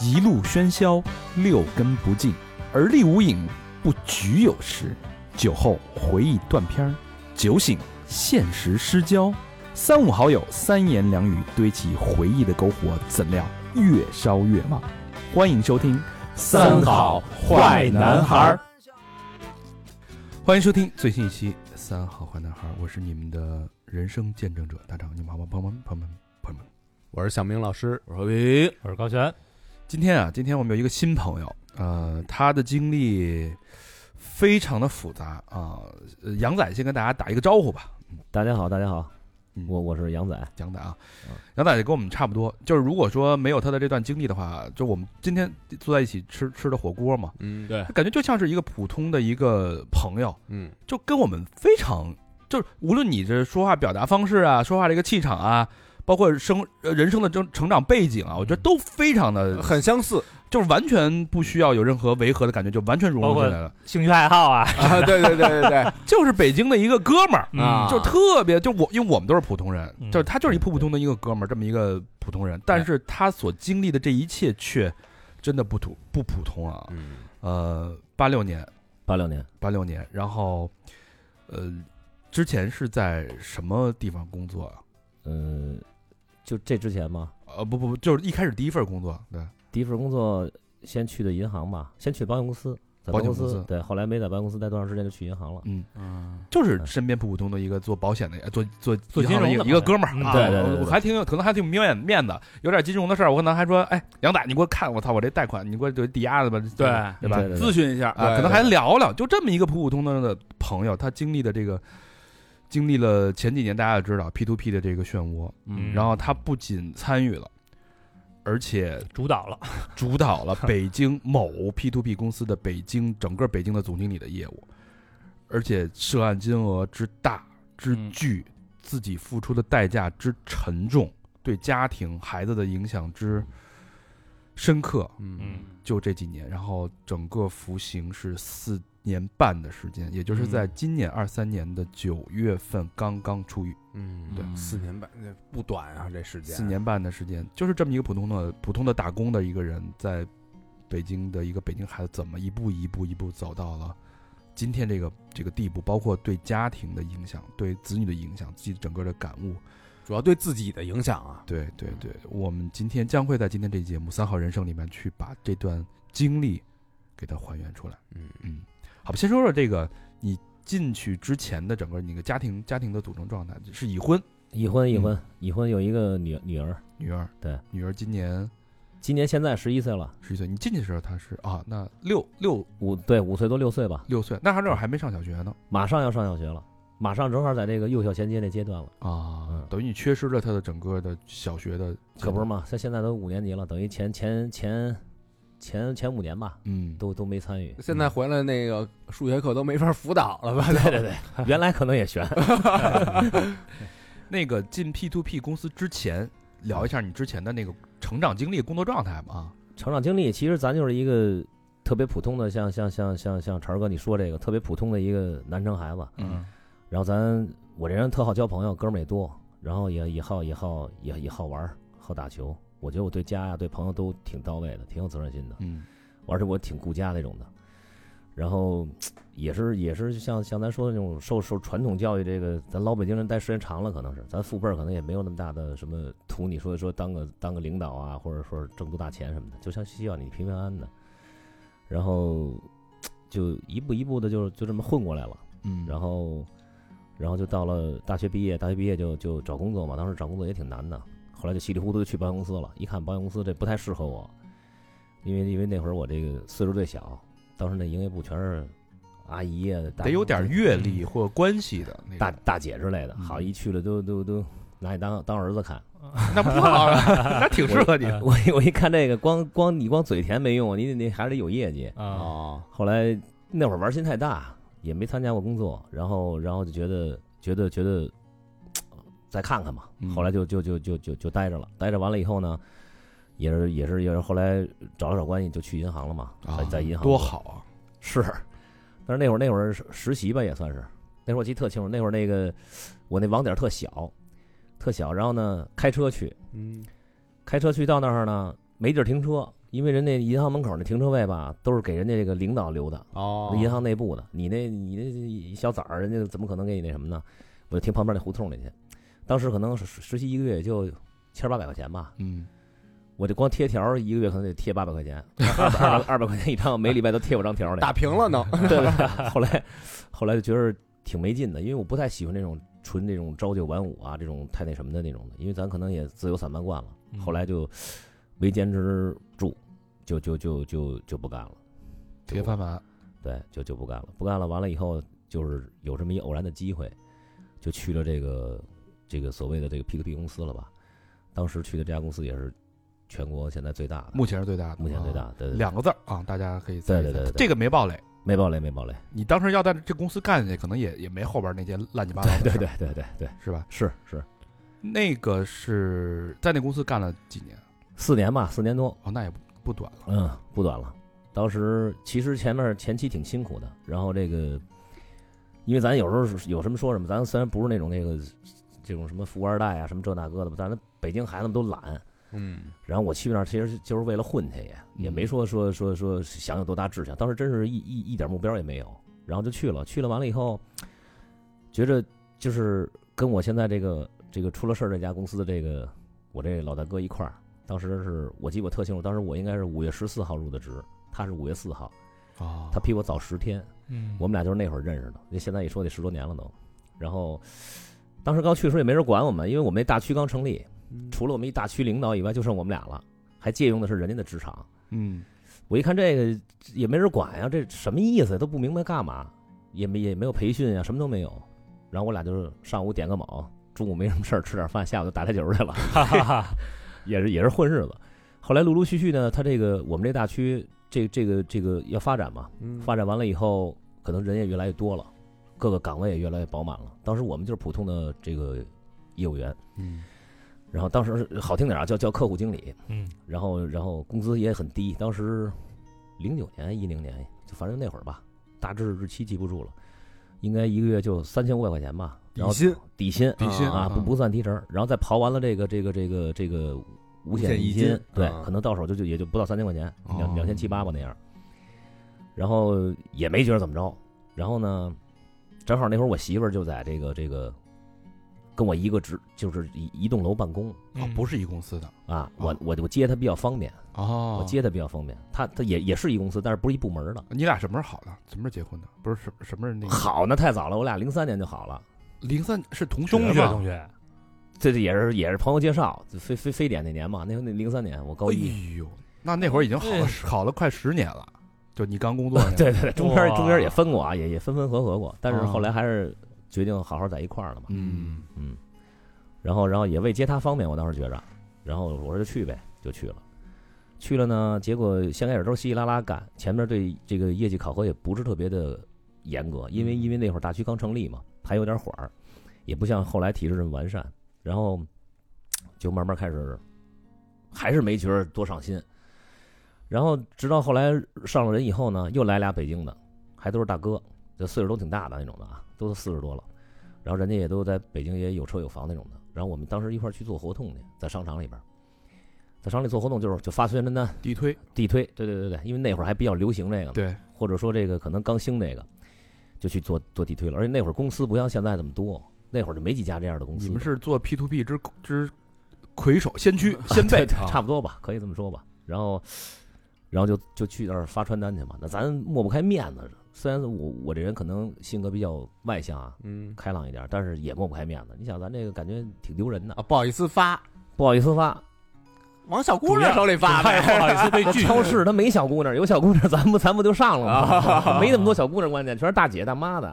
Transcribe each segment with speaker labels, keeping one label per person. Speaker 1: 一路喧嚣，六根不净，而立无影，不局有时。酒后回忆断片儿，酒醒现实失焦。三五好友，三言两语堆起回忆的篝火，怎料越烧越旺。欢迎收听《
Speaker 2: 儿。
Speaker 1: 欢迎收听最新一期《三好坏男孩》，我是你们的人生见证者大张，你们好吗？朋友们，朋友们，朋友们。
Speaker 2: 我是小明老师，
Speaker 3: 我说喂，
Speaker 4: 我是高璇，
Speaker 1: 今天啊，今天我们有一个新朋友，呃，他的经历非常的复杂啊、呃杨仔先跟大家打一个招呼吧，
Speaker 3: 大家好，大家好
Speaker 1: 嗯，
Speaker 3: 我我是杨仔，
Speaker 1: 杨仔啊，杨仔也跟我们差不多，就是如果说没有他的这段经历的话，就我们今天坐在一起吃吃的火锅嘛，
Speaker 2: 嗯，
Speaker 4: 对
Speaker 1: 感觉就像是一个普通的一个朋友，
Speaker 2: 嗯，
Speaker 1: 就跟我们非常，就是无论你这说话表达方式啊，说话这个气场啊，包括生呃人生的成成长背景啊，我觉得都非常的，
Speaker 2: 很相似
Speaker 1: 就是完全不需要有任何违和的感觉，就完全融入
Speaker 4: 包括
Speaker 1: 进来了。
Speaker 4: 兴趣爱好啊，
Speaker 2: 啊，对对对对对，
Speaker 1: 就是北京的一个哥们儿，
Speaker 4: 嗯
Speaker 2: 啊
Speaker 1: 就特别，就我因为我们都是普通人，
Speaker 4: 嗯
Speaker 1: 就是他就是一普普通通的一个哥们儿，这么一个普通人，但是他所经历的这一切却真的不普不普通啊。
Speaker 2: 嗯，
Speaker 1: 呃，八六年，
Speaker 3: 八六年，
Speaker 1: 八六年，然后，呃，之前是在什么地方工作啊？
Speaker 3: 嗯，就这之前嘛，
Speaker 1: 呃，不不不，就是一开始第一份工作，对，
Speaker 3: 第一份工作先去的银行吧，先去保险公司，在保险公
Speaker 1: 保险公
Speaker 3: 司
Speaker 1: 司，
Speaker 3: 对，后来没在保险公司待多长时间就去银行了，
Speaker 1: 嗯，
Speaker 4: 嗯，
Speaker 1: 就是身边普普通通的一个做保险的，呃做做
Speaker 4: 做金融的
Speaker 1: 银行
Speaker 4: 嘛
Speaker 1: 一个一个哥们儿
Speaker 4: 嗯
Speaker 1: 啊，
Speaker 3: 对对对对
Speaker 1: 我
Speaker 3: 对
Speaker 1: 我还挺有可能还挺没面面子，有点金融的事儿，我可能还说，哎，杨仔，你给我看，我操，我这贷款，你给我就抵押了吧，
Speaker 4: 对
Speaker 1: 对吧？
Speaker 3: 对对
Speaker 2: 咨询一下
Speaker 1: 啊，可能还聊聊，就这么一个普普通通的朋友，他经历的这个，经历了前几年大家也知道 P to P 的这个漩涡，
Speaker 4: 嗯
Speaker 1: 然后他不仅参与了，而且
Speaker 4: 主导了，
Speaker 1: 主导了北京某 P to P 公司的北京整个北京的总经理的业务，而且涉案金额之大之巨，自己付出的代价之沉重，对家庭孩子的影响之深刻，
Speaker 2: 嗯，
Speaker 1: 就这几年，然后整个服刑是四年半的时间，也就是在今年二三年的九月份刚刚出狱，
Speaker 2: 嗯，
Speaker 4: 对
Speaker 2: 四年半那不短啊，这时间
Speaker 1: 四，年半的时间，就是这么一个普通的普通的打工的一个人，在北京的一个北京孩子，怎么一步一步一步走到了今天这个这个地步，包括对家庭的影响，对子女的影响，自己整个的感悟。
Speaker 2: 主要对自己的影响啊，
Speaker 1: 对对对，我们今天将会在今天这期节目《三好人生》里面去把这段经历给它还原出来。
Speaker 2: 嗯
Speaker 1: 嗯，好吧，先说说这个你进去之前的整个你的家庭家庭的组成状态，是已婚
Speaker 3: 已婚已
Speaker 1: 嗯
Speaker 3: 婚已婚有一个女女儿，
Speaker 1: 女儿，
Speaker 3: 对，
Speaker 1: 女儿今年
Speaker 3: 今年现在十一岁了，
Speaker 1: 十一岁，你进去的时候她是啊，那六六
Speaker 3: 五对五岁多六岁吧，
Speaker 1: 六岁，那她那会儿还没上小学呢
Speaker 3: 马上要上小学了，马上正好在这个幼小衔接那阶段了，
Speaker 1: 啊
Speaker 3: 嗯，
Speaker 1: 等于你缺失了她的整个的小学的，
Speaker 3: 可不是？嘛，她现在都五年级了，等于前前前前前五年吧，
Speaker 1: 嗯，
Speaker 3: 都都没参 与，
Speaker 2: 现在回来那个数学课都没法辅导了吧？对对对，
Speaker 3: 原来可能也悬，
Speaker 1: 那个进 P to P 公司之前，聊一下你之前的那个成长经历、工作状态吧啊。
Speaker 3: 成长经历，其实咱就是一个特别普通的，像像像像像晨儿哥你说这个特别普通的一个南城孩子。
Speaker 1: 嗯，
Speaker 3: 然后咱我这人特好交朋友，哥们儿也多，然后也也好也好也也好玩儿，好打球。我觉得我对家呀、对朋友都挺到位的，挺有责任心的，
Speaker 1: 嗯
Speaker 3: 而且我挺顾家那种的。然后也是也是像像咱说的那种受受传统教育，这个咱老北京人待时间长了，可能是咱父辈儿可能也没有那么大的什么图你说说当个当个领导啊，或者说挣多大钱什么的，就像希望你平平安安的。然后就一步一步的就就这么混过来了。
Speaker 1: 嗯，
Speaker 3: 然后，然后就到了大学毕业，大学毕业就就找工作嘛，当时找工作也挺难的，后来就稀里糊涂就去保险公司了。一看保险公司这不太适合我，因为因为那会儿我这个岁数最小，当时那营业部全是阿姨啊，大嗯
Speaker 1: 得有点阅历或关系的那
Speaker 3: 大
Speaker 1: 种，
Speaker 3: 大姐之类的，
Speaker 1: 嗯
Speaker 3: 好一去了都都都拿你当当儿子看。
Speaker 1: 那不好了， 那挺适合你。
Speaker 3: 我一我一看这个，光光你光嘴甜没用，啊你得你还是得有业绩。
Speaker 4: 啊，
Speaker 2: 哦，
Speaker 3: 后来那会儿玩心太大，也没参加过工作，然后然后就觉得觉得觉得呃再看看吧
Speaker 1: 嗯，
Speaker 3: 后来就就就就就就待着了，待着完了以后呢，也是也是也是后来找了找关系就去银行了嘛，在在银行
Speaker 1: 多
Speaker 3: 做
Speaker 1: 好啊！
Speaker 3: 是，但是那会儿那会儿实实习吧也算是，那会儿我记得特清楚，那会儿那个我那网点儿特小，特小，然后呢开车去，
Speaker 2: 嗯，
Speaker 3: 开车去到那儿呢没地儿停车，因为人家银行门口那停车位吧，都是给人家这个领导留的，
Speaker 2: 哦
Speaker 3: 银行内部的。你那你那小崽儿，人家怎么可能给你那什么呢？我就停旁边那胡同里去。当时可能是实习一个月也就千八百块钱吧，
Speaker 4: 嗯，
Speaker 3: 我这光贴条儿一个月可能得贴八百块钱，二百二百块钱一张，每礼拜都贴我张条儿来。
Speaker 2: 打平了呢。
Speaker 3: 对对对，后来后来就觉得挺没劲的，因为我不太喜欢这种纯这种朝九晚五啊，这种太那什么的那种的，因为咱可能也自由散漫惯了，
Speaker 4: 嗯
Speaker 3: 后来就没坚持住，就就就就就不干了，
Speaker 4: 铁饭碗，
Speaker 3: 对，就就不干了，不干了，完了以后就是有这么一偶然的机会，就去了这个这个所谓的这个 P 2 P 公司了吧，当时去的这家公司也是全国现在最大的，
Speaker 4: 目前是最大的，
Speaker 3: 目前最大
Speaker 4: 啊，
Speaker 3: 的，对对对
Speaker 4: 两个字儿啊，大家可以猜一
Speaker 3: 对对
Speaker 4: 猜
Speaker 3: 对对
Speaker 4: 这个没暴雷。
Speaker 3: 没暴雷没暴雷，
Speaker 4: 你当时要在这公司干下去，可能也也没后边那些乱七八糟的事
Speaker 3: 对
Speaker 4: 儿，
Speaker 3: 对对对对，
Speaker 4: 啊是吧？
Speaker 3: 是是
Speaker 4: 那个是在那公司干了几年？
Speaker 3: 四年吧，四年多，
Speaker 4: 哦，那也不不短了。
Speaker 3: 嗯，不短了。当时其实前面前期挺辛苦的，然后这个，因为咱有时候是有什么说什么，咱虽然不是那种那个这种什么富二代啊，什么这那个的吧，但是北京孩子们都懒。
Speaker 2: 嗯，
Speaker 3: 然后我去那儿其实就是为了混去也，
Speaker 4: 嗯
Speaker 3: 也没说说说说想有多大志向，当时真是一一一点目标也没有，然后就去了，去了完了以后，觉着就是跟我现在这个这个出了事儿这家公司的这个我这老大哥一块儿，当时是我记得我特清楚，当时我应该是五月十四号入的职，他是五月四号，
Speaker 4: 哦，
Speaker 3: 他比我早十天，
Speaker 4: 嗯
Speaker 3: 我们俩就是那会儿认识的，那现在一说得十多年了都。然后当时刚去的时候也没人管我们，因为我们那大区刚成立，除了我们一大区领导以外，就剩我们俩了，还借用的是人家的职场。
Speaker 4: 嗯，
Speaker 3: 我一看这个也没人管呀、这什么意思？都不明白干嘛，也没也没有培训呀、什么都没有。然后我俩就是上午点个卯，中午没什么事儿吃点饭，下午就打台球去了，也是也是混日子。后来陆陆续续呢，他这个我们这大区这这个这个要发展嘛，
Speaker 2: 嗯
Speaker 3: 发展完了以后，可能人也越来越多了，各个岗位也越来越饱满了。当时我们就是普通的这个业务员，
Speaker 4: 嗯
Speaker 3: 然后当时好听点儿啊，叫叫客户经理，
Speaker 4: 嗯，
Speaker 3: 然后然后工资也很低，当时零九年一零年，就反正那会儿吧，大致日期记不住了，应该一个月就三千五百块钱吧，然后
Speaker 2: 底薪
Speaker 3: 底薪
Speaker 4: 底薪
Speaker 3: 啊，不不算提成，然后再刨完了这个这个这个这个五
Speaker 2: 五险
Speaker 3: 险
Speaker 2: 一
Speaker 3: 一
Speaker 2: 金
Speaker 3: 对
Speaker 2: 啊，
Speaker 3: 可能到手就就也就不到三千块钱，
Speaker 4: 哦
Speaker 3: 两两千七八吧那样，然后也没觉得怎么着，然后呢，正好那会儿我媳妇儿就在这个这个跟我一个职就是一一栋楼办公。
Speaker 4: 哦，
Speaker 5: 嗯
Speaker 4: 不是一公司的
Speaker 3: 啊，我
Speaker 4: 哦
Speaker 3: 我我接他比较方便，
Speaker 4: 哦，
Speaker 3: 我接他比较方便。他他也也是一公司，但是不是一部门的。
Speaker 4: 你俩什么时候好的？什么时候结婚的？不是什什么时候那个
Speaker 3: 好呢，太早了，我俩零三年就好了，
Speaker 4: 零啊三是同学
Speaker 5: 中学
Speaker 4: 吗
Speaker 5: 同？学，
Speaker 3: 这这也是也是朋友介绍，就非非非典那年嘛，那那零三年我高一，
Speaker 4: 哎呦，那那会儿已经好了好了快十年了，就你刚工作那会儿
Speaker 3: 对对对，中间
Speaker 5: 哇
Speaker 3: 中间也分过啊，也也分分合合过，但是
Speaker 4: 哦
Speaker 3: 后来还是决定好好在一块儿了嘛，
Speaker 4: 嗯
Speaker 3: 嗯，然后然后也为接他方便，我当时觉着，然后我说就去呗，就去了。去了呢，结果先开始都是稀稀拉拉干，前面对这个业绩考核也不是特别的严格，因为因为那会儿大区刚成立嘛，还有点缓儿，也不像后来体制这么完善。然后就慢慢开始，还是没觉得多上心。然后直到后来上了人以后呢，又来俩北京的，还都是大哥，这岁数都挺大的那种的啊，都四十多了。然后人家也都在北京也有车有房那种的。然后我们当时一块儿去做活动去，在商场里边儿，在商场里做活动就是就发宣传单、
Speaker 4: 地推
Speaker 3: 地推，对对对对，因为那会儿还比较流行这个嘛，
Speaker 4: 对，
Speaker 3: 或者说这个可能刚兴这个，就去做做地推了。而且那会儿公司不像现在这么多，那会儿就没几家这样的公司。
Speaker 4: 你们是做 P to P 之之魁首先驱先
Speaker 3: 对
Speaker 4: 辈，
Speaker 3: 对
Speaker 4: 啊
Speaker 3: 差不多吧，可以这么说吧。然后，然后就就去那儿发传单去嘛。那咱抹不开面子，虽然我我这人可能性格比较外向啊，
Speaker 2: 嗯
Speaker 3: 开朗一点，但是也抹不开面子。你想咱这个感觉挺丢人的，
Speaker 2: 啊，不好意思发，
Speaker 3: 不好意思 发。
Speaker 2: 往小姑娘手里发
Speaker 5: 哎不
Speaker 2: 呗。
Speaker 5: 好意思被
Speaker 3: 那
Speaker 5: 拒
Speaker 3: 超
Speaker 5: 绝。
Speaker 3: 市他没小姑娘，有小姑娘咱不咱不就上了吗？没那么多小姑娘，关键全是大姐大妈的。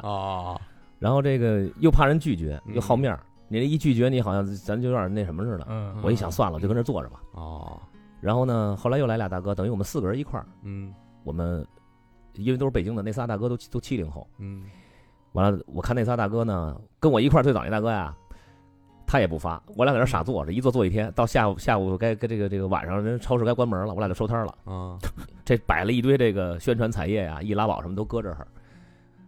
Speaker 3: 啊
Speaker 2: 哦，
Speaker 3: 然后这个又怕人拒绝，又好面儿。你这一拒绝，你好像咱就有点那什么似的。
Speaker 5: 嗯，
Speaker 3: 我一想算了，就跟这坐着吧。
Speaker 2: 哦，
Speaker 3: 然后呢，后来又来俩大哥，等于我们四个人一块儿，
Speaker 2: 嗯
Speaker 3: 我们因为都是北京的，那仨大哥都都七零后。
Speaker 2: 嗯，
Speaker 3: 完了，我看那仨大哥呢，跟我一块儿最早那大哥呀，他也不发，我俩在那傻坐着，一坐坐一天，到下午下午该该这个这个晚上人超市该关门了，我俩就收摊了。
Speaker 2: 啊，
Speaker 3: 这摆了一堆这个宣传彩页呀、易拉宝什么都搁这儿，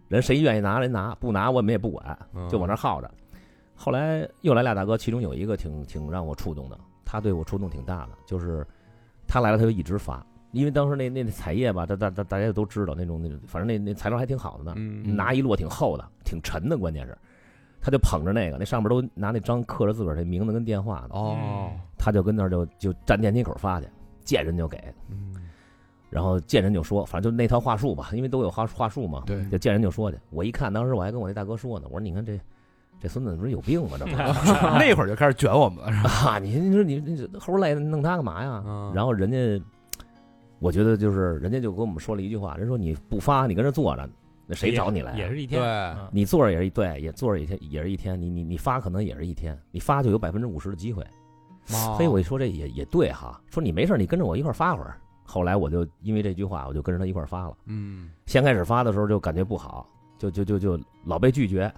Speaker 3: 人谁愿意拿人拿，不拿我们也不管，
Speaker 2: 嗯
Speaker 3: 就往那儿耗着。后来又来俩大哥，其中有一个挺挺让我触动的，他对我触动挺大的，就是他来了他就一直发，因为当时那那那彩叶吧，大大大大家都知道那种那种，反正那那材料还挺好的呢，
Speaker 2: 嗯
Speaker 3: 拿一摞挺厚的，挺沉的，关键是，他就捧着那个，那上面都拿那章刻着自个儿这名字跟电话呢，
Speaker 2: 哦，
Speaker 3: 他就跟那儿就就站电梯口发去，见人就给，
Speaker 2: 嗯，
Speaker 3: 然后见人就说，反正就那套话术吧，因为都有话话术
Speaker 4: 啊
Speaker 3: 嘛，
Speaker 2: 对
Speaker 3: 就见人就说去。我一看，当时我还跟我那大哥说呢，我说你看这这孙子不是有病吗？这不是
Speaker 4: 那会儿就开始卷我们了，是吧？
Speaker 3: 啊，你你说你你这猴赖弄他干嘛呀？
Speaker 2: 嗯
Speaker 3: 然后人家，我觉得就是人家就跟我们说了一句话，人说你不发，你跟这坐着，那谁找你来、
Speaker 5: 也
Speaker 3: 啊？
Speaker 5: 是一天，
Speaker 2: 对，
Speaker 5: 嗯
Speaker 3: 你坐着也是一对，也坐着也是也是一天，你你你发可能也是一天，你发就有百分之五十的机会。所以我一说这也也对哈，说你没事，你跟着我一块儿发会儿。后来我就因为这句话，我就跟着他一块儿发了。
Speaker 2: 嗯
Speaker 3: 先开始发的时候就感觉不好，就就就就老被拒绝。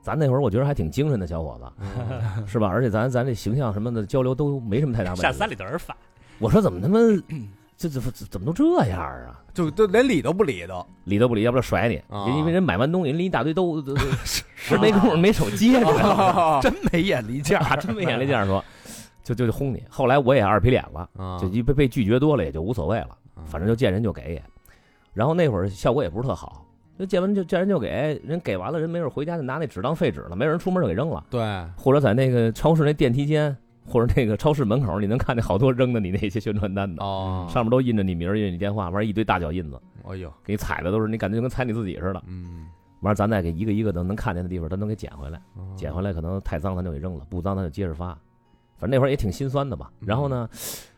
Speaker 3: 咱那会儿我觉得还挺精神的小伙子，
Speaker 2: 嗯
Speaker 3: 是吧？而且咱咱这形象什么的交流都没什么太大
Speaker 5: 上
Speaker 3: 问
Speaker 5: 三
Speaker 3: 题。
Speaker 5: 里屯儿发，
Speaker 3: 我说怎么他 妈这怎么怎么都这样啊？
Speaker 2: 就就连理都不理 都，
Speaker 3: 理都不理，要不就甩你。
Speaker 2: 啊
Speaker 3: 因为人买完东西，拎一大堆兜，都都人
Speaker 5: 啊
Speaker 3: 没工夫没手啊接，
Speaker 4: 真没眼力见儿。
Speaker 3: 啊，真没 眼力见儿说，就就就轰你。后来我也二皮脸了，
Speaker 2: 啊
Speaker 3: 就一被被拒绝多了也就无所谓了。
Speaker 2: 嗯
Speaker 3: 反正就见人就给也。然后那会儿效果也不是特好，就见完就见人就给，人给完了人没准回家就拿那纸当废纸了，没有人出门就给扔了，
Speaker 2: 对，
Speaker 3: 或者在那个超市那电梯间或者那个超市门口，你能看见好多扔的你那些宣传单的，
Speaker 2: 哦，
Speaker 3: 上面都印着你名儿，印着你电话，完一堆大脚印子，
Speaker 2: 哎呦，
Speaker 3: 给你踩的都是你感觉就跟踩你自己似的。
Speaker 2: 嗯，
Speaker 3: 完咱再给一个一个的能看见的地方，咱都给捡回来，
Speaker 2: 哦
Speaker 3: 捡回来可能太脏咱就给扔了，不脏咱就接着发。反正那会儿也挺心酸的吧。然后呢，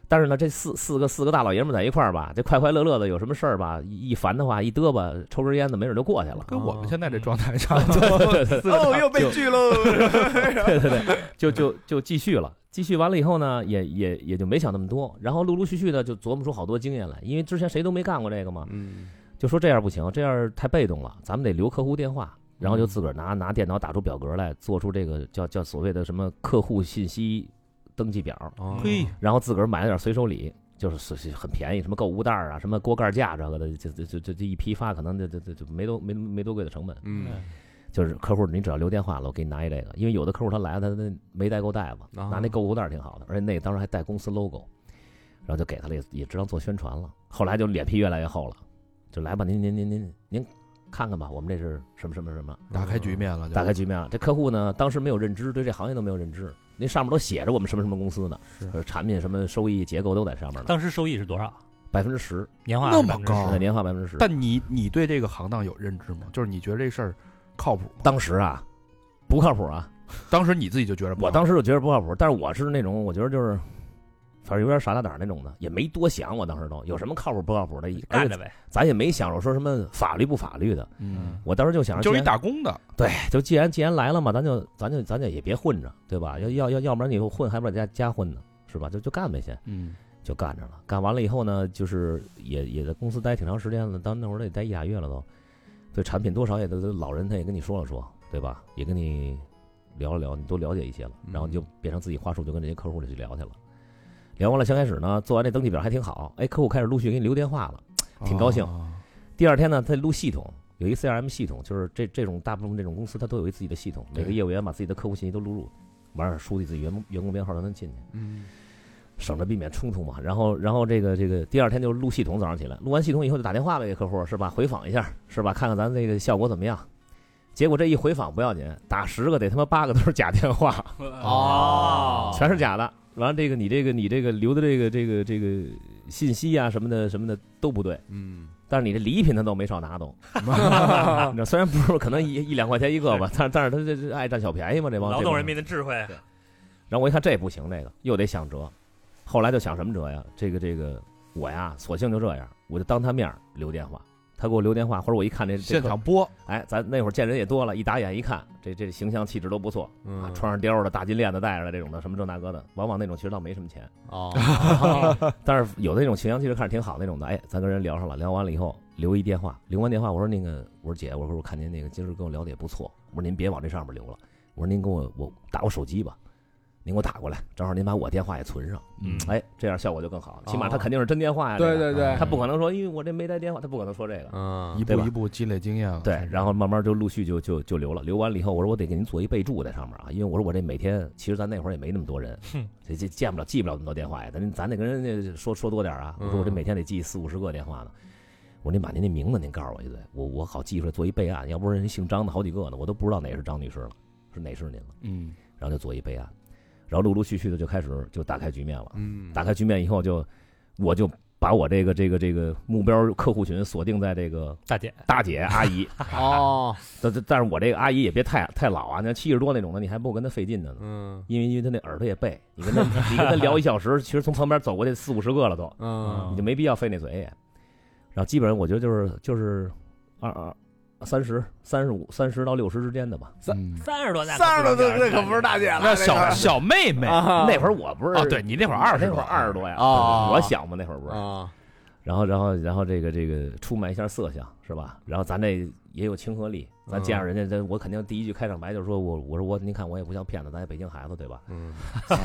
Speaker 3: 但是呢，这四四个四个大老爷们在一块儿吧，这快快乐乐的，有什么事儿吧，一一烦的话，一嘚吧，抽根烟的，没准就过 去了。
Speaker 4: 跟我们现在这状态差不多。
Speaker 2: 哦，又被拒喽，
Speaker 3: 对对对，就就就继续了。继续完了以后呢，也也也就没想那么多，然后陆陆续续的就琢磨出好多经验来，因为之前谁都没干过这个嘛，
Speaker 2: 嗯，
Speaker 3: 就说这样不行，这样太被动了，咱们得留客户电话，然后就自个儿拿拿电脑打出表格来，做出这个叫叫所谓的什么客户信息登记表，
Speaker 2: 哦
Speaker 4: 嘿，
Speaker 3: 然后自个儿买了点随手礼，就是是是很便宜，什么购物袋儿啊，什么锅盖架这个的，这这这这这一批发可能这这这这没多没没多贵的成本，
Speaker 2: 嗯，
Speaker 3: 就是客户你只要留电话了，我给你拿一这个，因为有的客户他来了他那没带够袋子，
Speaker 2: 啊
Speaker 3: 拿那购物袋儿挺好的，而且那当时还带公司 logo，然后就给他了，也也只当做宣传了。后来就脸皮越来越厚了，就来吧，您您您您您看看吧，我们这是什么什么什么，
Speaker 4: 打开局面了，就
Speaker 3: 打开局面了。啊这客户呢，当时没有认知，对这行业都没有认知，那上面都写着我们什么什么公司呢，呃产品什么收益结构都在上面呢，
Speaker 5: 当时收益是多少？
Speaker 3: 百分之十，
Speaker 5: 年化
Speaker 4: 那么
Speaker 5: 10%
Speaker 4: 高
Speaker 3: 在年化百分之十。
Speaker 4: 哦但你你对这个行当有认知吗？就是你觉得这事儿靠谱吗？
Speaker 3: 当时啊，不靠谱啊，
Speaker 4: 当时你自己就觉得不靠谱，
Speaker 3: 我当时就觉得不靠谱，但是我是那种我觉得就是，反正有点傻大胆儿那种的，也没多想。我当时都有什么靠谱不靠谱的，而
Speaker 5: 干
Speaker 3: 且
Speaker 5: 着呗，
Speaker 3: 咱也没想着说什么法律不法律的。
Speaker 4: 嗯，
Speaker 3: 我当时就想着，
Speaker 4: 就是
Speaker 3: 既
Speaker 4: 一
Speaker 3: 然
Speaker 4: 打工的，
Speaker 3: 对，就既然既然来了嘛，咱就咱就咱就也别混着，对吧？要要要要不然你又混，还不如在家家混呢，是吧？就就干呗先，
Speaker 4: 嗯，
Speaker 3: 就干着了。干完了以后呢，就是也也在公司待挺长时间了，当那会儿得待一俩月了都，对产品多少也都都老人他也跟你说了说，对吧？也跟你聊了聊，你都了解一些了，
Speaker 2: 嗯
Speaker 3: 然后你就变成自己话术，就跟这些客户就去聊去了。聊完了，先开始呢，做完这登记表还挺好，哎，客户开始陆续给你留电话了。挺高兴
Speaker 4: 哦
Speaker 3: 第二天呢，他录系统，有一 CRM 系统，就是这这种大部分这种公司它都有一自己的系统，每个
Speaker 4: 对
Speaker 3: 业务员把自己的客户信息都录入，完了输自己的员工员工编号让他进去。
Speaker 2: 嗯，
Speaker 3: 省着避免冲突嘛。然后，然后这个这个第二天就录系统，早上起来录完系统以后就打电话呗给客户是吧？回访一下是吧？看看咱这个效果怎么样。结果这一回访不要紧，打十个得他妈八个都是假电 话，
Speaker 2: 哦
Speaker 3: 全是假的。完了，这个你这个你这个留的这个这个这个信息啊什么的什么的都不对，
Speaker 2: 嗯，
Speaker 3: 但是你这礼品他都没少拿都。你知道虽然不是可能一一两块钱一个吧，但是但是他这这爱占小便宜嘛，这帮
Speaker 5: 劳
Speaker 3: 这帮
Speaker 5: 动人民的智慧，
Speaker 3: 然后我一看这不行，这个又得想辙。后来就想什么辙呀？这个这个，我呀，索性就这样，我就当他面儿留电话。他给我留电话，或者我一看这这
Speaker 4: 现
Speaker 3: 客
Speaker 4: 场播，
Speaker 3: 哎，咱那会儿见人也多了，一打眼一看，这这形象气质都不错啊，
Speaker 2: 嗯，
Speaker 3: 穿上貂儿的、大金链子戴着的这种的，什么这那个的，往往那种其实倒没什么钱，
Speaker 2: 哦，
Speaker 3: 但是有的那种形象气质看着挺好那种的，哎，咱跟人聊上了，聊完了以后留一电话，留完电话我说那个，我说姐，我说我看您那个今儿跟我聊的也不错，我说您别往这上面留了，我说您跟我我打我手机吧，您给我打过来，正好您把我电话也存上，
Speaker 4: 嗯
Speaker 3: 哎，这样效果就更好了。起码他
Speaker 2: 哦
Speaker 3: 肯定是真电话呀，
Speaker 2: 对
Speaker 3: 这个
Speaker 2: 对对
Speaker 3: 他不可能说，因为我这没带电话，他不可能说这个。
Speaker 4: 一
Speaker 2: 嗯，
Speaker 3: 对
Speaker 4: 步
Speaker 3: 吧
Speaker 4: 一步积累经验了。啊
Speaker 3: 对，然后慢慢就陆续就就就留了，留完了以后，我说我得给您做一备注在上面啊，因为我说我这每天，其实咱那会儿也没那么多人，这这见不了记不了那么多电话呀，咱咱得跟人家说说多点儿啊。我说我这
Speaker 2: 嗯
Speaker 3: 每天得记四五十个电话呢，我说您把您那名字您告诉我一嘴，我我好记出来做一备案，要不然人姓张的好几个呢，我都不知道哪是张女士了，是哪是您了，
Speaker 4: 嗯
Speaker 3: 然后就做一备案，然后陆陆续续的就开始就打开局面了。
Speaker 2: 嗯，
Speaker 3: 打开局面以后就，我就把我这个这个这个目标客户群锁定在这个
Speaker 5: 大姐，
Speaker 3: 大姐阿姨，
Speaker 2: 哦，
Speaker 3: 但但但是我这个阿姨也别太太老啊，那七十多那种的，你还不如跟她费劲的呢，
Speaker 2: 嗯
Speaker 3: 因为因为她那耳朵也背，你跟她你跟她聊一小时，其实从旁边走过去四五十个了都，
Speaker 2: 嗯
Speaker 3: 你就没必要费那嘴也。然后基本上我觉得就是就是二二三十三十五三十到六十之间的吧。
Speaker 2: 三
Speaker 4: 嗯
Speaker 5: 三十多大，
Speaker 2: 三十多岁这可不是大姐了，
Speaker 4: 那
Speaker 2: 这
Speaker 4: 小
Speaker 2: 个
Speaker 4: 小妹妹
Speaker 2: 啊
Speaker 3: 那会儿我不是
Speaker 4: 哦，对你那会儿二十，啊
Speaker 3: 那会儿二十多呀，
Speaker 2: 哦
Speaker 3: 我小嘛那会儿
Speaker 5: 嗯
Speaker 3: 不是。
Speaker 2: 啊，
Speaker 3: 然后，然后，然后这个这个出卖一下色相是吧？然后咱这也有亲和力，
Speaker 4: 嗯
Speaker 3: 咱见着人家，咱我肯定第一句开场白就是说我我说我，您看我也不像骗子，咱也北京孩子对 吧？
Speaker 2: 嗯，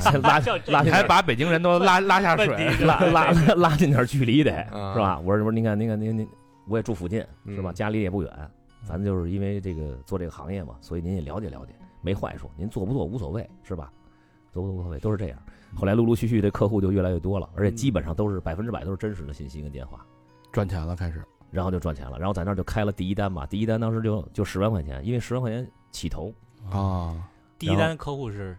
Speaker 3: 先拉
Speaker 5: 就
Speaker 3: 拉
Speaker 4: 你
Speaker 3: 近
Speaker 4: 还
Speaker 3: 点
Speaker 4: 把北京人都拉 拉下
Speaker 5: 问题
Speaker 4: 水。
Speaker 5: 是
Speaker 3: 拉
Speaker 5: 吧
Speaker 3: 拉拉拉近点距离得
Speaker 4: 啊
Speaker 2: 嗯
Speaker 3: 是吧？我说我说您看您看您您，我也住附近是吧？
Speaker 2: 嗯
Speaker 3: 家离也不远，咱就是因为这个做这个行业嘛，所以您也了解了解，没坏处，您做不做无所谓是吧？做不做无所谓都是这样。后来陆陆续续这客户就越来越多了，而
Speaker 4: 嗯
Speaker 3: 且基本上都是百分之百都是真实的信息跟电话。
Speaker 4: 赚钱了，开始
Speaker 3: 然后就赚钱了，然后在那儿就开了第一单嘛，第一单当时就就十万块钱，因为十万块钱起头，
Speaker 4: 啊，
Speaker 5: 第一单客户是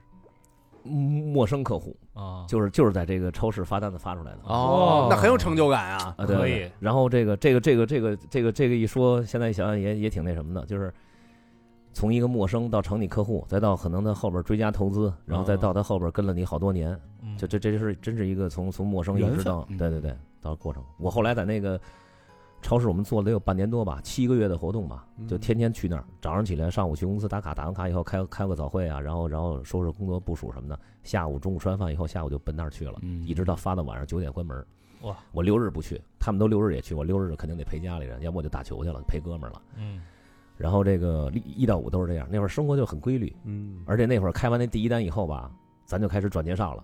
Speaker 3: 嗯陌生客户
Speaker 5: 啊，
Speaker 3: 就是就是在这个超市发单子发出来的
Speaker 2: 哦，那很有成就感啊，
Speaker 3: 啊，对
Speaker 5: 可以
Speaker 3: 对然后这个这个这个这个这个这个一说，现在想想也也挺那什么的，就是从一个陌生到成你客户，再到可能他后边追加投资，然后再到他后边跟了你好多年，
Speaker 5: 嗯
Speaker 3: 就这这是真是一个从从陌生一
Speaker 4: 缘
Speaker 3: 直
Speaker 4: 分
Speaker 3: 到
Speaker 4: 嗯
Speaker 3: 对对对到过程。我后来在那个超市，我们做了得有半年多吧，七个月的活动吧，就
Speaker 2: 嗯
Speaker 3: 天天去那儿，早上起来上午去公司打卡，打完卡以后开开个早会啊，然后然后收拾工作部署什么的，下午中午吃完饭以后，下午就奔那儿去了，
Speaker 4: 嗯
Speaker 3: 一直到发到晚上九点关门。
Speaker 5: 哇！
Speaker 3: 我六日不去，他们都六日也去，我六日肯定得陪家里人，要不我就打球去了，陪哥们儿了。
Speaker 5: 嗯
Speaker 3: 然后这个一一到五都是这样，那会儿生活就很规律，
Speaker 2: 嗯
Speaker 3: 而且那会儿开完那第一单以后吧，咱就开始转介绍了，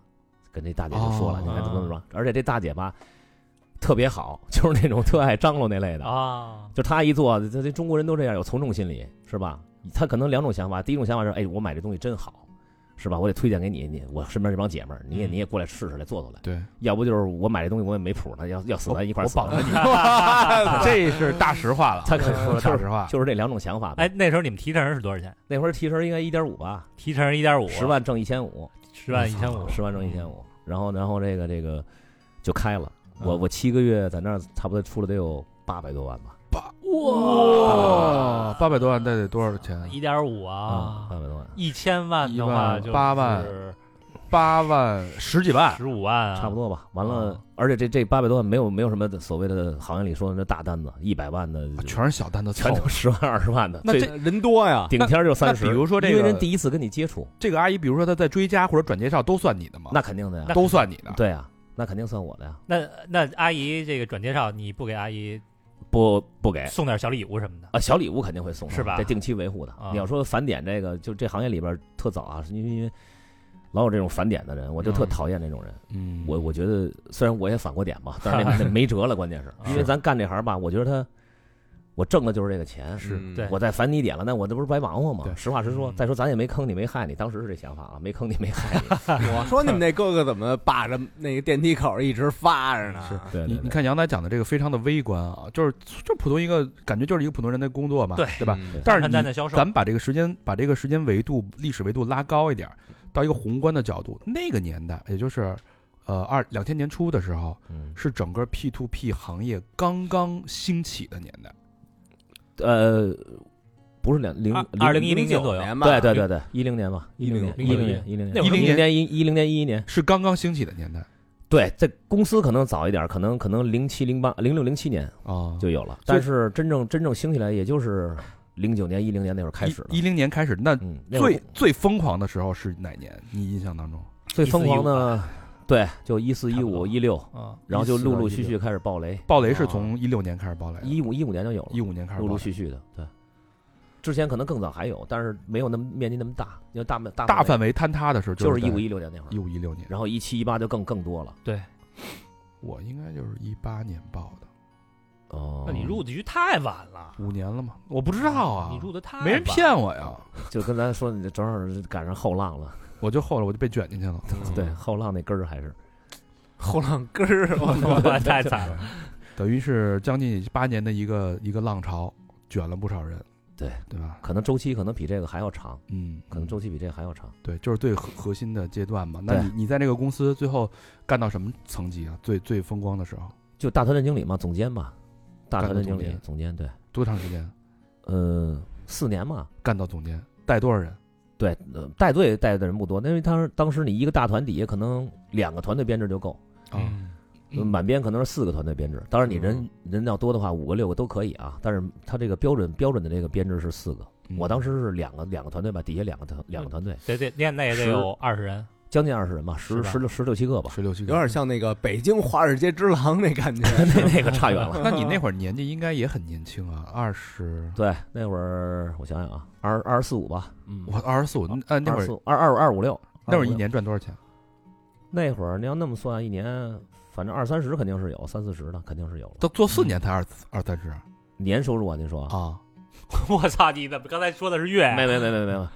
Speaker 3: 跟这大姐就说了，
Speaker 4: 哦
Speaker 3: 你看怎么怎么
Speaker 5: 啊
Speaker 3: 着。而且这大姐吧，特别好，就是那种特爱张罗那类的，
Speaker 5: 啊，
Speaker 3: 就她一做，这这中国人都这样，有从众心理是吧？她可能两种想法，第一种想法是，哎，我买这东西真好，是吧？我得推荐给你，你我身边这帮姐们儿，你也
Speaker 5: 嗯
Speaker 3: 你也过来试试来做做来。
Speaker 4: 对，
Speaker 3: 要不就是我买这东西我也没谱呢，要要死咱一块儿
Speaker 4: 我
Speaker 3: 死吧。
Speaker 4: 绑着你，
Speaker 2: 这
Speaker 4: 这是大实话了，
Speaker 3: 他可能
Speaker 4: 说的
Speaker 3: 说的
Speaker 4: 大
Speaker 3: 大
Speaker 4: 实话，
Speaker 3: 就是这两种想法呗。
Speaker 5: 哎，那时候你们提成是多少钱？
Speaker 3: 那会儿提成应该一点五吧，
Speaker 5: 提成一点五，啊
Speaker 3: 十，万挣一千五，
Speaker 5: 十万一千
Speaker 4: 哦
Speaker 5: 五，
Speaker 3: 十万挣一千五，然后然后这个这个就开了。我
Speaker 2: 嗯
Speaker 3: 我七个月在那儿差不多出了得有八百多万吧，
Speaker 1: 哦
Speaker 4: 哇，八百多万，那得多少钱？
Speaker 5: 一点五
Speaker 3: 啊，
Speaker 5: 啊，
Speaker 3: 八百多万，
Speaker 5: 一千万的话
Speaker 4: 一万
Speaker 5: 就
Speaker 4: 八万八万十几万，
Speaker 5: 十五万啊，
Speaker 3: 差不多吧。完了
Speaker 5: 啊，
Speaker 3: 而且这这八百多万没有没有什么所谓的行业里说的那大单子，一百万的
Speaker 4: 啊全是小单子凑
Speaker 3: 全
Speaker 4: 的，
Speaker 3: 都十万二十万的，
Speaker 4: 那
Speaker 3: 最
Speaker 4: 这
Speaker 2: 人多呀，
Speaker 3: 顶天儿就
Speaker 4: 那
Speaker 3: 三
Speaker 4: 比
Speaker 3: 十。
Speaker 4: 如说这
Speaker 3: 因为人
Speaker 4: 个啊
Speaker 3: 第一次跟你接触，
Speaker 4: 这个阿姨，比如说她在追加或者转介绍，都算你的吗？
Speaker 3: 那肯定的呀，
Speaker 4: 都算你的。
Speaker 3: 对呀，那肯定算我的呀，
Speaker 5: 那那阿姨这个转介绍，你不给阿姨
Speaker 3: 不不给。
Speaker 5: 送点小礼物什么的？
Speaker 3: 啊，小礼物肯定会送的，
Speaker 5: 是吧
Speaker 3: 这定期维护的
Speaker 5: 啊。
Speaker 3: 你要说返点这个，就这行业里边儿特早啊，是因为因为老有这种返点的人，我就特
Speaker 5: 嗯
Speaker 3: 讨厌这种人。
Speaker 4: 嗯
Speaker 3: 我我觉得虽然我也返过点吧，但是那那没辙了，关 键是因为
Speaker 5: 是
Speaker 3: 咱干这行吧，我觉得他我挣的就是这个钱，
Speaker 4: 是
Speaker 2: 嗯
Speaker 5: 对
Speaker 3: 我再返你一点了，那我这不是白忙活
Speaker 4: 对
Speaker 3: 吗？实话实说，
Speaker 5: 嗯
Speaker 3: 再说咱也没坑你，没害你，当时是这想法啊，没坑你，没害你。
Speaker 2: 我说你们那哥哥怎么把着那个电梯口一直发着呢？
Speaker 4: 是
Speaker 3: 对
Speaker 4: 你
Speaker 3: 对
Speaker 4: 你
Speaker 3: 对，
Speaker 4: 看杨仔讲的这个非常的微观啊，就是就普通一个感觉就是一个普通人的工作嘛，
Speaker 5: 对
Speaker 4: 对吧？
Speaker 2: 嗯？
Speaker 4: 但是
Speaker 5: 看
Speaker 4: 你
Speaker 5: 单的销售
Speaker 4: 咱们把这个时间把这个时间维度、历史维度拉高一点儿，到一个宏观的角度，那个年代也就是呃二两千年初的时候，
Speaker 3: 嗯
Speaker 4: 是整个 P to P 行业刚刚兴起的年代。
Speaker 3: 呃，不是两零
Speaker 5: 二二零一零
Speaker 2: 九
Speaker 5: 年左右，
Speaker 2: 年吧，
Speaker 3: 对对对对，一零年吧，一
Speaker 2: 10
Speaker 3: 年，
Speaker 2: 年
Speaker 3: 一零年，一零
Speaker 5: 那
Speaker 3: 年，
Speaker 5: 会
Speaker 3: 一
Speaker 4: 儿
Speaker 3: 零年一一零年一一年。
Speaker 4: 是刚刚兴起的年代
Speaker 3: 对，在公司可能早一点，可能可能零七零八零六零七年
Speaker 4: 啊，
Speaker 3: 就有了，
Speaker 4: 所以
Speaker 3: 但是真正真正兴起来，也就是零九年一零年那会儿开始的。
Speaker 4: 一零年开始。那
Speaker 3: 嗯，那会儿
Speaker 4: 最最疯狂的时候是哪年？你印象当中？
Speaker 3: 最疯狂
Speaker 5: 1415
Speaker 3: 的，对，就一四一
Speaker 5: 差不
Speaker 3: 五
Speaker 5: 多
Speaker 3: 一六，
Speaker 5: 啊，
Speaker 3: 然后就
Speaker 4: 14
Speaker 3: 陆陆
Speaker 4: 到
Speaker 3: 续
Speaker 4: 16
Speaker 3: 续开始爆雷，
Speaker 1: 哎
Speaker 4: 暴雷是从一六年开始暴雷的，
Speaker 3: 一五一五年就有了，
Speaker 4: 一五年开始
Speaker 3: 啊陆
Speaker 4: 暴
Speaker 3: 陆
Speaker 4: 雷。
Speaker 3: 续续的，对，之前可能更早还有，但是没有那么面积那么大，因为大大
Speaker 1: 大
Speaker 3: 范
Speaker 1: 范围坍塌的时候
Speaker 3: 就是一五
Speaker 1: 一
Speaker 3: 一六年那会儿，
Speaker 1: 一五一六年，
Speaker 3: 然后一七一八就更更多了。
Speaker 1: 我应该就是一八年报的，
Speaker 3: 哦，
Speaker 5: 那你入的局太晚了，
Speaker 1: 五年了吗？我不知道啊，
Speaker 5: 你入的太晚
Speaker 1: 没人骗我呀，
Speaker 3: 就跟咱说，你正好赶上后浪了，
Speaker 1: 我就后来我就被卷进去了。
Speaker 5: 哦
Speaker 3: 对，后浪那根儿还是
Speaker 2: 后浪根儿，我操
Speaker 5: 我，太惨了。
Speaker 1: 等于是将近八年的一个一个浪潮，卷了不少人，
Speaker 3: 对
Speaker 1: 对吧？
Speaker 3: 可能周期可能比这个还要长，
Speaker 1: 嗯，
Speaker 3: 可能
Speaker 1: 嗯
Speaker 3: 周期比这个还要长。
Speaker 1: 对，就是最核核心的阶段嘛。那
Speaker 3: 对
Speaker 1: 你你在那个公司最后干到什么层级啊？最最风光的时候，
Speaker 3: 就大团队经理嘛，总监嘛，大团队经
Speaker 1: 干
Speaker 3: 理
Speaker 1: 总监
Speaker 3: 总监对，
Speaker 1: 多长时间
Speaker 3: 呃，四年嘛，
Speaker 1: 干到总监？带多少人？
Speaker 3: 对，呃带队带的人不多，因为当时当时你一个大团底下可能两个团队编制就够，
Speaker 1: 啊、
Speaker 3: 呃满编可能是四个团队编制，当然你人、人要多的话，五个六个都可以啊，但是他这个标准标准的这个编制是四个，
Speaker 1: 嗯
Speaker 3: 我当时是两个两个团队吧，底下两个团两个团队，
Speaker 5: 得得练那也得
Speaker 3: 十
Speaker 5: 有二十人，
Speaker 3: 将近二十人吧，
Speaker 5: 是
Speaker 3: 十
Speaker 5: 吧
Speaker 3: 十六十六七个吧，
Speaker 1: 十六七
Speaker 2: 有
Speaker 1: 个，
Speaker 2: 点像那个北京华尔街之狼那感 觉。
Speaker 3: 那那个差远了。
Speaker 1: 那你那会儿年纪应该也很年轻啊，二十，
Speaker 3: 对，那会儿我想想啊，二二十四五吧，
Speaker 2: 嗯
Speaker 1: 我二十四五，呃，那
Speaker 3: 二
Speaker 1: 会
Speaker 3: 十
Speaker 1: 儿
Speaker 3: 四二二二五六，
Speaker 1: 那会儿一
Speaker 3: 25
Speaker 1: 年赚多少钱？
Speaker 3: 那会儿你要那么算，一年反正二三十肯定是有，三四十的肯定是有了。
Speaker 1: 都做四年才二二三十
Speaker 3: 年收入嗯啊，您说？
Speaker 1: 啊？
Speaker 5: 我操！你怎么刚才说的是月？
Speaker 3: 没没没没没没，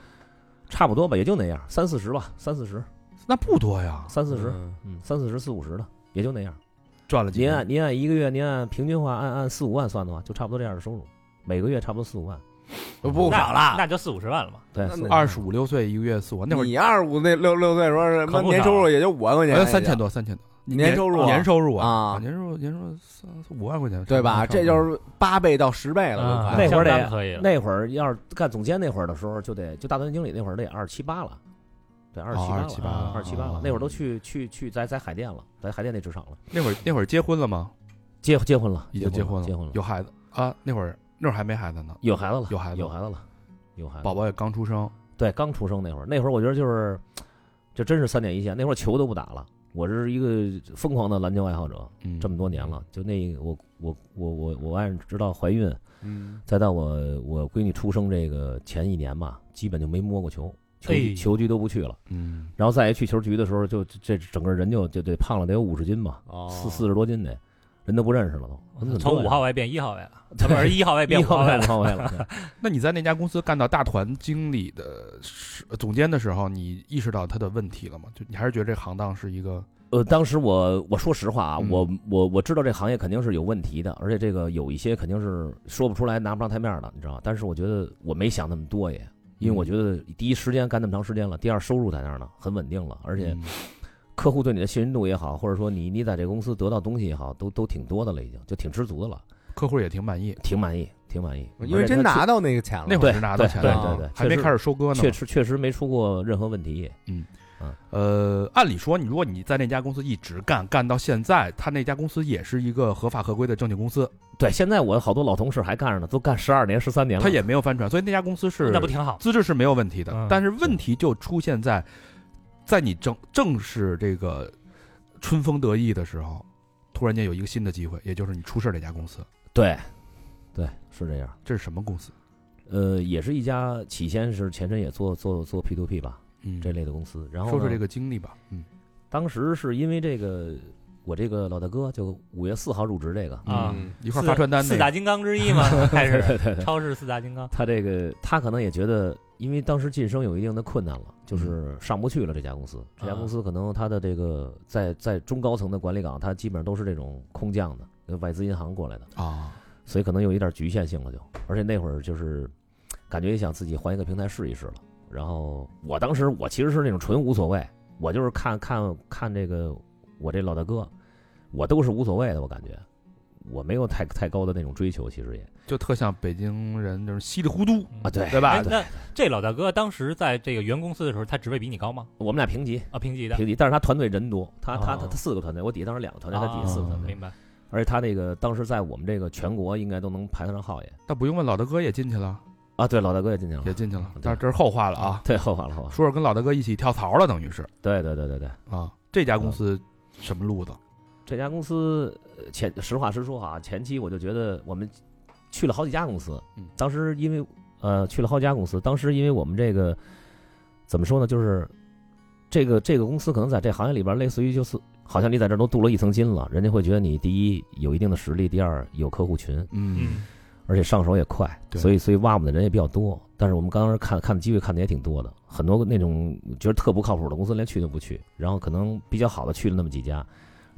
Speaker 3: 差不多吧，也就那样，三四十吧，三四十，
Speaker 1: 那不多呀，
Speaker 3: 三四十，
Speaker 2: 嗯
Speaker 3: 嗯，三四十四五十的，也就那样。嗯
Speaker 1: 赚了几
Speaker 3: 您
Speaker 1: 年？
Speaker 3: 按您按一个月，您按平均化，按按四五万算的话，就差不多这样的收入，每个月差不多四五万。
Speaker 1: 呃不
Speaker 5: 那
Speaker 2: 少了
Speaker 5: 那就四五十万了嘛。
Speaker 3: 对
Speaker 2: 那，
Speaker 3: 四五万
Speaker 1: 二十五六岁一个月四万，那会儿
Speaker 2: 你二十五那六六岁的时候，什
Speaker 5: 可
Speaker 2: 么
Speaker 5: 不啊呃
Speaker 2: 年
Speaker 5: 少
Speaker 2: 收入也就五万块
Speaker 1: 好像
Speaker 2: 钱，
Speaker 1: 三千，多，三千多
Speaker 2: 年收
Speaker 5: 哦
Speaker 2: 入啊
Speaker 1: 年收入
Speaker 2: 啊
Speaker 1: 年收入年收入三五万块钱，
Speaker 2: 对吧？
Speaker 1: 差不多
Speaker 2: 这就是八倍到十倍哎了，都
Speaker 5: 啊
Speaker 2: 快
Speaker 3: 那会儿得
Speaker 5: 相当可以了，
Speaker 3: 那会儿要是干总监那会儿的时候，就得就大团队经理那会儿得二七八了，对，二
Speaker 1: 哦
Speaker 3: 七
Speaker 1: 28
Speaker 3: 八
Speaker 1: 了
Speaker 3: 了，二七八
Speaker 1: 哦
Speaker 3: 了。那会儿都去去去在在海淀了，在海淀那职场了，
Speaker 1: 那会儿那会儿结婚了吗？
Speaker 3: 结结婚了，
Speaker 1: 已经
Speaker 3: 结
Speaker 1: 婚
Speaker 3: 结婚了，
Speaker 1: 有孩子啊？那会儿那会儿还没孩子呢，
Speaker 3: 有孩子了，
Speaker 1: 有孩子
Speaker 3: 有孩子了，有孩子
Speaker 1: 宝。宝也刚出生，
Speaker 3: 对，刚出生那会儿，那会儿我觉得就是，这真是三点一线。那会儿球都不打了，我是一个疯狂的篮球爱好者，
Speaker 1: 嗯，
Speaker 3: 这么多年了。就那我我我我我爱人直到怀孕，
Speaker 2: 嗯，
Speaker 3: 再到我我闺女出生这个前一年吧，基本就没摸过球，球
Speaker 5: 哎
Speaker 3: 局球局都不去了。
Speaker 1: 嗯，
Speaker 3: 然后再一去球局的时候，就这这整个人就就得胖了得有五十斤吧，
Speaker 2: 哦
Speaker 3: 四四十多斤得，人都不认识了都。我怎么这
Speaker 5: 从
Speaker 3: 样
Speaker 5: 五号位变一号位了，啊不是一号位变
Speaker 3: 一
Speaker 5: 五号
Speaker 3: 号
Speaker 5: 位
Speaker 3: 位
Speaker 5: 了。
Speaker 3: 号位了，对
Speaker 1: 那你在那家公司干到大团经理的时总监的时候，你意识到他的问题了吗？就你还是觉得这行当是一个
Speaker 3: 呃，当时我我说实话啊，
Speaker 1: 嗯
Speaker 3: 我我我知道这行业肯定是有问题的，而且这个有一些肯定是说不出来、拿不上台面儿的，你知道吧。但是我觉得我没想那么多也，因为我觉得第一时间干那么长时间了，第二收入在那儿呢，很稳定了，而且
Speaker 1: 嗯
Speaker 3: 客户对你的信任度也好，或者说你你在这公司得到东西也好，都都挺多的了，已经就挺知足的了，
Speaker 1: 客户也挺满意，
Speaker 3: 挺满意，挺满意。
Speaker 2: 因为真
Speaker 3: 拿
Speaker 2: 拿到那个钱了，
Speaker 1: 那会儿是拿到
Speaker 3: 对
Speaker 1: 钱
Speaker 3: 对
Speaker 1: 的
Speaker 2: 了
Speaker 3: 对对，
Speaker 1: 还没
Speaker 3: 确实
Speaker 1: 开始收割呢
Speaker 3: 确
Speaker 1: 嘛。
Speaker 3: 实确实没出过任何问题。
Speaker 1: 呃，按理说，你如果你在那家公司一直干，干到现在，他那家公司也是一个合法合规的正经公司，
Speaker 3: 对，现在我好多老同事还干着呢，都干十二年、十三年了。
Speaker 1: 他也没有翻船，所以那家公司是
Speaker 5: 哦那不挺好？
Speaker 1: 资质是没有问题的，
Speaker 5: 嗯
Speaker 1: 但是问题就出现在，在你正正是这个春风得意的时候，突然间有一个新的机会，也就是你出事儿这家公司，
Speaker 3: 对，对，是这样。
Speaker 1: 这是什么公司？
Speaker 3: 呃，也是一家起先是前身也做做做 P to P 吧
Speaker 1: 嗯
Speaker 3: 这类的公司。然后
Speaker 1: 说说
Speaker 3: 呢
Speaker 1: 这，个经历吧。嗯
Speaker 3: 当时是因为这个我这个老大哥就五月四号入职这个，
Speaker 5: 啊
Speaker 1: 嗯，一块儿发传单
Speaker 5: 四
Speaker 1: 那
Speaker 5: 大
Speaker 1: 个，
Speaker 5: 金刚之一 嘛，开始
Speaker 3: 对对，
Speaker 5: 超市四大金刚。
Speaker 3: 他这个他可能也觉得，因为当时晋升有一定的困难了，就是上不去了这家公司。这家公司可能它的这个在在中高层的管理岗，它基本上都是这种空降的呃外资银行过来的。
Speaker 1: 啊，
Speaker 3: 所以可能有一点局限性了就。而且那会儿就是感觉也想自己换一个平台试一试了。然后我当时我其实是那种纯无所谓，我就是看看看这个我这老大哥，我都是无所谓的，我感觉我没有太太高的那种追求，其实也
Speaker 1: 就特像北京人就是稀里糊涂，
Speaker 3: 啊对
Speaker 1: 对吧
Speaker 5: 哎，？那这老大哥当时在这个原公司的时候，他职位比你高吗？
Speaker 3: 我们俩平级
Speaker 5: 啊，平级的。
Speaker 3: 平级，但是他团队人多，他他他
Speaker 5: 哦
Speaker 3: 他四个团队，我底下当时两个团队，他底
Speaker 5: 啊
Speaker 3: 下四个团嗯队，
Speaker 5: 明白。
Speaker 3: 而且他那个当时在我们这个全国应该都能排得上号也
Speaker 1: 那不用问，老大哥也进去了，
Speaker 3: 啊，对，老大哥也进去了
Speaker 1: 也，进去了
Speaker 3: 啊对，
Speaker 1: 但是这是后话了啊。
Speaker 3: 对，后话了后话，
Speaker 1: 说说跟老大哥一起跳槽了，等于是
Speaker 3: 对对对对对。
Speaker 1: 啊，这家公司什么路子？
Speaker 3: 这家公司呃前实话实说啊，前期我就觉得我们去了好几家公司
Speaker 1: 嗯，
Speaker 3: 当时因为呃，去了好家公司。当时因为我们这个怎么说呢，就是这个这个公司可能在这行业里边，类似于就是好像你在这儿都镀了一层金了，人家会觉得你第一有一定的实力，第二有客户群，
Speaker 4: 嗯，
Speaker 3: 而且上手也快，
Speaker 4: 对
Speaker 3: 所以所以挖我们的人也比较多。但是我们当时看看的机会看的也挺多的，很多那种觉得特不靠谱的公司连去都不去，然后可能比较好的去了那么几家，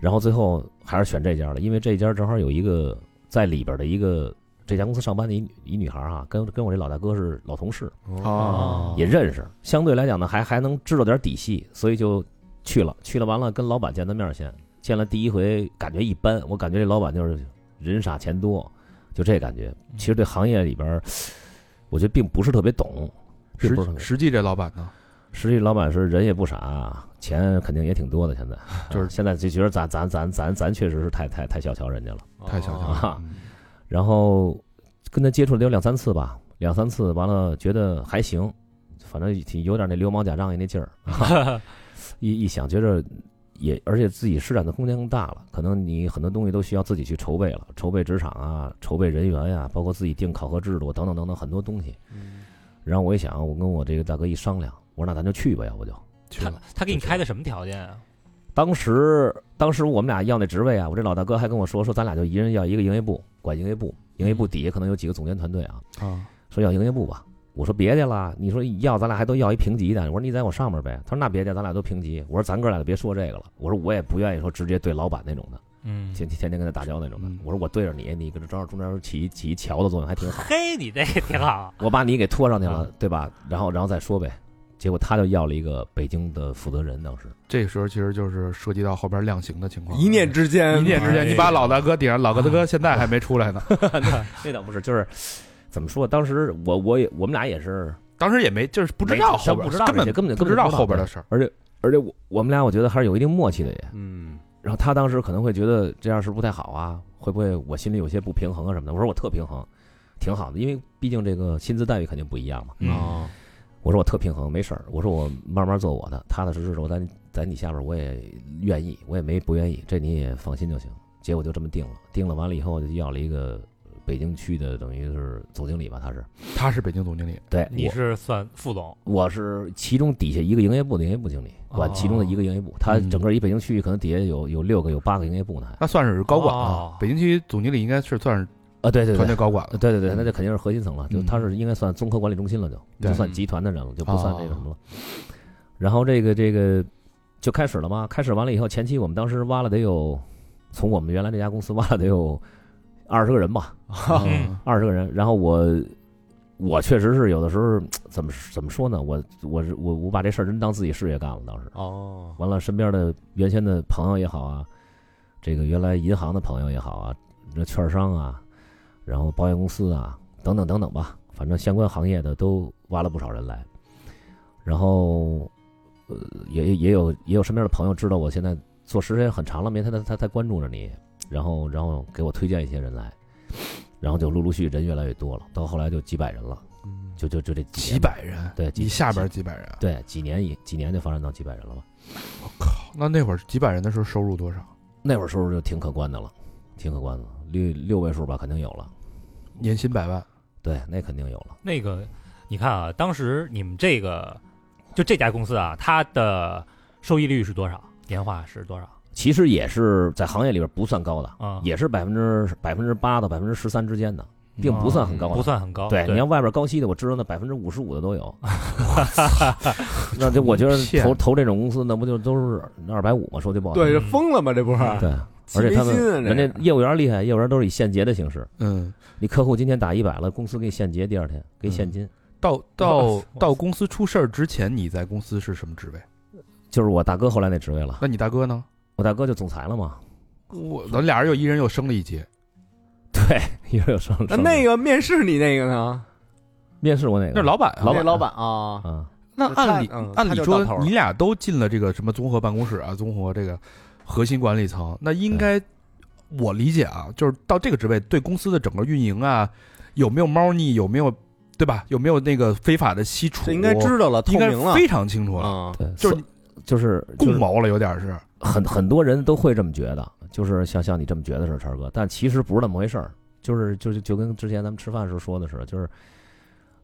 Speaker 3: 然后最后还是选这家了，因为这家正好有一个在里边的一个这家公司上班的一一女孩儿啊，跟跟我这老大哥是老同事，
Speaker 4: 哦，
Speaker 3: 啊也认识，相对来讲呢还还能知道点底细，所以就去了，去了完了跟老板见的面儿先，见了第一回感觉一般，我感觉这老板就是人傻钱多，就这感觉。
Speaker 4: 嗯
Speaker 3: 其实对行业里边儿，我觉得并不是特别懂，并
Speaker 4: 实
Speaker 3: 不是特别懂
Speaker 4: 实际这老板呢，
Speaker 3: 实际老板是人也不傻，钱肯定也挺多的。现在
Speaker 4: 就是
Speaker 3: 啊现在就觉得咱咱咱咱咱确实是太太太小瞧人家了。
Speaker 4: 太
Speaker 5: 哦
Speaker 4: 小瞧
Speaker 3: 啊
Speaker 4: 了。嗯
Speaker 3: 然后跟他接触了得有两三次吧，两三次完了觉得还行，反正挺有点那流氓假仗义那劲儿， 一一想觉着也，而且自己施展的空间更大了，可能你很多东西都需要自己去筹备了，筹备职场啊，筹备人员呀、包括自己定考核制度等等等等很多东西。然后我一想，我跟我这个大哥一商量，我说那咱就去吧，要不就。
Speaker 4: 去
Speaker 5: 他
Speaker 4: 了
Speaker 5: 他给你开的什么条件啊？
Speaker 3: 当时当时我们俩要那职位啊，我这老大哥还跟我说说，咱俩就一人要一个营业部，管营业部，营业部底下可能有几个总监团队啊，
Speaker 4: 啊，
Speaker 3: 说要营业部吧。我说别去了，你说要咱俩还都要一评级的。我说你在我上面呗。他说那别去，咱俩都评级。我说咱哥俩就别说这个了。我说我也不愿意说直接对老板那种的，
Speaker 5: 嗯，
Speaker 3: 天天天跟他打交道那种的
Speaker 4: 嗯。
Speaker 3: 我说我对着你，你搁这正好中间起起一桥的作用还挺好。
Speaker 5: 嘿，你这个挺好，
Speaker 3: 我把你给拖上去
Speaker 4: 啊
Speaker 3: 了，对吧？然后然后再说呗。结果他就要了一个北京的负责人，当时
Speaker 4: 这时候其实就是涉及到后边量刑的情况。
Speaker 2: 一念之间，
Speaker 4: 一念之
Speaker 5: 哎
Speaker 4: 间，你把老大哥顶上，老大哥现在还没出 来呢。
Speaker 3: 那倒不是，就是怎么说？当时我我也我们俩也是
Speaker 4: 当时也没，就是不知道后边，
Speaker 3: 不知道
Speaker 4: 根
Speaker 3: 这
Speaker 4: 本
Speaker 3: 些根本就
Speaker 4: 不知道后边的
Speaker 3: 事。
Speaker 4: 事儿。
Speaker 3: 而且而且我我们俩我觉得还是有一定默契的也。
Speaker 2: 嗯，
Speaker 3: 然后他当时可能会觉得这样是不是不太好啊，会不会我心里有些不平衡啊什么的？我说我特平衡，挺好的，因为毕竟这个薪资待遇肯定不一样嘛。啊
Speaker 4: 嗯
Speaker 2: 哦，
Speaker 3: 我说我特平衡，没事儿。我说我慢慢做我的，踏踏实实的。我在你在你下边我也愿意，我也没不愿意，这你也放心就行。结果就这么定了，定了完了以后就要了一个北京区的，等于是总经理吧，他是
Speaker 4: 他是北京总经理，
Speaker 3: 对，
Speaker 5: 你
Speaker 3: 我
Speaker 5: 是算副总，
Speaker 3: 我是其中底下一个营业部的营业部经理，管其中的一个营业部。他整个一北京区域可能底下有有六个有八个营业部呢，还
Speaker 4: 那算是高管
Speaker 5: 哦
Speaker 4: 啊。北京区总经理应该是算是
Speaker 3: 啊对对
Speaker 4: 团
Speaker 3: 对
Speaker 4: 队。高管
Speaker 3: 呃
Speaker 4: 了。
Speaker 3: 对对对，那就肯定是核心层了，就
Speaker 4: 嗯
Speaker 3: 他是应该算综合管理中心了，就
Speaker 4: 对
Speaker 3: 就算集团的人了，就不算这个什么了。然后这个这个就开始了嘛，开始完了以后，前期我们当时挖了得有，从我们原来这家公司挖了得有二十个人吧，
Speaker 4: 嗯
Speaker 3: 二十个人。然后我我确实是有的时候怎么怎么说呢，我我我我把这事儿真当自己事业干了，当时。
Speaker 2: 哦，
Speaker 3: 完了，身边的原先的朋友也好啊，这个原来银行的朋友也好啊，这券商啊，然后保险公司啊，等等等等吧，反正相关行业的都挖了不少人来。然后，呃，也也也有也有身边的朋友知道我现在做时间很长了，没他他他他关注着你，然后然后给我推荐一些人来，然后就陆陆续续人越来越多了，到后来就几百人了，就就就这几
Speaker 4: 几
Speaker 3: 年
Speaker 4: 百人，
Speaker 3: 嗯对几
Speaker 4: 你下边
Speaker 3: 几
Speaker 4: 几百人。
Speaker 3: 对几年以几年就发展到几百人了吧。
Speaker 4: 那那会儿几百人的时候收入多少？
Speaker 3: 那会儿收入就挺可观的了，挺可观的了，六六位数吧，肯定有了。
Speaker 4: 年薪百万，
Speaker 3: 对，那肯定有了。
Speaker 5: 那个，你看啊，当时你们这个就这家公司啊，它的收益率是多少？年化是多少？
Speaker 3: 其实也是在行业里边不算高的，
Speaker 5: 啊、
Speaker 3: 也是百分之百分之八到百分之十三之间的，并不算很高的。
Speaker 5: 啊不算很高。
Speaker 3: 对，
Speaker 5: 对，
Speaker 3: 你要外边高息的，我知道那百分之五十五的都有。那就我觉得
Speaker 4: 骗
Speaker 3: 投投这种公司，那不就都是二百五吗？说句不好听，
Speaker 2: 对，这疯了吗？这不是？
Speaker 3: 对，而且他
Speaker 2: 起
Speaker 3: 们
Speaker 2: 微信啊
Speaker 3: 人
Speaker 2: 这
Speaker 3: 家业务员厉害，业务员都是以现结的形式。
Speaker 4: 嗯，
Speaker 3: 你客户今天打一百了，公司给你现结，第二天给你现
Speaker 2: 嗯
Speaker 3: 金。
Speaker 4: 到 到
Speaker 5: 哇塞
Speaker 4: 到公司出事儿之前，你在公司是什么职位？
Speaker 3: 就是我大哥后来那职位了，
Speaker 4: 那你大哥呢？
Speaker 3: 我大哥就总裁了嘛。
Speaker 4: 我咱俩人又一人又升了一级，
Speaker 3: 对，一会儿有上
Speaker 2: 那
Speaker 3: 上
Speaker 2: 那个面试你那个呢？
Speaker 3: 面试我哪个？
Speaker 4: 那是老板啊。
Speaker 3: 老板
Speaker 2: 那老板啊，
Speaker 3: 啊，
Speaker 4: 那按理
Speaker 2: 他嗯
Speaker 4: 按
Speaker 2: 他
Speaker 4: 理
Speaker 2: 就
Speaker 4: 说
Speaker 2: 到头，了
Speaker 4: 你俩都进了这个什么综合办公室啊，综合这个核心管理层，那应该我理解啊，就是到这个职位，对公司的整个运营啊，有没有猫腻，有没有对吧？有没有那个非法的吸储，
Speaker 2: 这应该知道了，透
Speaker 4: 应该
Speaker 2: 明了
Speaker 4: 非常清楚了，
Speaker 2: 啊。
Speaker 3: 对，
Speaker 4: 就是
Speaker 3: 所就是就
Speaker 4: 共
Speaker 3: 是
Speaker 4: 谋了，有点是。
Speaker 3: 很很多人都会这么觉得，就是像像你这么觉得似的，晨儿哥，但其实不是那么回事儿，就是就是就跟之前咱们吃饭时候说的似的，就是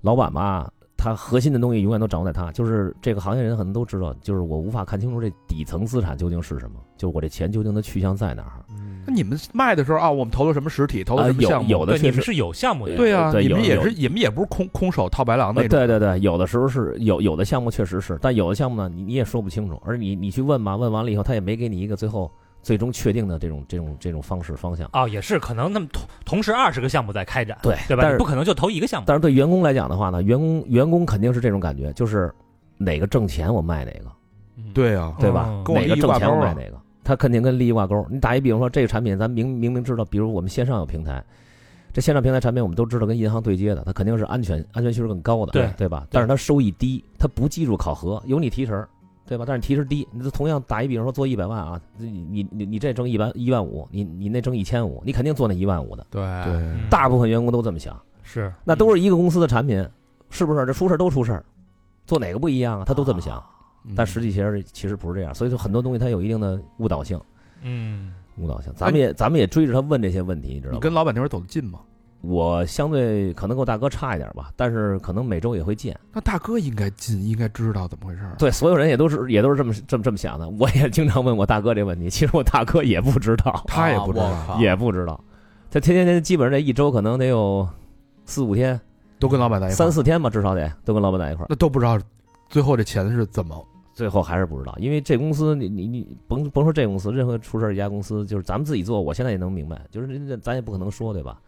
Speaker 3: 老板吧，他核心的东西永远都掌握在他。就是这个行业人可能都知道，就是我无法看清楚这底层资产究竟是什么，就我这钱究竟的去向在哪儿。
Speaker 1: 那你们卖的时候啊，我们投了什么实体，投了
Speaker 3: 啊
Speaker 1: 什么
Speaker 3: 有
Speaker 1: 项目？
Speaker 3: 有的
Speaker 5: 对，
Speaker 3: 确
Speaker 5: 你
Speaker 3: 实
Speaker 5: 们是有项目的，
Speaker 1: 对啊，
Speaker 3: 对
Speaker 1: 你们
Speaker 3: 有
Speaker 1: 也
Speaker 3: 有
Speaker 1: 是，你们也不是空空手套白狼那
Speaker 3: 呃
Speaker 1: 种。
Speaker 3: 对对对，有的时候是有有的项目确实是，但有的项目呢，你你也说不清楚，而你你去问吧，问完了以后，他也没给你一个最后最终确定的这种这种这种方式方向。
Speaker 5: 哦，也是可能那么同同时二十个项目在开展，
Speaker 3: 对
Speaker 5: 对吧？
Speaker 3: 但
Speaker 5: 你
Speaker 3: 是
Speaker 5: 不可能就投一个项目，
Speaker 3: 但是对员工来讲的话呢，员工员工肯定是这种感觉，就是哪个挣钱我卖哪个，
Speaker 1: 对啊，
Speaker 3: 对吧？
Speaker 5: 嗯
Speaker 1: 跟我
Speaker 3: 哪个
Speaker 1: 利益挂
Speaker 3: 挣钱我
Speaker 1: 钩啊
Speaker 3: 买哪个，它肯定跟利益挂钩。你打一比方说，这个产品咱明明明知道，比如我们线上有平台，这线上平台产品我们都知道跟银行对接的，它肯定是安全安全系数更高的，
Speaker 5: 对
Speaker 3: 对吧？但是它收益低，它不计入考核，有你提成。对吧？但是提成低，你同样打一比方说做一百万啊，你你你你这挣一万一万五，你你那挣一千五，你肯定做那一万五的。
Speaker 2: 对
Speaker 1: 对，
Speaker 3: 大部分员工都这么想，
Speaker 5: 嗯是
Speaker 3: 那都是一个公司的产品，是不是？这出事儿都出事儿，做哪个不一样啊？他都这么想，
Speaker 1: 嗯
Speaker 3: 但实际其实其实不是这样，所以说很多东西它有一定的误导性，
Speaker 5: 嗯，
Speaker 3: 误导性。咱们也咱们也追着他问这些问题，你知道
Speaker 1: 你
Speaker 3: 吗？
Speaker 1: 跟老板那边走得近吗？
Speaker 3: 我相对可能跟我大哥差一点吧，但是可能每周也会见。
Speaker 1: 那大哥应该近，应该知道怎么回事儿。啊
Speaker 3: 对，所有人也都是也都是这么这么这么想的。我也经常问我大哥这问题，其实我大哥也不知道，
Speaker 1: 他也不知
Speaker 2: 啊我
Speaker 1: 道，
Speaker 2: 靠
Speaker 3: 也不知道。他天天天基本上这一周可能得有四五天、
Speaker 1: 都跟老板在一块儿
Speaker 3: 三四天吧，至少得都跟老板在一块儿。
Speaker 1: 那都不知道最后这钱是怎么。
Speaker 3: 最后还是不知道，因为这公司你你你甭甭说这公司，任何出事儿一家公司，就是咱们自己做，我现在也能明白，就是人家咱也不可能说对吧？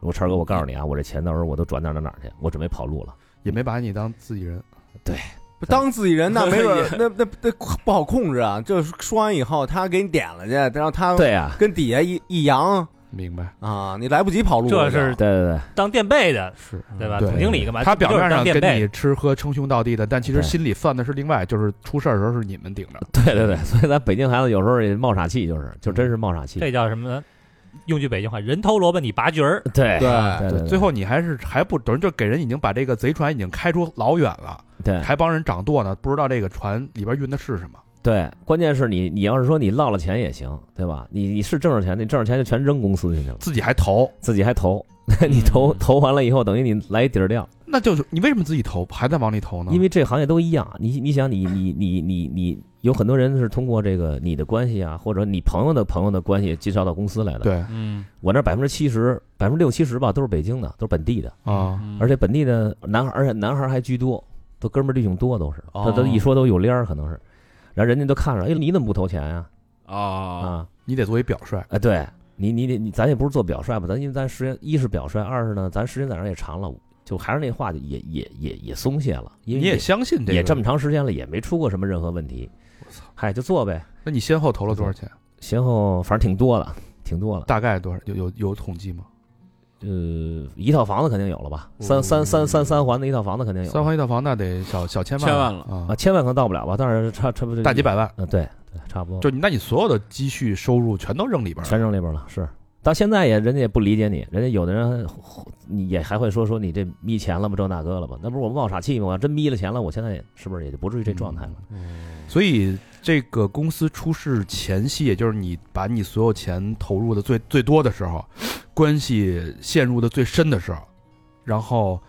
Speaker 3: 我谦儿哥，我告诉你啊，我这钱到时候我都转哪儿哪儿哪儿去，我准备跑路了。
Speaker 1: 也没把你当自己人，
Speaker 2: 不当自己人那没准
Speaker 5: 也
Speaker 2: 那那那不好控制啊！就是说完以后，他给你点了去，然后他
Speaker 3: 对呀、
Speaker 2: 跟底下一一扬
Speaker 1: 明白？
Speaker 2: 啊，你来不及跑路
Speaker 5: 这
Speaker 2: 了就。
Speaker 5: 是
Speaker 3: 对对对，
Speaker 5: 当垫背的，
Speaker 1: 是
Speaker 5: 对吧？
Speaker 1: 对
Speaker 5: 总经理干嘛？
Speaker 1: 他表面上
Speaker 5: 就是当
Speaker 1: 跟
Speaker 5: 垫
Speaker 1: 你
Speaker 5: 背，
Speaker 1: 吃喝称兄道弟的，但其实
Speaker 3: 对
Speaker 1: 心里算的是另外，就是出事儿的时候是你们顶着。
Speaker 3: 对对对，所以咱北京孩子有时候也冒傻气，就是就真是冒傻气。
Speaker 5: 这叫什么呢？用句北京话，人头萝卜你拔菊儿，
Speaker 3: 对
Speaker 2: 对
Speaker 3: 对对，
Speaker 1: 最后你还是还不等于就给人已经把这个贼船已经开出老远了，
Speaker 3: 对
Speaker 1: 还帮人掌舵呢，不知道这个船里边运的是什么。
Speaker 3: 对，关键是你你要是说你落了钱也行，对吧？你你是挣着钱，你挣着钱就全扔公司去了，
Speaker 1: 自己还投，
Speaker 3: 自己还投，你投投完了以后，等于你来一底儿掉。
Speaker 1: 那就是你为什么自己投，还在往里投呢？
Speaker 3: 因为这行业都一样，啊你你想你你你你你有很多人是通过这个你的关系啊，或者你朋友的朋友的关系介绍到公司来的。，
Speaker 1: 对
Speaker 5: 嗯
Speaker 3: 我那百分之七十、百分之六七十吧，都是北京的，都是本地的，
Speaker 1: 啊，
Speaker 3: 而且本地的男孩，而且男孩还居多，都哥们儿弟兄多都是，
Speaker 2: 哦
Speaker 3: 他都一说都有联儿，可能是，然后人家都看着，哎，你怎么不投钱呀、
Speaker 1: 哦
Speaker 3: 啊？
Speaker 2: 啊，
Speaker 3: 啊，
Speaker 1: 你得作为表率，
Speaker 3: 哎，对你你你你，咱也不是做表率吧，咱因为咱时间一是表率，二是呢，咱时间在那儿也长了，就还是那话，也也也也松懈了，因
Speaker 1: 你
Speaker 3: 为
Speaker 1: 也相信这个。
Speaker 3: 也这么长时间了，也没出过什么任何问题。嗨，就做呗。
Speaker 1: 那你先后投了多少钱？
Speaker 3: 先后反正挺多的，挺多的。
Speaker 1: 大概多少？有有有统计吗？嗯
Speaker 3: 呃，一套房子肯定有了吧？三三三三三环的一套房子肯定有了。
Speaker 1: 三环一套房那得小小千万
Speaker 2: 千万了
Speaker 3: 啊，
Speaker 1: 啊，
Speaker 3: 千万可能到不了吧？但是差差不多
Speaker 1: 大几。百万。
Speaker 3: 嗯，对对，差不多。
Speaker 1: 就你那你所有的积蓄收入全都扔里边
Speaker 3: 全
Speaker 1: 了，
Speaker 3: 扔里边了，是。到现在也人家也不理解你，人家有的人你也还会说说你这眯钱了吧，这那个了吧？那不是我冒傻气吗？我要真眯了钱了，我现在也是不是也就不至于这状
Speaker 1: 嗯
Speaker 3: 态了？
Speaker 1: 所以这个公司出事前夕，也就是你把你所有钱投入的最最多的时候，关系陷入的最深的时候，然后，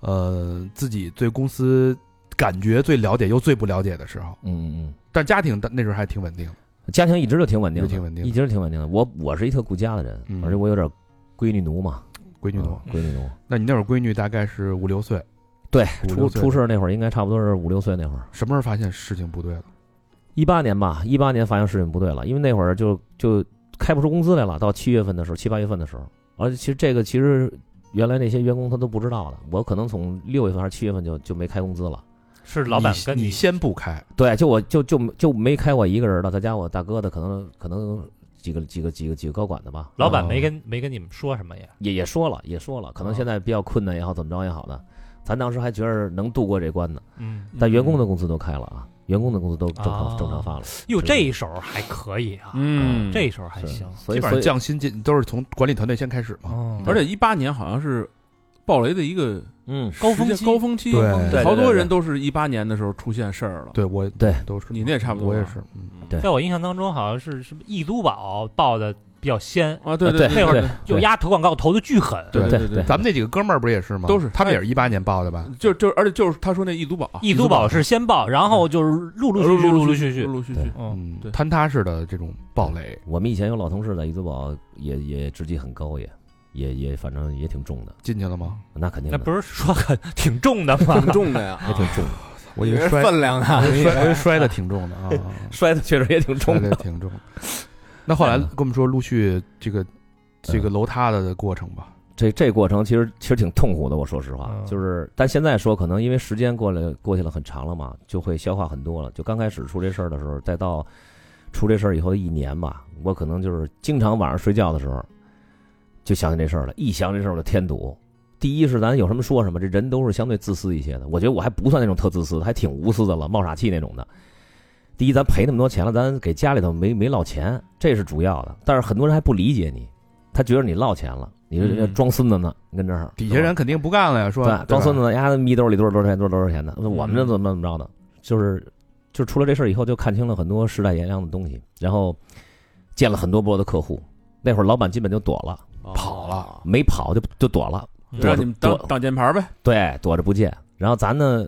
Speaker 1: 呃，自己对公司感觉最了解又最不了解的时候，
Speaker 3: 嗯嗯
Speaker 1: 但家庭那时候还挺稳定的，
Speaker 3: 嗯，家庭一直就挺稳定的，
Speaker 1: 一直挺稳定的
Speaker 3: 一直挺稳定的。我我是一特顾家的人，
Speaker 1: 嗯
Speaker 3: 而且我有点闺女奴嘛，
Speaker 1: 闺女多。
Speaker 3: 嗯闺女奴。
Speaker 1: 那你那会儿闺女大概是五六岁，
Speaker 3: 对，
Speaker 1: 五
Speaker 3: 出
Speaker 1: 六岁
Speaker 3: 出事儿那会儿应该差不多是五六岁那会儿，
Speaker 1: 什么时候发现事情不对了？
Speaker 3: 一八年吧，一八年发现事情不对了，因为那会儿就就开不出工资来了，到七月份的时候，七八月份的时候，而且其实这个其实原来那些员工他都不知道的，我可能从六月份还是七月份就就没开工资了，
Speaker 5: 是老板
Speaker 1: 你
Speaker 5: 跟
Speaker 1: 你先不开，
Speaker 3: 对，就我就就就没开我一个人的，再加我大哥的，可能可能几个几个几个几个高管的吧，啊
Speaker 5: 老板没跟没跟你们说什么也，
Speaker 3: 也也说了也说了，可能
Speaker 1: 啊
Speaker 5: 哦
Speaker 3: 现在比较困难也好，怎么着也好的，咱当时还觉得能度过这关呢，
Speaker 5: 嗯，
Speaker 3: 但员工的工资都开了啊，员工的工资都正常
Speaker 5: 哦
Speaker 3: 正常发了。
Speaker 5: 哟，
Speaker 3: 是
Speaker 5: 这一手还可以啊，
Speaker 3: 嗯
Speaker 5: 这一手还行，
Speaker 3: 所
Speaker 1: 基
Speaker 3: 以所
Speaker 1: 本上
Speaker 3: 以
Speaker 1: 降薪进都是从管理团队先开始嘛。
Speaker 5: 哦，
Speaker 6: 而且一八年好像是暴雷的一个
Speaker 3: 嗯，
Speaker 5: 高峰
Speaker 6: 时
Speaker 5: 期
Speaker 6: 间高峰期，
Speaker 1: 对对对
Speaker 6: 好多人都是一八年的时候出现事儿了。
Speaker 1: 对我
Speaker 3: 对
Speaker 1: 都是
Speaker 6: 你那也差不多
Speaker 1: 我也
Speaker 6: 吧
Speaker 1: 是，嗯
Speaker 3: 对
Speaker 5: 在我印象当中好像是什么易租宝报的比较先，
Speaker 6: 啊，对
Speaker 3: 对
Speaker 6: 对，
Speaker 5: 那会儿
Speaker 6: 对
Speaker 5: 就压投广告投的巨狠，
Speaker 6: 对
Speaker 3: 对
Speaker 6: 对
Speaker 3: 对
Speaker 1: 咱们这几个哥们儿不是也是吗？
Speaker 6: 都是
Speaker 1: 他们也是一八年报的吧？
Speaker 6: 就就而且就是他说那易租宝，啊呃
Speaker 5: 易租宝是先报，然后就是陆陆续续、陆陆续续
Speaker 6: 陆，陆续
Speaker 3: 对
Speaker 6: 续，
Speaker 5: 嗯，
Speaker 1: 嗯
Speaker 6: 对
Speaker 1: 坍塌式的这种暴雷，
Speaker 3: 我们以前有老同事在易租宝也也职级很高，也也也反正也挺重的，
Speaker 1: 进去了
Speaker 6: 嗯
Speaker 1: 吗？
Speaker 3: 那肯定
Speaker 5: 那
Speaker 3: 的，
Speaker 5: 不是说很 挺重的吗？
Speaker 2: 挺重的呀，
Speaker 3: 也挺重的，
Speaker 1: 我以
Speaker 2: 以为
Speaker 1: 为 摔
Speaker 2: 分量呢。
Speaker 1: 摔我以为摔的挺重的啊，
Speaker 3: 摔的确实也挺
Speaker 1: 摔
Speaker 3: 重的。
Speaker 1: 的挺重。那后来
Speaker 3: 嗯
Speaker 1: 跟我们说陆续这个这个楼塌的过程吧，
Speaker 3: 这这过程其实其实挺痛苦的，我说实话，
Speaker 5: 嗯
Speaker 3: 就是但现在说可能因为时间过了过去了很长了嘛，就会消化很多了。就刚开始出这事儿的时候，再到出这事儿以后的一年吧，我可能就是经常晚上睡觉的时候就想起这事儿了，一想这事儿我就添堵。第一是咱有什么说什么，这人都是相对自私一些的。我觉得我还不算那种特自私的，还挺无私的了，冒傻气那种的。第一，咱赔那么多钱了，咱给家里头没没落钱，这是主要的。但是很多人还不理解你，他觉得你落钱了，你这这
Speaker 6: 嗯
Speaker 3: 装孙子呢，你跟这儿
Speaker 1: 底下人肯定不干了呀，说
Speaker 3: 对吧装孙
Speaker 1: 子
Speaker 3: 子呢，丫的密兜里多少多少钱，多少多少钱的，我们这怎么怎么着的，就是就出了这事儿以后，就看清了很多世态炎凉的东西，然后见了很多波的客户。那会儿老板基本就躲了，
Speaker 2: 哦
Speaker 1: 跑了，
Speaker 3: 没跑就就躲了，
Speaker 6: 就让你们当
Speaker 3: 躲
Speaker 6: 挡箭牌呗，
Speaker 3: 对，躲着不见。然后咱呢，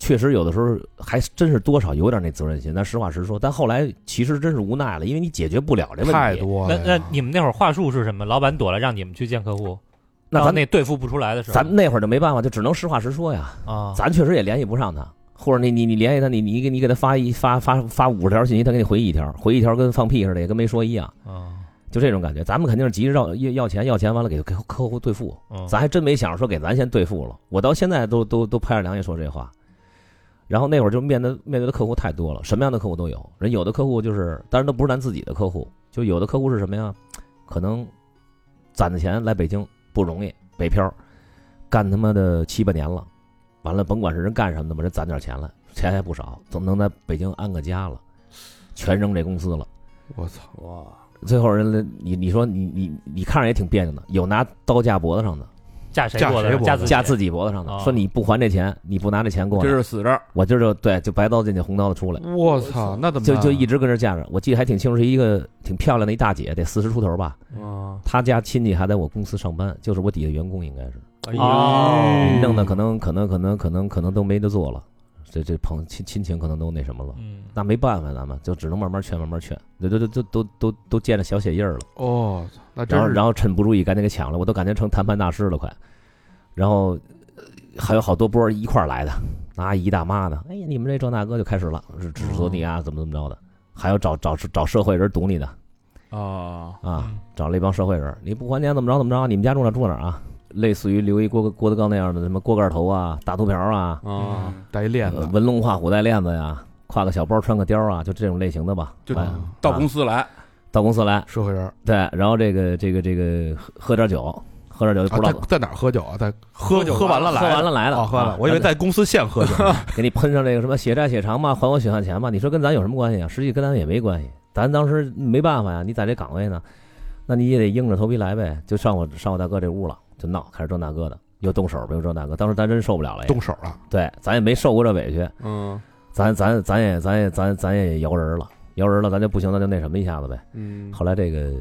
Speaker 3: 确实有的时候还真是多少有点那责任心，咱实话实说。但后来其实真是无奈了，因为你解决不了这问题。
Speaker 1: 太多
Speaker 5: 那
Speaker 1: 了呀。
Speaker 5: 那你们那会儿话术是什么？老板躲了，让你们去见客户，
Speaker 3: 那
Speaker 5: 到
Speaker 3: 咱
Speaker 5: 那对付不出来的时候，
Speaker 3: 咱们那会儿就没办法，就只能实话实说呀。
Speaker 5: 啊，
Speaker 3: 咱确实也联系不上他，或者你你你联系他，你你给你给他发一发发发五十条信息，他给你回一条，回一条跟放屁似的，也跟没说一样，
Speaker 5: 啊，
Speaker 3: 就这种感觉。咱们肯定是急着要要要钱，要钱完了给给客户兑付，
Speaker 5: 嗯
Speaker 3: 咱还真没想着说给咱先兑付了。我到现在都都都拍着良心说这话。然后那会儿就面对面对的客户太多了，什么样的客户都有。人有的客户就是，当然都不是咱自己的客户，就有的客户是什么呀？可能攒的钱来北京不容易，北漂，干他妈的七八年了，完了甭管是人干什么的吧，人攒点钱来，钱还不少，总能在北京安个家了，全扔这公司了。
Speaker 1: 我操，
Speaker 2: 哇，
Speaker 3: 最后人家你你说你你你看着也挺别扭的，有拿刀架脖子上的，
Speaker 5: 嫁谁
Speaker 1: 嫁
Speaker 5: 过
Speaker 1: 谁
Speaker 5: 的？
Speaker 1: 过
Speaker 5: 嫁
Speaker 1: 的
Speaker 5: 自己
Speaker 3: 架自己脖子上的，
Speaker 5: 哦
Speaker 3: 说你不还这钱，你不拿这钱过
Speaker 6: 这
Speaker 3: 来，
Speaker 6: 是死招，
Speaker 3: 我今儿就对，就白刀进去红刀子出来，
Speaker 1: 我操，那怎么
Speaker 3: 就
Speaker 1: 办啊
Speaker 3: 就一直跟这架着。我记得还挺清楚，是一个挺漂亮的一大姐，得四十出头吧，
Speaker 6: 啊，
Speaker 3: 她家亲戚还在我公司上班，就是我底下员工应该是，
Speaker 5: 哦，
Speaker 3: 弄得可能可能可能可能可能都没得做了，这这朋亲亲情可能都那什么了。
Speaker 5: 嗯，
Speaker 3: 那没办法，咱们就只能慢慢劝，慢慢劝，都都都都都都见着小血印儿了。
Speaker 1: 哦，那真
Speaker 3: 然后
Speaker 1: 是
Speaker 3: 然后趁不注意赶紧给抢了，我都感觉成谈判大师了快。然后呃还有好多波儿一块儿来的，阿姨大妈的，哎呀，你们这这那哥就开始了，指指责你
Speaker 1: 哦
Speaker 3: 啊，怎么怎么着的，还有找找找社会人堵你的
Speaker 1: 哦
Speaker 6: 啊，
Speaker 3: 啊
Speaker 5: 嗯，
Speaker 3: 找了一帮社会人，你不还钱怎么着怎么着，你们家住哪儿住哪儿啊？类似于留一郭郭德纲那样的什么锅盖头啊、大秃瓢啊、
Speaker 2: 嗯
Speaker 6: 啊，
Speaker 1: 带一链
Speaker 3: 呃
Speaker 1: 子，
Speaker 3: 纹龙画虎带链子呀，挎个小包穿个貂啊，就这种类型的吧。
Speaker 6: 就
Speaker 3: 来
Speaker 6: 到公
Speaker 3: 啊
Speaker 6: 司来，
Speaker 3: 到公司来，
Speaker 1: 社会人啊，
Speaker 3: 对，然后这个这个这个喝喝点酒，喝点酒就不知道
Speaker 1: 在在哪儿喝酒啊？在喝
Speaker 6: 酒
Speaker 1: 喝完了
Speaker 3: 喝
Speaker 1: 来
Speaker 3: 完
Speaker 1: 的
Speaker 3: 了来了，
Speaker 1: 哦，喝完了
Speaker 3: 啊，
Speaker 1: 我以为
Speaker 3: 咱
Speaker 1: 在公司现喝酒。
Speaker 3: 给你喷上这个什么血债血偿嘛，还我血汗钱嘛，你说跟咱有什么关系啊？实际跟咱也没关系，咱当时没办法呀，你在这岗位呢，那你也得硬着头皮来呗，就上我上我大哥这屋了，就闹，开始装大哥的，又动手呗，又装大哥，当时咱真受不了了也，
Speaker 1: 动手了，
Speaker 3: 对，咱也没受过这委屈，
Speaker 6: 嗯
Speaker 3: 咱咱咱也咱也咱咱也摇人了，摇人了，咱就不行，咱就那什么一下子呗。
Speaker 6: 嗯，
Speaker 3: 后来这个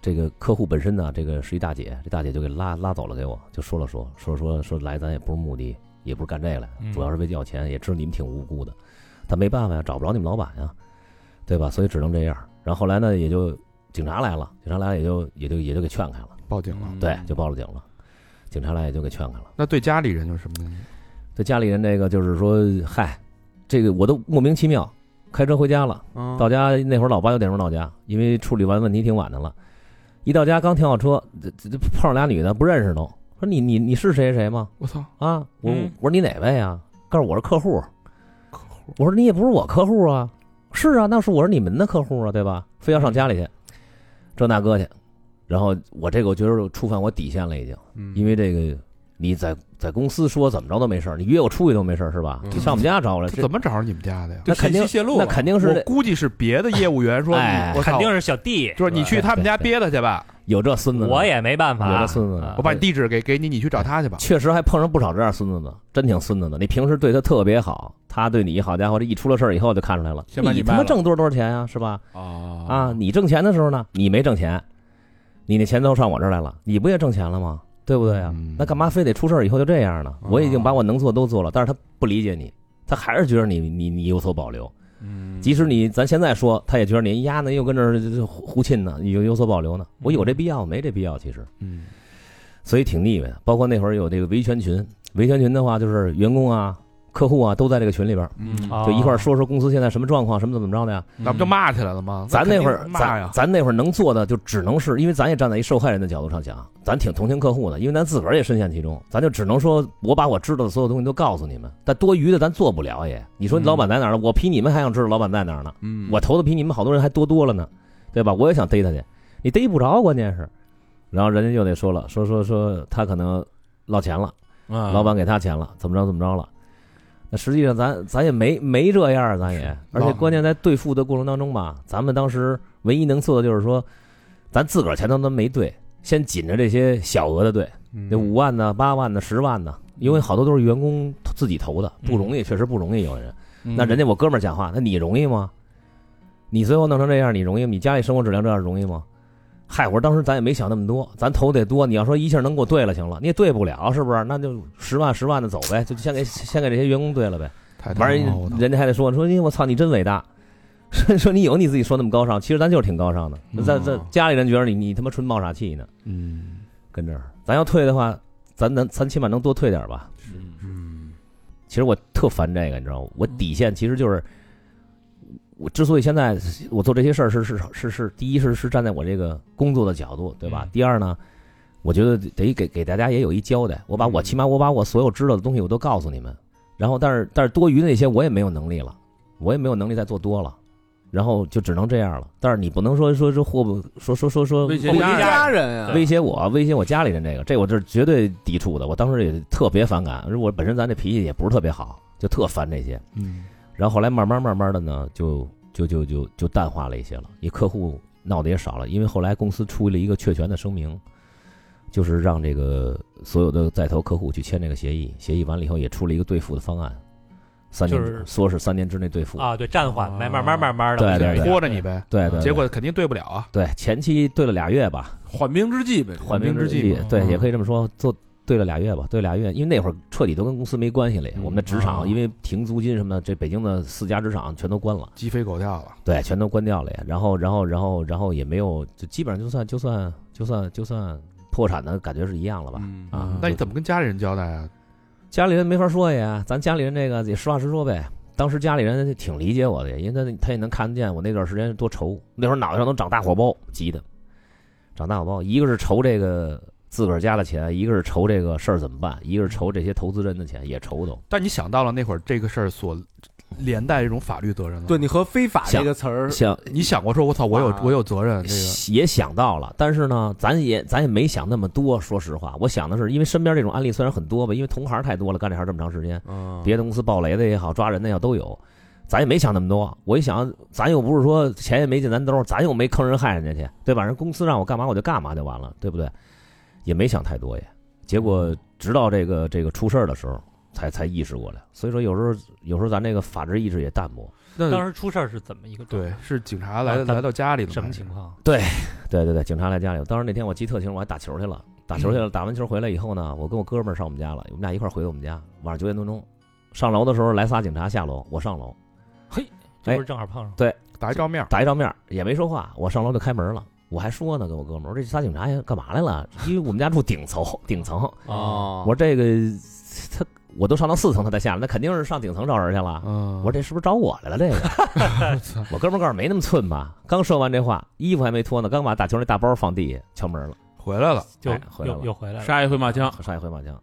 Speaker 3: 这个客户本身呢，这个是一大姐，这大姐就给拉拉走了，给我就说了说说说说来咱也不是目的，也不是干这个来
Speaker 5: 嗯，
Speaker 3: 主要是为要钱，也知道你们挺无辜的，但没办法呀，找不着你们老板呀，对吧？所以只能这样。然后后来呢，也就警察来了，警察来了也就也就也就给劝开了，
Speaker 1: 报警了。
Speaker 3: 对，就报了警了，警察来也就给劝开了。
Speaker 1: 那对家里人有什么？
Speaker 3: 对家里人这个就是说，嗨，这个我都莫名其妙，开车回家了。
Speaker 6: 嗯
Speaker 3: 到家那会儿老八九点钟到家，因为处理完问题挺晚的了。一到家刚停好车，这这这碰上俩女的不认识都，说你你你是谁谁吗？
Speaker 6: 我操，
Speaker 3: 啊，我、
Speaker 5: 嗯
Speaker 3: 我说你哪位啊？告诉我是客户。
Speaker 1: 客户
Speaker 3: 我说你也不是我客户啊。是啊，那是我是你们的客户啊，对吧？非要上家里去，这那哥去。然后我这个我觉得触犯我底线了已经，因为这个你在在公司说怎么着都没事儿，你约我出去都没事儿是吧？
Speaker 6: 嗯
Speaker 3: 你上我们家找我来，这
Speaker 1: 怎么找着你们家的呀？
Speaker 3: 那肯定
Speaker 6: 信息泄露
Speaker 3: 那
Speaker 6: 了
Speaker 3: 肯定
Speaker 1: 我
Speaker 3: 是
Speaker 1: 估计是别的业务员说，
Speaker 3: 哎
Speaker 1: 你我
Speaker 5: 肯
Speaker 1: 操
Speaker 5: 定是小弟，
Speaker 1: 就是你去他们家憋他去吧，
Speaker 3: 有这孙子的，
Speaker 5: 我也没办
Speaker 3: 有
Speaker 5: 法
Speaker 3: 这，孙子呢
Speaker 5: 啊
Speaker 1: 我把你地址给给你，你
Speaker 3: 哎
Speaker 1: 去找他去吧。
Speaker 3: 确实还碰上不少这样孙子呢，真挺孙子的。你平时对他特别好，他对你好家伙，这一出了事儿以后就看出来了。
Speaker 6: 先把你
Speaker 3: 他
Speaker 6: 卖
Speaker 3: 妈
Speaker 6: 了
Speaker 3: 挣多少多少钱呀、是吧？
Speaker 6: 啊
Speaker 3: 啊，你挣钱的时候呢，你没挣钱，你那钱都上我这儿来了，你不也挣钱了吗？对不对啊？
Speaker 1: 嗯
Speaker 3: 那干嘛非得出事儿以后就这样呢？我已经把
Speaker 6: 啊
Speaker 3: 我能做都做了，但是他不理解你，他还是觉得你你你有所保留。
Speaker 6: 嗯
Speaker 3: 即使你咱现在说，他也觉得你呀，那又跟这儿这这胡胡沁呢，有有所保留呢。我有这必要吗没这必要，其实，
Speaker 6: 嗯，
Speaker 3: 所以挺腻歪的。包括那会儿有这个维权群，维权群的话就是员工啊、客户啊都在这个群里边儿，
Speaker 6: 嗯
Speaker 5: 啊
Speaker 3: 就一块儿说说公司现在什么状况，什么怎么着的呀。
Speaker 1: 那不就骂起来了吗？
Speaker 3: 嗯咱
Speaker 1: 啊那
Speaker 3: 那会儿
Speaker 1: 肯定骂
Speaker 3: 咱
Speaker 1: 呀，
Speaker 3: 咱那会儿能做的就只能是因为咱也站在一受害人的角度上讲，咱挺同情客户的，因为咱自个儿也深陷其中，咱就只能说我把我知道的所有东西都告诉你们，但多余的咱做不了也。你说
Speaker 6: 嗯
Speaker 3: 老板在哪儿呢？我比你们还想知道老板在哪儿呢，
Speaker 6: 嗯
Speaker 3: 我投的比你们好多人还多多了呢，对吧？我也想逮他去，你逮不着，关键是，然后人家又得说了，说说说他可能落钱了，老
Speaker 6: 老
Speaker 3: 板给他钱了，怎么着怎么着了。那实际上咱咱也没没这样儿，咱也，而且
Speaker 1: 老
Speaker 3: 关键在对付的过程当中吧，咱们当时唯一能做的就是说，咱自个儿钱都咱没对，先紧着这些小额的对，那五万呢、八万呢、十万呢，因为好多都是员工自己投的，不容易，确实不容易。有的人，
Speaker 6: 嗯
Speaker 3: 那人家我哥们儿讲话，那你容易吗？你最后弄成这样，你容易吗？你家里生活质量这样容易吗？嗨，我说当时咱也没想那么多，咱投得多。你要说一下能给我对了，行了，你也对不了，是不是？那就十万十万的走呗，就先给先给这些员工对了呗。
Speaker 1: 太他妈
Speaker 3: 完
Speaker 4: 啊
Speaker 3: 人
Speaker 1: 厚道
Speaker 3: 人家还得说说你我操你真伟大， 说说你有你自己说那么高尚，其实咱就是挺高尚的。在在家里人觉得你你他妈纯冒傻气呢，
Speaker 1: 嗯，
Speaker 3: 跟这儿。咱要退的话，咱能咱起码能多退点儿吧。
Speaker 5: 嗯
Speaker 3: 其实我特烦这个，你知道吗？我底线其实就是，我之所以现在我做这些事儿是是是是，第一是是站在我这个工作的角度，对吧？
Speaker 5: 嗯
Speaker 3: 第二呢，我觉得得给给大家也有一交代，我把我
Speaker 6: 嗯
Speaker 3: 起码我把我所有知道的东西我都告诉你们，然后但是但是多余的那些我也没有能力了，我也没有能力再做多了。然后就只能这样了，但是你不能说说说祸不说说说说
Speaker 6: 威胁
Speaker 2: 我
Speaker 6: 家
Speaker 2: 一
Speaker 6: 人
Speaker 2: 家人啊，
Speaker 3: 威胁我，威胁我家里人，这个这我这是绝对抵触的。我当时也特别反感，我本身咱这脾气也不是特别好，就特烦这些。
Speaker 1: 嗯，
Speaker 3: 然后后来慢慢慢慢的呢，就就就就就淡化了一些了，也客户闹得也少了，因为后来公司出了一个确权的声明，就是让这个所有的在投客户去签这个协议，协议完了以后也出了一个兑付的方案，三年、
Speaker 5: 就是
Speaker 3: 说是三年之内兑付。
Speaker 5: 啊，对，暂缓呗，慢慢慢慢
Speaker 3: 哦对
Speaker 5: 的，
Speaker 3: 对对
Speaker 1: 拖着你呗，
Speaker 3: 对对，
Speaker 1: 结果肯定对不了啊。
Speaker 3: 对前期兑了俩月吧，
Speaker 6: 缓兵之计呗，
Speaker 3: 缓兵之
Speaker 1: 计嘛
Speaker 3: 对，
Speaker 1: 嗯
Speaker 3: 也可以这么说，做对了俩月吧，对俩月，因为那会儿彻底都跟公司没关系了，我们的职场
Speaker 1: 哦
Speaker 3: 因为停租金什么的，这北京的四家职场全都关了，
Speaker 1: 鸡飞狗跳了，
Speaker 3: 对，全都关掉了呀。然后，然后，然后，然后也没有，就基本上就算就算就算就算破产的感觉是一样了吧？
Speaker 6: 嗯
Speaker 3: 啊
Speaker 6: 嗯
Speaker 1: 那你怎么跟家里人交代啊？
Speaker 3: 家里人没法说呀，咱家里人这个也实话实说呗。当时家里人挺理解我的，因为他他也能看得见我那段时间多愁，那会儿脑袋上都长大火包，急的，长大火包。一个是愁这个自个儿家的钱，一个是愁这个事儿怎么办，一个是愁这些投资人的钱也愁都。
Speaker 1: 但你想到了那会儿这个事儿所连带这种法律责任了，
Speaker 2: 对，你和非法
Speaker 3: 想
Speaker 2: 这个词儿，
Speaker 3: 想
Speaker 1: 你想过说我操，我有
Speaker 2: 啊
Speaker 1: 我有责任这个，
Speaker 3: 也呃想到了，但是呢，咱也咱也没想那么多。说实话，我想的是，因为身边这种案例虽然很多吧，因为同行太多了，干这行这么长时间，
Speaker 6: 嗯
Speaker 3: 别的公司暴雷的也好，抓人的也好都有，咱也没想那么多。我一想，咱又不是说钱也没进咱兜，咱又没坑人害人家去，对吧？人公司让我干嘛我就干嘛就完了，对不对？也没想太多也。结果直到这个这个出事儿的时候，才才意识过来。所以说有时候有时候咱这个法治意识也淡薄。
Speaker 1: 那
Speaker 5: 当时出事儿是怎么一个状
Speaker 1: 对
Speaker 5: 态？
Speaker 1: 是警察来
Speaker 5: 啊咱
Speaker 1: 来到家里了吗
Speaker 5: 什么情？况？
Speaker 3: 对对对，警察来家里，当时那天我记得特清楚，我还打球去了，打球去了，打完球回来以后呢，我跟我哥们儿上我们家了，我们俩一块儿回的我们家，晚上九点多钟，上楼的时候来仨警察下楼，我上楼哎
Speaker 5: 这不是正好碰上了
Speaker 1: 打一照面儿，
Speaker 3: 打一照面儿也没说话，我上楼就开门了，我还说呢跟我哥们儿，我说这仨警察呀干嘛来了？因为我们家住顶层，顶层，
Speaker 1: 啊
Speaker 2: 哦
Speaker 3: 我，说这个他我都上到四层他才下来，那肯定是上顶层找人去了。
Speaker 1: 嗯，
Speaker 3: 我说这是不是找我来了？这个，我哥们儿告诉我没那么寸吧。刚说完这话，衣服还没脱呢，刚把打球那大包放地下，敲门了。
Speaker 1: 回来了，
Speaker 5: 就
Speaker 3: 哎回来了
Speaker 5: 又又回来了。
Speaker 6: 杀一回马
Speaker 1: 啊
Speaker 6: 枪，
Speaker 3: 上一回马枪，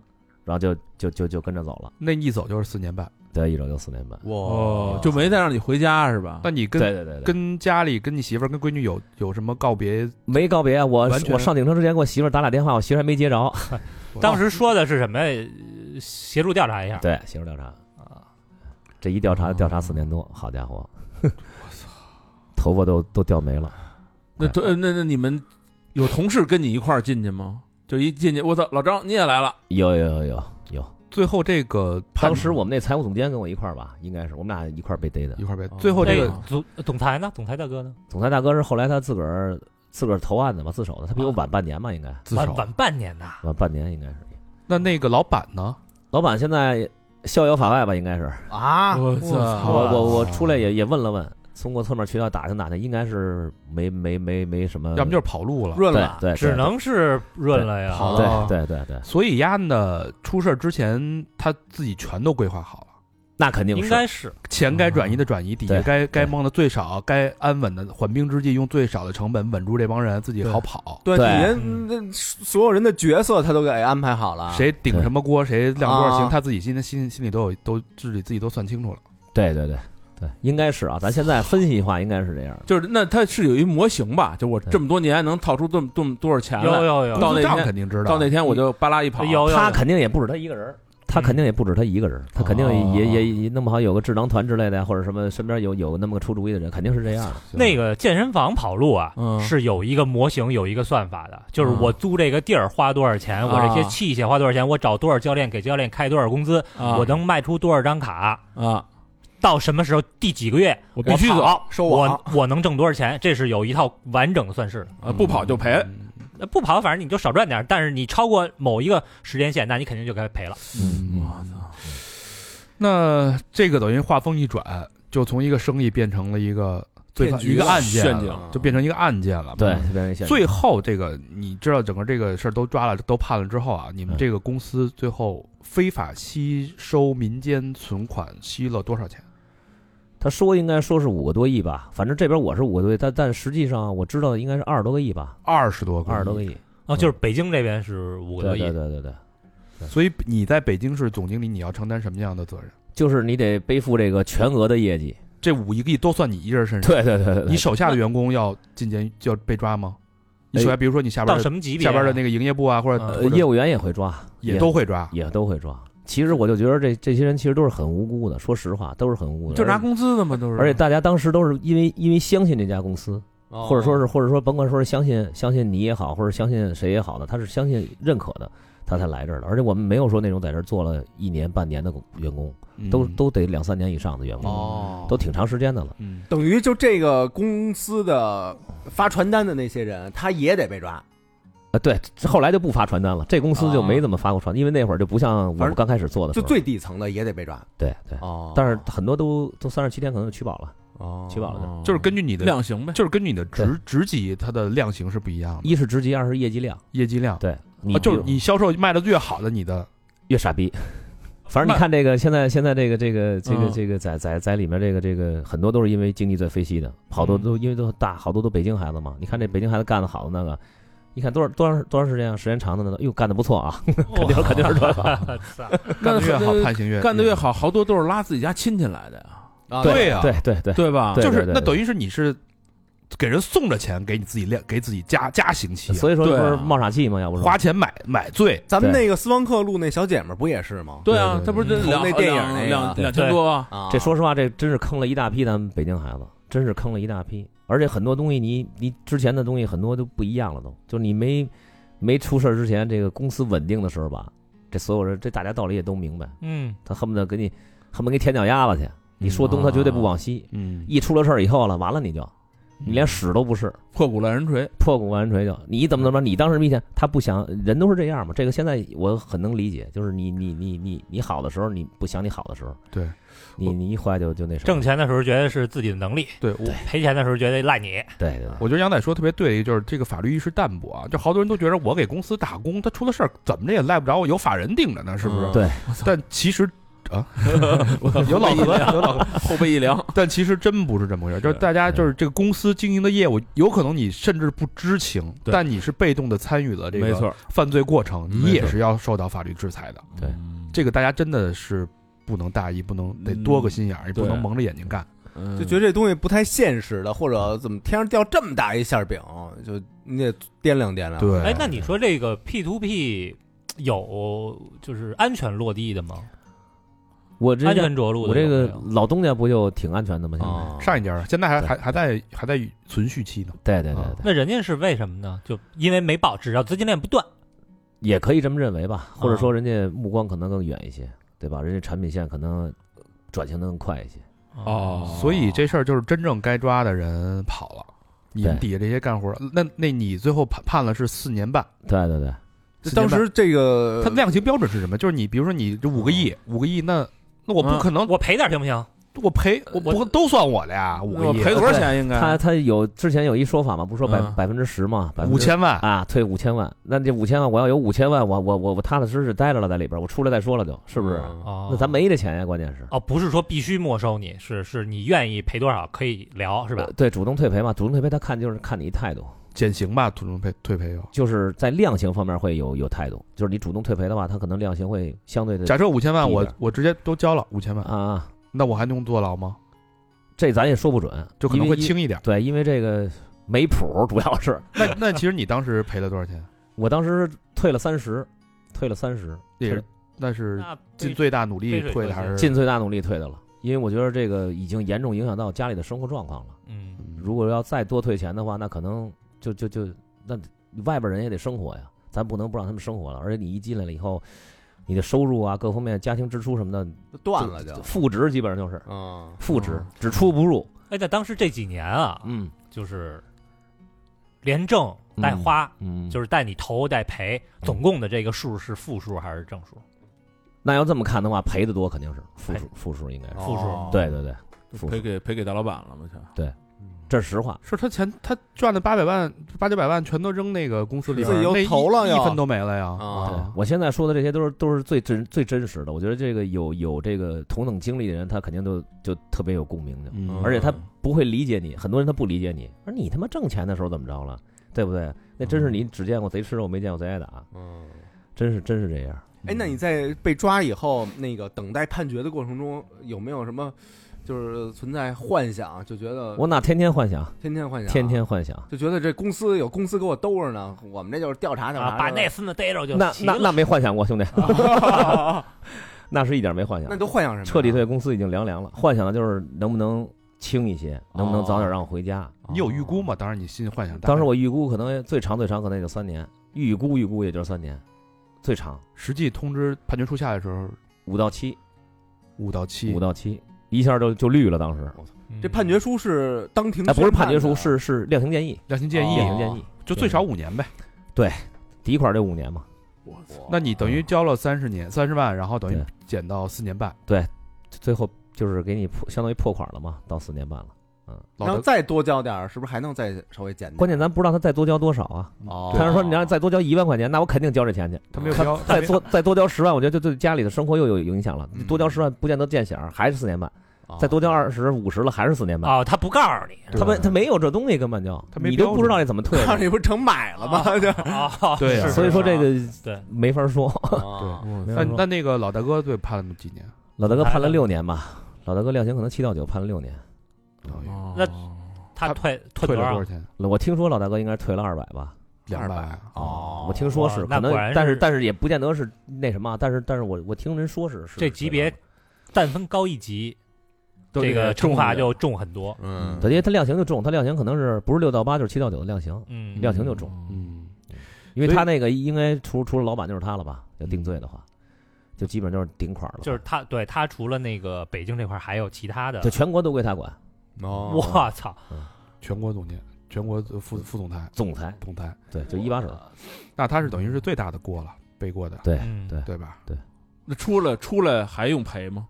Speaker 3: 然后就就就就跟着走了，
Speaker 1: 那一走就是四年半。
Speaker 3: 对，一走就四年半。
Speaker 6: 哦，就没再让你回家是吧
Speaker 1: 那？你跟
Speaker 3: 对对对对，
Speaker 1: 跟家里、跟你媳妇儿、跟闺女有有什么告别？
Speaker 3: 没告别啊！我
Speaker 1: 完全
Speaker 3: 我上警车之前给我媳妇儿打俩电话，我媳妇儿还没接着。
Speaker 5: 当时说的是什么呀？呃协助调查一下
Speaker 3: 对，媳妇儿调查，
Speaker 5: 啊，
Speaker 3: 这一调查调查四年多，好家伙，头发都都掉没了。
Speaker 6: 那对，呃那那你们有同事跟你一块儿进去吗？就一进去，我操，老张你也来了，
Speaker 3: 有有有有有，
Speaker 1: 最后这个判
Speaker 3: 当时我们那财务总监跟我一块儿吧，应该是我们俩一块儿被逮的
Speaker 1: 一。块儿别
Speaker 6: 哦，
Speaker 1: 最后这
Speaker 5: 那
Speaker 1: 个
Speaker 5: 总总裁呢？总裁大哥呢？
Speaker 3: 总裁大哥是后来他自个儿自个儿投案的吧，自首的，他比我晚半年吧，应该
Speaker 1: 自
Speaker 5: 晚
Speaker 1: 首。
Speaker 5: 晚半年呐，
Speaker 3: 晚半年应该是。
Speaker 1: 那那个老板呢？
Speaker 3: 老板现在逍遥法外吧，应该是。
Speaker 2: 啊！
Speaker 6: 我
Speaker 3: 我
Speaker 6: 操！
Speaker 3: 我我出来也也问了问，通过侧面渠道打听打听，应该是没没没没什么，
Speaker 1: 要么就是跑路了。
Speaker 2: 润
Speaker 3: 对
Speaker 2: 了，
Speaker 3: 对，
Speaker 5: 只
Speaker 3: 对
Speaker 5: 能是润了呀。
Speaker 1: 好
Speaker 3: 对对对对，
Speaker 1: 所以丫呢，出事儿之前他自己全都规划好了，
Speaker 3: 那肯定
Speaker 5: 应
Speaker 3: 是
Speaker 5: 该是
Speaker 1: 钱该转移的转移，底下
Speaker 3: 嗯对
Speaker 1: 该该
Speaker 3: 对
Speaker 1: 蒙的最少，该安稳的缓兵之计，用最少的成本稳住这帮人，自己好跑。
Speaker 2: 对，
Speaker 3: 对
Speaker 2: 你人
Speaker 5: 嗯
Speaker 2: 那所有人的角色他都给安排好
Speaker 3: 啊
Speaker 2: 了，
Speaker 1: 谁顶什么锅，谁亮多少
Speaker 2: 啊
Speaker 1: 刑，他自己心心心里都有都自己自己都算清楚了。
Speaker 3: 对对对对，应该是啊。咱现在分析的话，应该是这样的。
Speaker 6: 就是那他是有一模型吧？就我
Speaker 3: 对
Speaker 6: 这么多年能套出这么多多少钱
Speaker 5: 有
Speaker 6: 来？
Speaker 5: 有有
Speaker 6: 到
Speaker 1: 公司
Speaker 6: 那
Speaker 1: 账
Speaker 6: 天
Speaker 1: 啊肯定知道，
Speaker 6: 到那天我就巴拉一跑，
Speaker 5: 有有
Speaker 3: 他肯定也不止他一个人儿，他肯定也不止他一个人儿，他肯定也也也弄不好有个智囊团之类的呀，或者什么身边有有那么个出主意的人，肯定是这样的。
Speaker 5: 那个健身房跑路啊，
Speaker 6: 嗯
Speaker 5: 是有一个模型，有一个算法的，就是
Speaker 6: 嗯
Speaker 5: 我租这个地儿花多少钱，我这些
Speaker 6: 啊
Speaker 5: 器械花多少钱，我找多少教练，给教练开多少工资，
Speaker 6: 啊
Speaker 5: 我能卖出多少张卡，
Speaker 6: 啊，到
Speaker 5: 到什么时候第几个月
Speaker 6: 我必须
Speaker 5: 跑
Speaker 6: 走，
Speaker 2: 收网
Speaker 5: 我我能挣多少钱，这是有一套完整的算式的。
Speaker 6: 啊不跑就赔。
Speaker 5: 呃不跑，反正你就少赚点儿，但是你超过某一个时间线，那你肯定就该赔了。
Speaker 3: 嗯
Speaker 6: 我操！
Speaker 1: 那这个等于话锋一转，就从一个生意变成了一个罪犯
Speaker 2: 骗局
Speaker 1: 一个案件
Speaker 6: 陷
Speaker 1: 了，
Speaker 6: 阱
Speaker 1: 就变成一个案件了。
Speaker 3: 对，，这边一下
Speaker 1: 最后这个你知道，整个这个事儿都抓了，都判了之后啊，你们
Speaker 3: 嗯
Speaker 1: 这个公司最后非法吸收民间存款吸了多少钱？
Speaker 3: 他说应该说是五个多亿吧，反正这边我是五个多亿，但但实际上我知道应该是二十多个亿吧，
Speaker 1: 二十多个，
Speaker 3: 二十多个。亿。
Speaker 5: 哦，就是北京这边是五个多
Speaker 3: 对嗯对
Speaker 5: 亿，
Speaker 3: 对对对，
Speaker 1: 所以你在北京市总经理，你要承担什么样的责任？
Speaker 3: 就是你得背负这个全额的业绩。
Speaker 1: 这五一个亿都算你一人身上。
Speaker 3: 对对对对，
Speaker 1: 你手下的员工要进监就要被抓吗？你手下比如说你下边
Speaker 5: 到
Speaker 1: 的
Speaker 5: 什么级别
Speaker 1: 下
Speaker 5: 啊？
Speaker 1: 边的那个营业部啊，或者
Speaker 5: 呃
Speaker 3: 呃
Speaker 1: 或者
Speaker 3: 业务员也会抓，
Speaker 1: 也都会抓。
Speaker 3: 也都会抓。其实我就觉得这这些人其实都是很无辜的，说实话都是很无辜的，
Speaker 6: 就拿
Speaker 3: 而且
Speaker 6: 工资的嘛，都是。
Speaker 3: 而且大家当时都是因为因为相信这家公司，
Speaker 2: 哦
Speaker 3: 或者说是或者说甭管说是相信相信你也好，或者相信谁也好的，他是相信认可的，他才来这儿的。而且我们没有说那种在这儿做了一年半年的工员工，都
Speaker 1: 嗯
Speaker 3: 都得两三年以上的员工，
Speaker 2: 哦，
Speaker 3: 都挺长时间的了。
Speaker 1: 嗯，
Speaker 2: 等于就这个公司的发传单的那些人，他也得被抓。
Speaker 3: 啊，对，后来就不发传单了，这公司就没怎么发过传，因为那会儿就不像我
Speaker 2: 哦反
Speaker 3: 们
Speaker 2: 正
Speaker 3: 刚开始做的时
Speaker 2: 就
Speaker 3: 候，
Speaker 2: 最底层的也得被抓。
Speaker 3: 对对。
Speaker 2: 哦
Speaker 3: 但是很多都都三十七天可能就取保了，取保了
Speaker 2: 哦
Speaker 3: 就。
Speaker 1: 就是根据你的，
Speaker 6: 量刑呗，
Speaker 1: 就是根据你的职职级，它的量刑是不一样的，
Speaker 3: 一是职级，二是业绩量。
Speaker 1: 业绩量。
Speaker 3: 对，你
Speaker 2: 哦
Speaker 1: 啊就是
Speaker 3: 比如
Speaker 1: 你销售卖的越好的，你的
Speaker 3: 越傻逼。反正你看这个，现在现在这个这个这个
Speaker 6: 嗯
Speaker 3: 这个在在在里面这个这个很多都是因为经济在飞西的，好多都因为都大，好多都北京孩子嘛。你看这北京孩子干得好的那个，你看多少多长多长时间啊？时间长的那个，哟，干得不错啊，肯定肯定是赚了。
Speaker 5: 操
Speaker 1: 干的越好，嗯
Speaker 6: 那
Speaker 1: 判刑越
Speaker 6: 干得越。好，好多都是拉自己家亲戚来的呀，
Speaker 2: 啊
Speaker 1: 对呀，
Speaker 3: 对对对，
Speaker 6: 对吧？
Speaker 3: 对
Speaker 1: 就是
Speaker 3: 对
Speaker 1: 那等于是你是给人送着钱给你自己量，给自己加加刑期啊，
Speaker 3: 所以说
Speaker 6: 对啊
Speaker 3: 不是冒傻气嘛，要不是
Speaker 1: 花钱买买罪。
Speaker 2: 咱们
Speaker 3: 对
Speaker 2: 那个斯旺克路那小姐们儿不也是吗？
Speaker 6: 对啊，
Speaker 3: 对对
Speaker 6: 他不是
Speaker 2: 对
Speaker 6: 两
Speaker 2: 那电影那个
Speaker 6: 两两
Speaker 2: 对
Speaker 6: 两千多啊，
Speaker 2: 啊，
Speaker 3: 这说实话，这真是坑了一大批咱们北京孩子，真是坑了一大批。而且很多东西你，你之前的东西很多都不一样了都，就是你没没出事儿之前，这个公司稳定的时候吧，这所有人这大家道理也都明白，
Speaker 5: 嗯，
Speaker 3: 他恨不得给你恨不得给你舔脚丫子去，你说东
Speaker 6: 啊
Speaker 3: 他绝对不往西，
Speaker 1: 嗯，
Speaker 3: 一出了事儿以后了，完了你就你连屎都不是，
Speaker 6: 破鼓烂人锤，
Speaker 3: 破鼓万人锤就你怎么怎么着，你当时没钱，他不想，人都是这样嘛。这个现在我很能理解，就是你你你你你好的时候，你不想你好的时候，
Speaker 1: 对
Speaker 3: 你你一坏就就那什么，
Speaker 5: 挣钱的时候觉得是自己的能力，
Speaker 1: 对我
Speaker 5: 赔钱的时候觉得赖你。
Speaker 3: 对对对。
Speaker 1: 我觉得杨仔说得特别对，就是这个法律意识淡薄啊，就好多人都觉得我给公司打工，他出了事儿怎么着也赖不着我，有法人定着呢，是不是？
Speaker 6: 嗯
Speaker 3: 对，
Speaker 1: 但其实啊，有老何，有老何，
Speaker 6: 后背一凉，
Speaker 1: 但其实真不是这么回事，就是大家就是这个公司经营的业务，有可能你甚至不知情，
Speaker 6: 对
Speaker 1: 但你是被动的参与了这
Speaker 6: 没
Speaker 1: 个
Speaker 6: 错，
Speaker 1: 犯罪过程，
Speaker 6: 没
Speaker 1: 你也
Speaker 6: 错
Speaker 1: 是要受到法律制裁的。
Speaker 3: 对
Speaker 1: 这个大家真的是不能大意，不能得多个心眼儿，也不
Speaker 6: 对
Speaker 1: 能蒙着眼睛干。
Speaker 6: 嗯
Speaker 2: 就觉得这东西不太现实的，或者怎么天上掉这么大一馅饼，就你得掂量掂量。
Speaker 1: 对，
Speaker 5: 哎，那你说这个 P to P 有就是安全落地的吗？
Speaker 3: 我这
Speaker 5: 安全着陆
Speaker 3: 我
Speaker 5: 的
Speaker 3: 这
Speaker 5: 有没有？哦
Speaker 3: 个老东家不就挺安全的吗？现在，
Speaker 2: 啊，
Speaker 1: 上一家现在还
Speaker 3: 对
Speaker 1: 还还在还在存续期呢。
Speaker 3: 对对对
Speaker 1: 啊
Speaker 3: 对，
Speaker 5: 那人家是为什么呢？就因为没保，只要资金链不断，
Speaker 3: 也可以这么认为
Speaker 5: 哦
Speaker 3: 吧，或者说人家目光可能更远一些，对吧？人家产品线可能转型的更快一些，
Speaker 6: 哦
Speaker 1: 所以这事儿就是真正该抓的人跑了，你们底下这些干活儿，那那你最后判判了是四年半，
Speaker 3: 对对对，
Speaker 1: 四年
Speaker 2: 当
Speaker 1: 半
Speaker 2: 时这个
Speaker 1: 它量刑标准是什么？就是你比如说你这五个亿，五个亿，那那我不
Speaker 6: 嗯
Speaker 1: 可能
Speaker 5: 啊我赔点儿行不行？
Speaker 1: 我赔我不都算我的呀，五个
Speaker 6: 我
Speaker 1: 亿
Speaker 6: 赔多少钱
Speaker 5: 嗯
Speaker 6: 应
Speaker 3: 他
Speaker 6: 该？啊
Speaker 3: 他有之前有一说法嘛，不是说百
Speaker 6: 嗯
Speaker 3: 百分之十嘛，百分之
Speaker 1: 五千万，
Speaker 3: 啊，退五千万，那这五千万我要有五千万，我我我我踏踏实实待着了在里边，我出来再说了就，是不是？
Speaker 5: 哦，
Speaker 3: 那咱没这钱呀，关键是。
Speaker 5: 哦，不是说必须没收你，是是你愿意赔多少可以聊是吧
Speaker 3: 呃？对，主动退赔嘛，主动退赔他看就是看你态度，
Speaker 1: 减刑吧，主动赔退赔哦又。
Speaker 3: 就是在量刑方面会有有态度，就是你主动退赔的话，他可能量刑会相对的
Speaker 1: 假设五千万，
Speaker 3: 低一
Speaker 1: 我
Speaker 3: 点
Speaker 1: 我直接都交了五千万，
Speaker 3: 啊，
Speaker 1: 那我还能坐牢吗？
Speaker 3: 这咱也说不准，
Speaker 1: 就可能
Speaker 3: 因为
Speaker 1: 会轻 一点。
Speaker 3: 对，因为这个没谱，主要是
Speaker 1: 那那其实你当时赔了多少钱？
Speaker 3: 我当时退了三十，退了三十，
Speaker 1: 也是，那
Speaker 3: 呃
Speaker 1: 是
Speaker 5: 那
Speaker 1: 尽最大努力
Speaker 5: 杯水
Speaker 1: 退
Speaker 5: 车
Speaker 1: 的，还是
Speaker 3: 尽最大努力退的了，因为我觉得这个已经严重影响到家里的生活状况了。
Speaker 5: 嗯，
Speaker 1: 嗯
Speaker 3: 如果要再多退钱的话，那可能就就就那外边人也得生活呀，咱不能不让他们生活了。而且你一进来了以后，你的收入啊，各方面家庭支出什么的，
Speaker 2: 断了就，
Speaker 3: 负值基本上就是
Speaker 2: 嗯，
Speaker 3: 负值
Speaker 1: 哦，
Speaker 3: 只出不入。
Speaker 5: 哎，那当时这几年啊，
Speaker 3: 嗯
Speaker 5: 就是连挣带花，
Speaker 3: 嗯，
Speaker 5: 就是带你投带赔，总共的这个数是负数还是正数？
Speaker 3: 那要这么看的话，赔的多肯定是负数
Speaker 5: 赔，
Speaker 3: 负数应该是。
Speaker 5: 负数
Speaker 6: 哦
Speaker 3: 对对对，负
Speaker 6: 赔
Speaker 3: 数，
Speaker 6: 给赔给大老板了吗？全
Speaker 3: 这是实话。
Speaker 1: 是他钱他赚的八百万八九百万全都扔那个公司里
Speaker 2: 自
Speaker 1: 边
Speaker 2: 己
Speaker 1: 儿，
Speaker 2: 又
Speaker 1: 那一
Speaker 2: 投了又
Speaker 1: 一分都没了呀！
Speaker 2: 啊
Speaker 1: 哦
Speaker 3: 对，我现在说的这些都是都是最真最真实的。我觉得这个有有这个同等经历的人，他肯定都就特别有共鸣的，
Speaker 1: 嗯
Speaker 3: 而且他不会理解你，很多人他不理解你，而你他妈挣钱的时候怎么着了，对不对？那真是你只见过贼吃肉，没见过贼挨打，
Speaker 2: 嗯，
Speaker 3: 真是真是这样。
Speaker 2: 哎，那你在被抓以后，那个等待判决的过程中，有没有什么就是存在幻想，就觉得
Speaker 3: 我哪天天幻想，
Speaker 2: 天天幻想，啊
Speaker 3: 天天幻想，
Speaker 2: 就觉得这公司有公司给我兜着呢，我们这就是调查调查，
Speaker 5: 啊，把那孙子逮着就
Speaker 3: 那
Speaker 5: 齐
Speaker 3: 那那
Speaker 5: 了
Speaker 3: 没幻想过，兄弟，那是一点没幻想
Speaker 2: 那，都幻想什么？哦
Speaker 3: 彻底对，公司已经凉凉了。幻想的就是能不能轻一些，能不能早点让我回家。
Speaker 1: 你有预估吗？当然你心里幻想大，
Speaker 3: 当时我预估可能最长最长可能也就三年，预估预估也就是三年，最长
Speaker 1: 实际通知判决书下来的时候
Speaker 3: 五到七，
Speaker 1: 五到七
Speaker 3: 五，到七，一下就就绿了。当时
Speaker 5: 嗯
Speaker 2: 这判决书是当庭
Speaker 3: 哎，不是
Speaker 2: 宣判
Speaker 3: 判决书，
Speaker 2: 的
Speaker 3: 是是量刑建议，
Speaker 1: 量刑建
Speaker 3: 量刑
Speaker 1: 议
Speaker 2: 哦
Speaker 3: 建议
Speaker 1: 就最少五年呗。
Speaker 3: 第一块就五年嘛，
Speaker 2: 哦
Speaker 1: 那你等于交了三十年三十万，然后等于
Speaker 3: 对
Speaker 1: 减到四年半。
Speaker 3: 最后就是给你破，相当于破款了嘛，到四年半了。
Speaker 1: 老
Speaker 2: 然后
Speaker 1: 德
Speaker 2: 再多交点儿，是不是还能再稍微减点儿？
Speaker 3: 关键咱不知道他再多交多少啊。
Speaker 2: 哦，
Speaker 3: 他是说你要再多交一万块钱，那我肯定交这钱去。
Speaker 1: 他没有交，
Speaker 3: 再多再多交十万，我觉得就对家里的生活又有影响了
Speaker 1: 嗯。
Speaker 3: 多交十万不见得见响，还是四年半；再多交二十五十了，还是四年半。
Speaker 5: 哦，他不告诉你
Speaker 1: 对
Speaker 3: 他们他没有这东西，根本就
Speaker 1: 他没
Speaker 3: 你都
Speaker 1: 标
Speaker 3: 不知道
Speaker 1: 准
Speaker 3: 你怎么退的。
Speaker 2: 那你不成买了 吗？就
Speaker 5: 啊，
Speaker 1: 对啊
Speaker 5: 是
Speaker 3: 所以说这个
Speaker 5: 对嗯
Speaker 3: 没法说。
Speaker 2: 对，
Speaker 3: 没
Speaker 1: 那
Speaker 3: 法说
Speaker 1: 那那个老大哥对判了几年？
Speaker 3: 老大哥判了六年吧，老大哥量刑可能七到九，判了六年。
Speaker 5: 那
Speaker 6: 哦
Speaker 5: 他
Speaker 1: 他
Speaker 5: 退退
Speaker 1: 退了多
Speaker 5: 少
Speaker 1: 少？钱？
Speaker 3: 我听说老大哥应该是退了二百吧，
Speaker 1: 两
Speaker 2: 200
Speaker 1: 百。
Speaker 2: 哦
Speaker 3: 我听说是，
Speaker 5: 哇
Speaker 3: 可
Speaker 5: 那
Speaker 3: 能
Speaker 5: 果然是
Speaker 3: 但但是也不见得是那什么啊，但是但是我我听人说是是
Speaker 5: 这级别
Speaker 3: 是
Speaker 5: 但分高一级，
Speaker 6: 都
Speaker 5: 这个
Speaker 6: 重
Speaker 5: 惩罚
Speaker 6: 一点
Speaker 5: 就重很多。
Speaker 3: 这样
Speaker 2: 嗯
Speaker 3: 的，对，因为他量刑就重，他量刑可能是不是六到八就是七到九的量刑，
Speaker 5: 嗯，
Speaker 3: 量刑就重，
Speaker 1: 嗯，
Speaker 3: 因为他那个应该除除了老板就是他了吧，要定罪的话，就基本就是顶款了，
Speaker 5: 就是他对他除了那个北京这块儿，还有其他的
Speaker 3: 就。全国都归他管，
Speaker 2: 哦，
Speaker 5: 我操！
Speaker 1: 全国总监，全国副副总裁，
Speaker 3: 总裁
Speaker 1: 总裁，
Speaker 3: 对，就一把手，
Speaker 1: 那他是等于是最大的锅了，背锅的，
Speaker 3: 对
Speaker 5: 嗯
Speaker 3: 对，
Speaker 1: 对吧？
Speaker 6: 那出来出来还用赔吗？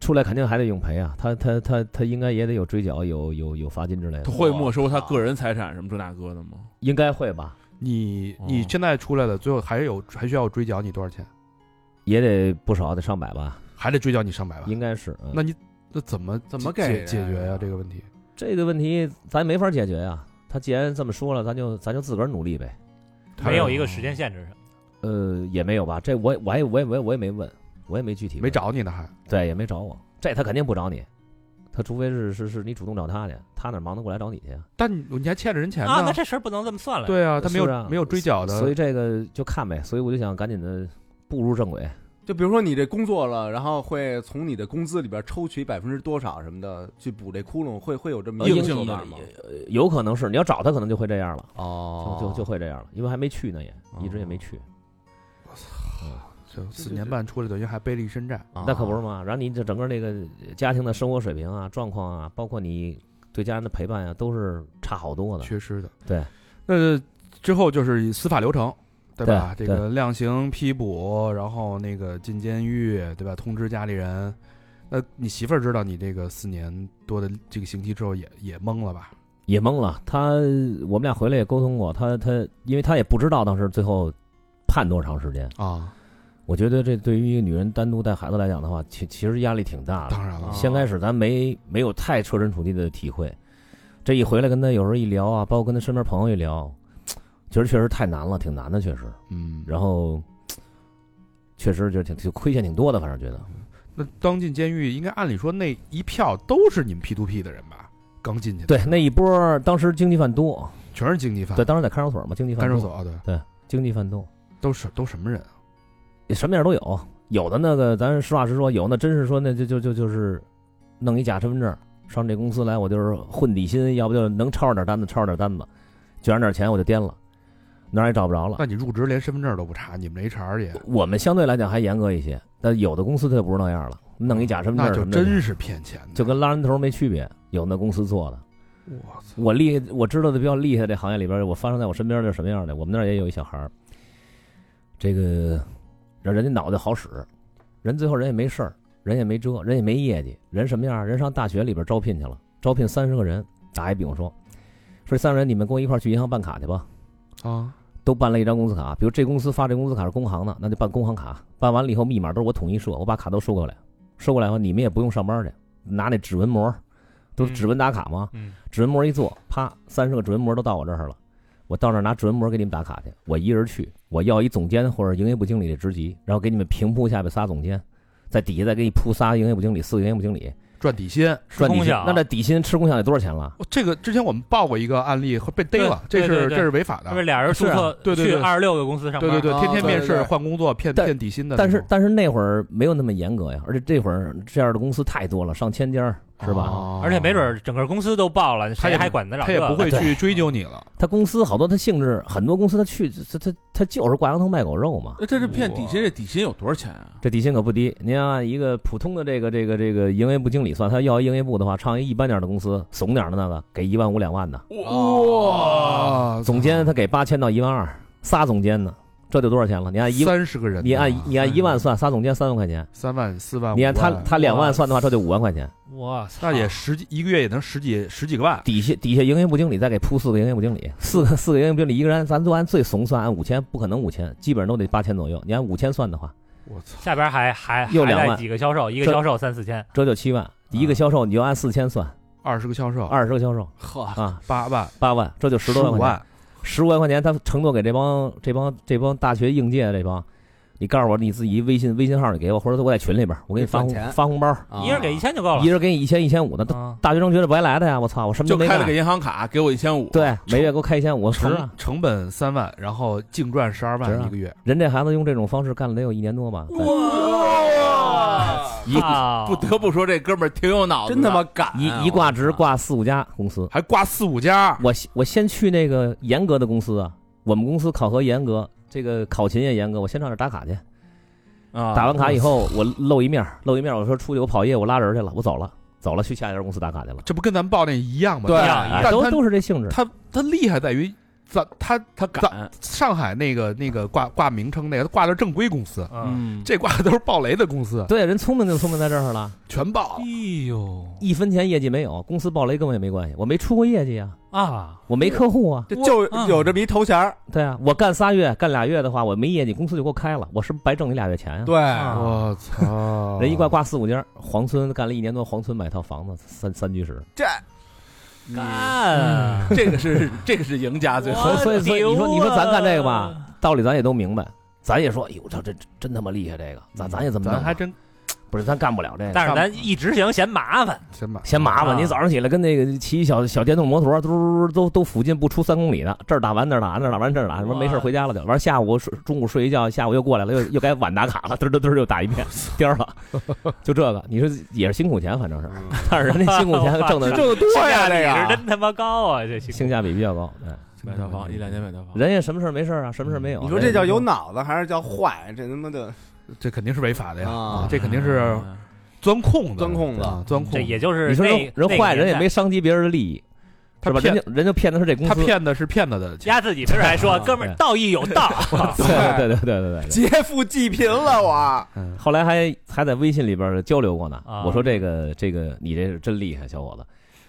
Speaker 3: 出来肯定还得永赔啊，他他他他应该也得有追缴，有有有罚金之类
Speaker 6: 他
Speaker 3: 的，
Speaker 6: 会没收他个人财产什么这那个的吗？
Speaker 3: 应该会吧，
Speaker 1: 你
Speaker 6: 哦
Speaker 1: 你现在出来了，最后还有还需要追缴你多少钱？
Speaker 3: 也得不少，得上百吧，
Speaker 1: 还得追缴你上百万？
Speaker 3: 应该是。嗯
Speaker 1: 啊那你那怎么
Speaker 2: 怎么
Speaker 1: 解解
Speaker 2: 给
Speaker 1: 解决呀
Speaker 2: 呀？
Speaker 1: 这个问题？
Speaker 3: 这个问题咱没法解决呀、啊他既然这么说了，咱就咱就自个儿努力呗。
Speaker 5: 没有一个时间限制，
Speaker 3: 呃，也没有吧，这我也我也我也我也我也没问，我也没具体问
Speaker 1: 没，找你呢还？
Speaker 3: 对，也没找我，这他肯定不找你，他除非是是是你主动找他去，他哪忙得过来找你去啊？
Speaker 1: 但你你还欠着人钱
Speaker 5: 啊，那
Speaker 1: 呢。
Speaker 5: 这事儿不能这么算了。，
Speaker 1: 对啊，他没
Speaker 3: 是啊
Speaker 1: 有没有追缴
Speaker 3: 所以
Speaker 1: 的，
Speaker 3: 这个就看呗，所以我就想赶紧的步入正轨，
Speaker 2: 就比如说你这工作了，然后会从你的工资里边抽取百分之多少什么的去补这窟窿，会会有这么
Speaker 3: 呃
Speaker 2: 一个
Speaker 3: 应
Speaker 2: 手
Speaker 6: 应
Speaker 2: 段吗？
Speaker 3: 呃有可能是你要找他，可能就会这样了，
Speaker 2: 哦
Speaker 3: 就就就会这样了，因为还没去呢也，
Speaker 1: 哦
Speaker 3: 一直也没去，
Speaker 1: 就四年半出来，等于还背了一身债。
Speaker 2: 啊
Speaker 3: 那可不是嘛。然后你这整个那个家庭的生活水平啊、状况啊，包括你对家人的陪伴呀，都是差好多的。
Speaker 1: 缺失的。
Speaker 3: 对，
Speaker 1: 那之后就是司法流程，对吧？
Speaker 3: 对
Speaker 1: 这个量刑、批捕，然后那个进监狱，对吧？通知家里人。那你媳妇儿知道你这个四年多的这个刑期之后也也懵了吧？
Speaker 3: 也懵了，他我们俩回来也沟通过，他他因为他也不知道当时最后判多长时间。
Speaker 1: 啊，
Speaker 3: 我觉得这对于一个女人单独带孩子来讲的话，其其实压力挺大的。
Speaker 1: 啊当然了，
Speaker 3: 先开始咱没没有太设身处地的体会，这一回来跟他有时候一聊啊，包括跟他身边朋友一聊，觉得确实太难了，挺难的，确实。
Speaker 1: 嗯。
Speaker 3: 然后确实就挺挺亏欠挺多的，反正觉得
Speaker 1: 那刚进监狱，应该按理说那一票都是你们 P to P 的人吧？刚进去的
Speaker 3: 对那一波儿当时经济犯多，
Speaker 1: 全是经济犯
Speaker 3: 对，，当时在看守所嘛，经济犯
Speaker 1: 啊看守
Speaker 3: 多
Speaker 1: 所啊，对，
Speaker 3: 经济犯多，
Speaker 1: 都是都什么人啊？
Speaker 3: 什么样都有，有的那个咱实话实说，有那真是说那就就就就是弄一假身份证上这公司来，我就是混底薪，要不就能抄着点单子，抄着点单子，卷着点钱我就颠了，哪儿也找不着了。
Speaker 1: 那你入职连身份证都不查，你们这 HR 也
Speaker 3: 我们相对来讲还严格一些，但有的公司它就不是那样了，弄一假身份
Speaker 1: 那
Speaker 3: 证
Speaker 1: 就
Speaker 3: 什么的
Speaker 1: 真是骗钱的，
Speaker 3: 就跟拉人头没区别，有那公司做的。
Speaker 1: 我操，
Speaker 3: 我厉我知道的比较厉害这行业里边，我发生在我身边的是什么样的？我们那儿也有一小孩儿，这个让人家脑袋好使，人最后人也没事儿，人也没辙，人也没业绩，人什么样儿？人上大学里边招聘去了，招聘三十个人，打一比方说，说三十人你们跟我一块儿去银行办卡去吧，
Speaker 1: 啊，
Speaker 3: 都办了一张工资卡，比如这公司发这工资卡是工行的，那就办工行卡，办完了以后密码都是我统一设，我把卡都收过来，收过来以后你们也不用上班去，拿那指纹膜，都是指纹打卡吗？
Speaker 5: 嗯，
Speaker 3: 指纹膜一做，啪，三十个指纹膜都到我这儿了。我到那儿拿指纹膜给你们打卡去，我一人去，我要一总监或者营业部经理的职级，然后给你们平铺下边仨总监，在底下再给你铺仨营业部经理、四个营业部经理，
Speaker 1: 赚底薪。
Speaker 3: 赚底
Speaker 5: 工
Speaker 3: 薪。
Speaker 5: 匠啊
Speaker 3: 那这底薪吃工享得多少钱了？
Speaker 1: 哦这个之前我们报过一个案例，被逮了，这
Speaker 5: 对对
Speaker 1: 是
Speaker 5: 对对
Speaker 1: 这是违法
Speaker 5: 是不是
Speaker 1: 的。
Speaker 5: 俩人注
Speaker 1: 是
Speaker 5: 册
Speaker 1: 啊对对对
Speaker 5: 去二十六个公司上
Speaker 1: 对
Speaker 5: 班？
Speaker 1: 对对
Speaker 2: 啊，
Speaker 1: 天天面
Speaker 2: 对
Speaker 1: 试
Speaker 2: 对对
Speaker 1: 换工作骗
Speaker 3: 但
Speaker 1: 骗底薪的那
Speaker 3: 但是
Speaker 1: 种，
Speaker 3: 但是那会儿没有那么严格呀，而且这会儿这样的公司太多了，上千家儿是吧？
Speaker 1: 哦
Speaker 5: 而且没准儿整个公司都报了，
Speaker 1: 他也
Speaker 5: 谁还管得了
Speaker 1: 他
Speaker 5: 这
Speaker 1: 也
Speaker 5: 个？
Speaker 1: 不会
Speaker 3: 对
Speaker 1: 去追究你了。
Speaker 3: 他公司好多，他性质很多公司他去他他他就是挂羊头卖狗肉嘛。
Speaker 6: 那这是骗底薪，这底薪有多少钱啊？
Speaker 3: 这底薪可不低。您按一个普通的这个这个这个营业部经理算，他要一营业部的话，唱一一般点儿的公司，怂点儿的那个给一万五两万的，
Speaker 2: 哇
Speaker 1: 哇，
Speaker 3: 总监他给八千到一万二，仨总监呢，这就多少钱了？你按一，
Speaker 1: 三十个人呢，啊
Speaker 3: 你按你按一万算，仨总监三万块钱，
Speaker 1: 三万四万，
Speaker 3: 你按
Speaker 1: 五
Speaker 3: 他
Speaker 1: 万
Speaker 3: 他两万算的话，这就五万块钱。
Speaker 5: 哇操，
Speaker 1: 那也十几一个月也能十几十几个万，
Speaker 3: 底下底下营业部经理再给铺四个营业部经理，四个四个营业部经理一个人，咱就按最怂算，按五千，不可能五千，基本上都得八千左右。你按五千算的话，
Speaker 1: 我操，
Speaker 5: 下边还还
Speaker 3: 又
Speaker 5: 还
Speaker 3: 两万
Speaker 5: 带几个销售，一个
Speaker 3: 这
Speaker 5: 销售三四千，
Speaker 3: 这就七万。一个销售你就按四千算，
Speaker 1: 二十个销售，
Speaker 3: 二十个销售
Speaker 2: 呵，
Speaker 3: 啊，
Speaker 1: 八万，
Speaker 3: 八万，这就十多万
Speaker 1: 五
Speaker 3: 块钱。
Speaker 1: 万，
Speaker 3: 十五万块钱，他承诺给这帮这帮这帮大学应届的这帮，你告诉我你自己微信微信号你给我，或者我在群里边，我给你发
Speaker 2: 给
Speaker 3: 红
Speaker 2: 转钱
Speaker 3: 发红包，
Speaker 2: 啊
Speaker 5: 一人给一千就够了
Speaker 3: 一。人给你一千一千五的，大
Speaker 5: 啊，
Speaker 3: 大学生觉得白来的呀，我操，我什么
Speaker 6: 就
Speaker 3: 都没
Speaker 6: 开了
Speaker 3: 干
Speaker 6: 个，银行卡，给我一千五。，
Speaker 3: 对，每月给我开一千五，值
Speaker 1: 成
Speaker 3: 啊！
Speaker 1: 成本三万，然后净赚十二
Speaker 3: 值啊
Speaker 1: 万一个月，
Speaker 3: 人这孩子用这种方式干了得有一年多吧，
Speaker 6: 一
Speaker 5: 啊
Speaker 6: 不得不说这哥们儿挺有脑子的，
Speaker 2: 真他妈敢啊，
Speaker 3: 一一挂职挂四五家公司，
Speaker 1: 还挂四五家，
Speaker 3: 我先我先去那个严格的公司啊，我们公司考核严格，这个考勤也严格，我先上那儿打卡去，
Speaker 6: 啊！
Speaker 3: 打完卡以后我露一面儿，露一面儿，我说出去我跑业我拉人去了，我走了，走了去下一家公司打卡去了。
Speaker 1: 这不跟咱们报那一样吗？
Speaker 2: 对
Speaker 1: 但
Speaker 5: 呀
Speaker 3: 哎，
Speaker 1: 但
Speaker 3: 都
Speaker 1: 他
Speaker 3: 都是这性质。
Speaker 1: 他他厉害在于，咱他
Speaker 6: 他敢，
Speaker 1: 上海那个那个挂挂名称那个，他挂的是正规公司，
Speaker 5: 嗯，
Speaker 6: 嗯，
Speaker 1: 这挂的都是暴雷的公司，
Speaker 3: 对，人聪明就聪明在这儿了，
Speaker 1: 全报。
Speaker 5: 哎呦
Speaker 3: 一分钱业绩没有，公司暴雷跟我也没关系，我没出过业绩啊，
Speaker 5: 啊，
Speaker 3: 我没客户啊，
Speaker 2: 这就有这么一头衔儿，
Speaker 3: 对啊，我干仨月干俩月的话，我没业绩，公司就给我开了，我是不是白挣你俩月钱呀、
Speaker 2: 对，
Speaker 5: 啊
Speaker 1: 我 操
Speaker 3: 人一挂挂四五家，黄村干了一年多，黄村买套房子，三三居室。
Speaker 2: 这
Speaker 6: 嗯
Speaker 5: 干，
Speaker 6: 这个是这个是赢家最后
Speaker 3: 嗯所以所以所以你说
Speaker 5: 牛啊
Speaker 3: 你说咱干这个吧，道理咱也都明白，咱也说，哎呦，我操，这真他妈厉害，这个咱咱也怎么弄
Speaker 1: 咱
Speaker 3: 啊？
Speaker 1: 还真
Speaker 3: 不是咱干不了这个，
Speaker 5: 但是咱一直行嫌麻烦，
Speaker 1: 真买
Speaker 3: 嫌麻烦，
Speaker 5: 啊
Speaker 3: 你早上起来跟那个骑小小电动摩托，嘟嘟嘟都都附近不出三公里的，这儿打完那儿打，那儿打完这儿打，什么没事儿回家了就完，下午睡中午睡一觉，下午又过来了，又又该晚打卡了，嘚嘚嘚又打一遍，颠儿了，就这个，你说也是辛苦钱，反正是，但是人家辛苦钱挣的
Speaker 2: 挣得多呀，这
Speaker 5: 也是
Speaker 2: 个
Speaker 5: 真他妈高啊，这行
Speaker 3: 性价比比较高，对，
Speaker 6: 买套房一两千买套 房，
Speaker 3: 人家什么事儿没事儿啊，什么事儿没有，
Speaker 2: 你说这叫有脑子还是叫坏？这他妈的
Speaker 1: 这肯定是违法的呀，
Speaker 2: 啊
Speaker 1: 这肯定是钻空子，
Speaker 2: 钻空子
Speaker 1: 啊，钻空子。
Speaker 5: 这也就是
Speaker 3: 你说人
Speaker 5: 那
Speaker 3: 人
Speaker 5: 那个
Speaker 3: 坏人也
Speaker 5: 年代
Speaker 3: 没伤及别人的利益，
Speaker 1: 他
Speaker 3: 是吧？人
Speaker 1: 骗
Speaker 3: 家人家骗的是这公
Speaker 1: 他
Speaker 3: 司，
Speaker 1: 骗的是骗子的钱，
Speaker 5: 压自己身上 还说，
Speaker 3: 对
Speaker 5: 哥们儿道义有 道，
Speaker 3: 对对对对对对对。
Speaker 2: 劫富济贫了我。
Speaker 1: 嗯
Speaker 3: 后来还还在微信里边儿交流过呢。
Speaker 5: 啊
Speaker 3: 我说这个这个你这是真厉害，小伙子。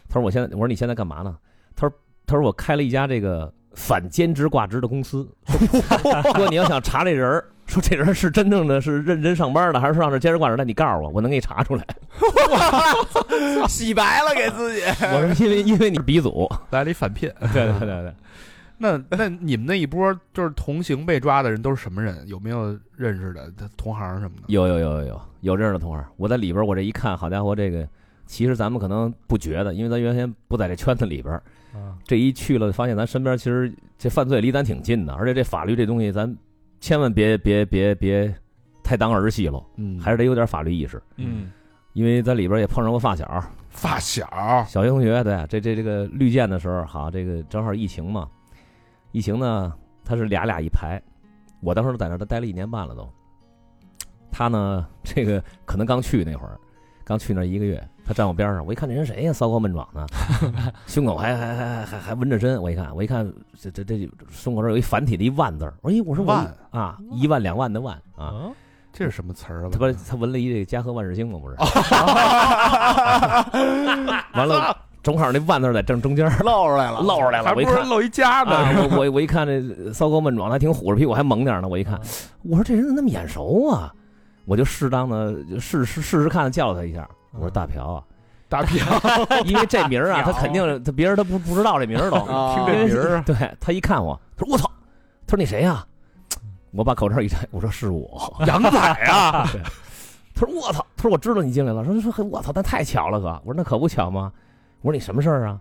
Speaker 3: 他说我现在我说你现在干嘛呢？他说他说我开了一家这个反兼职挂职的公司。 说你要想查这人儿，说这人儿是真正的是认真上班的，还是上这兼职挂职的？你告诉我，我能给你查出来。
Speaker 2: 洗白了给自己。
Speaker 3: 我说因为因为你是鼻祖，
Speaker 1: 来了一反骗。
Speaker 3: 对对对对，
Speaker 1: 那那你们那一波就是同行被抓的人都是什么人？有没有认识的他同行什么的？
Speaker 3: 有有有有有有认识的同行，我在里边儿我这一看，好家伙，这个其实咱们可能不觉得，因为咱原先不在这圈子里边儿。这一去了，发现咱身边其实这犯罪离咱挺近的，而且这法律这东西，咱千万别别别别太当儿戏了，
Speaker 1: 嗯，
Speaker 3: 还是得有点法律意识。
Speaker 6: 嗯，
Speaker 3: 因为在里边也碰上过发小，
Speaker 1: 发小，
Speaker 3: 小学同学，对，这这这个绿箭的时候，好，这个正好疫情嘛，疫情呢，他是俩俩一排，我当时在那儿都待了一年半了都，他呢， 这个可能刚去那会儿，刚去那儿一个月，他站我边上，我一看这人谁呀，骚高闷壮的，胸口还还还还还纹着针，我一看，我一看这这这胸口这儿有一繁体的一万字儿，我说咦，我说我
Speaker 1: 万
Speaker 3: 啊，一万两万的万啊，
Speaker 5: 啊，
Speaker 1: 这是什么词儿啊？
Speaker 3: 他不是他纹了一这个家和万事兴吗？不是，完了正好那万字在正中间儿
Speaker 2: 露出来了，
Speaker 3: 露出来了，我一看。
Speaker 1: 露一家
Speaker 3: 啊，我我我一看这骚高闷壮，还挺虎着屁股，还猛点儿呢。我一
Speaker 1: 啊
Speaker 3: 看，我说这人怎么那么眼熟啊？我就适当的试试试试看，叫他一下。我说大朴啊，
Speaker 1: 大屁
Speaker 3: 因为这名儿啊，
Speaker 2: 大朴
Speaker 3: 他肯定是他别人他不不知道这名儿都。
Speaker 2: 啊
Speaker 1: 听这名儿，
Speaker 3: 对他一看我，他说我操，他说你谁呀、我把口罩一摘，我说是我。
Speaker 1: 杨仔 啊，
Speaker 3: 他说我操，他说我知道你进来了，说说嘿我操，那太巧了可。我说那可不巧吗？我说你什么事儿啊？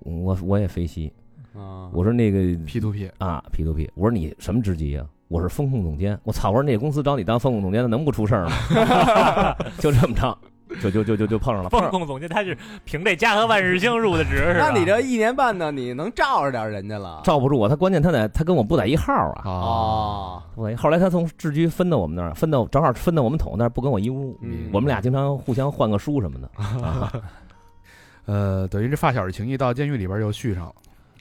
Speaker 3: 我我也飞西，
Speaker 2: 啊
Speaker 3: 我说那个
Speaker 1: P to P，
Speaker 3: 啊，P to P，我说你什么职级啊？我是风控总监。我操！我说那公司找你当风控总监的，能不出事儿吗？ 就这么着，就就就就就碰上了。碰
Speaker 5: 风
Speaker 3: 上
Speaker 5: 控总监他是凭这家和万事兴入的职，是吧
Speaker 2: 那你这一年半呢，你能罩着点人家了？
Speaker 3: 罩不住我，他关键他在他跟我不在一号啊。
Speaker 2: 哦，
Speaker 3: 不在一后来他从智居分到我们那儿，分到正好分到我们桶，但是不跟我一屋。
Speaker 2: 嗯
Speaker 3: 我们俩经常互相换个书什么的。
Speaker 1: 呃，等于这发小的情谊到监狱里边又续上了。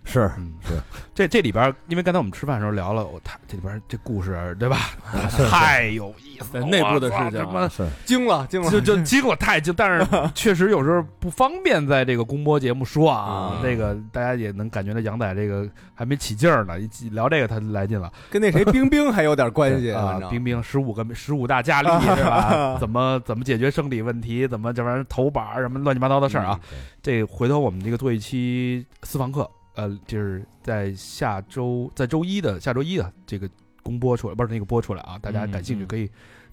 Speaker 3: 是
Speaker 1: 嗯，
Speaker 3: 是
Speaker 1: 这这里边，因为刚才我们吃饭的时候聊了，我他这里边这故事对吧？ 太有意思了，
Speaker 6: 对内部的
Speaker 1: 我操
Speaker 6: 事情啊
Speaker 1: 他妈
Speaker 3: 是，
Speaker 2: 惊了，惊了，
Speaker 1: 就 就结果太就，但 是确实有时候不方便在这个公播节目说啊。
Speaker 2: 嗯
Speaker 1: 这个大家也能感觉到杨仔这个还没起劲儿呢，一起聊这个他就来劲了。
Speaker 2: 跟那谁冰冰还有点关系
Speaker 1: 啊
Speaker 2: 反，正
Speaker 1: 冰冰十五个十五大佳丽是吧？怎么怎么解决生理问题？怎么这玩意儿头板儿什么乱七八糟的事儿啊？这回头我们这个做一期私房课，呃，就是在下周在周一的下周一的这个公播出来，不是那个播出来啊，大家感兴趣可以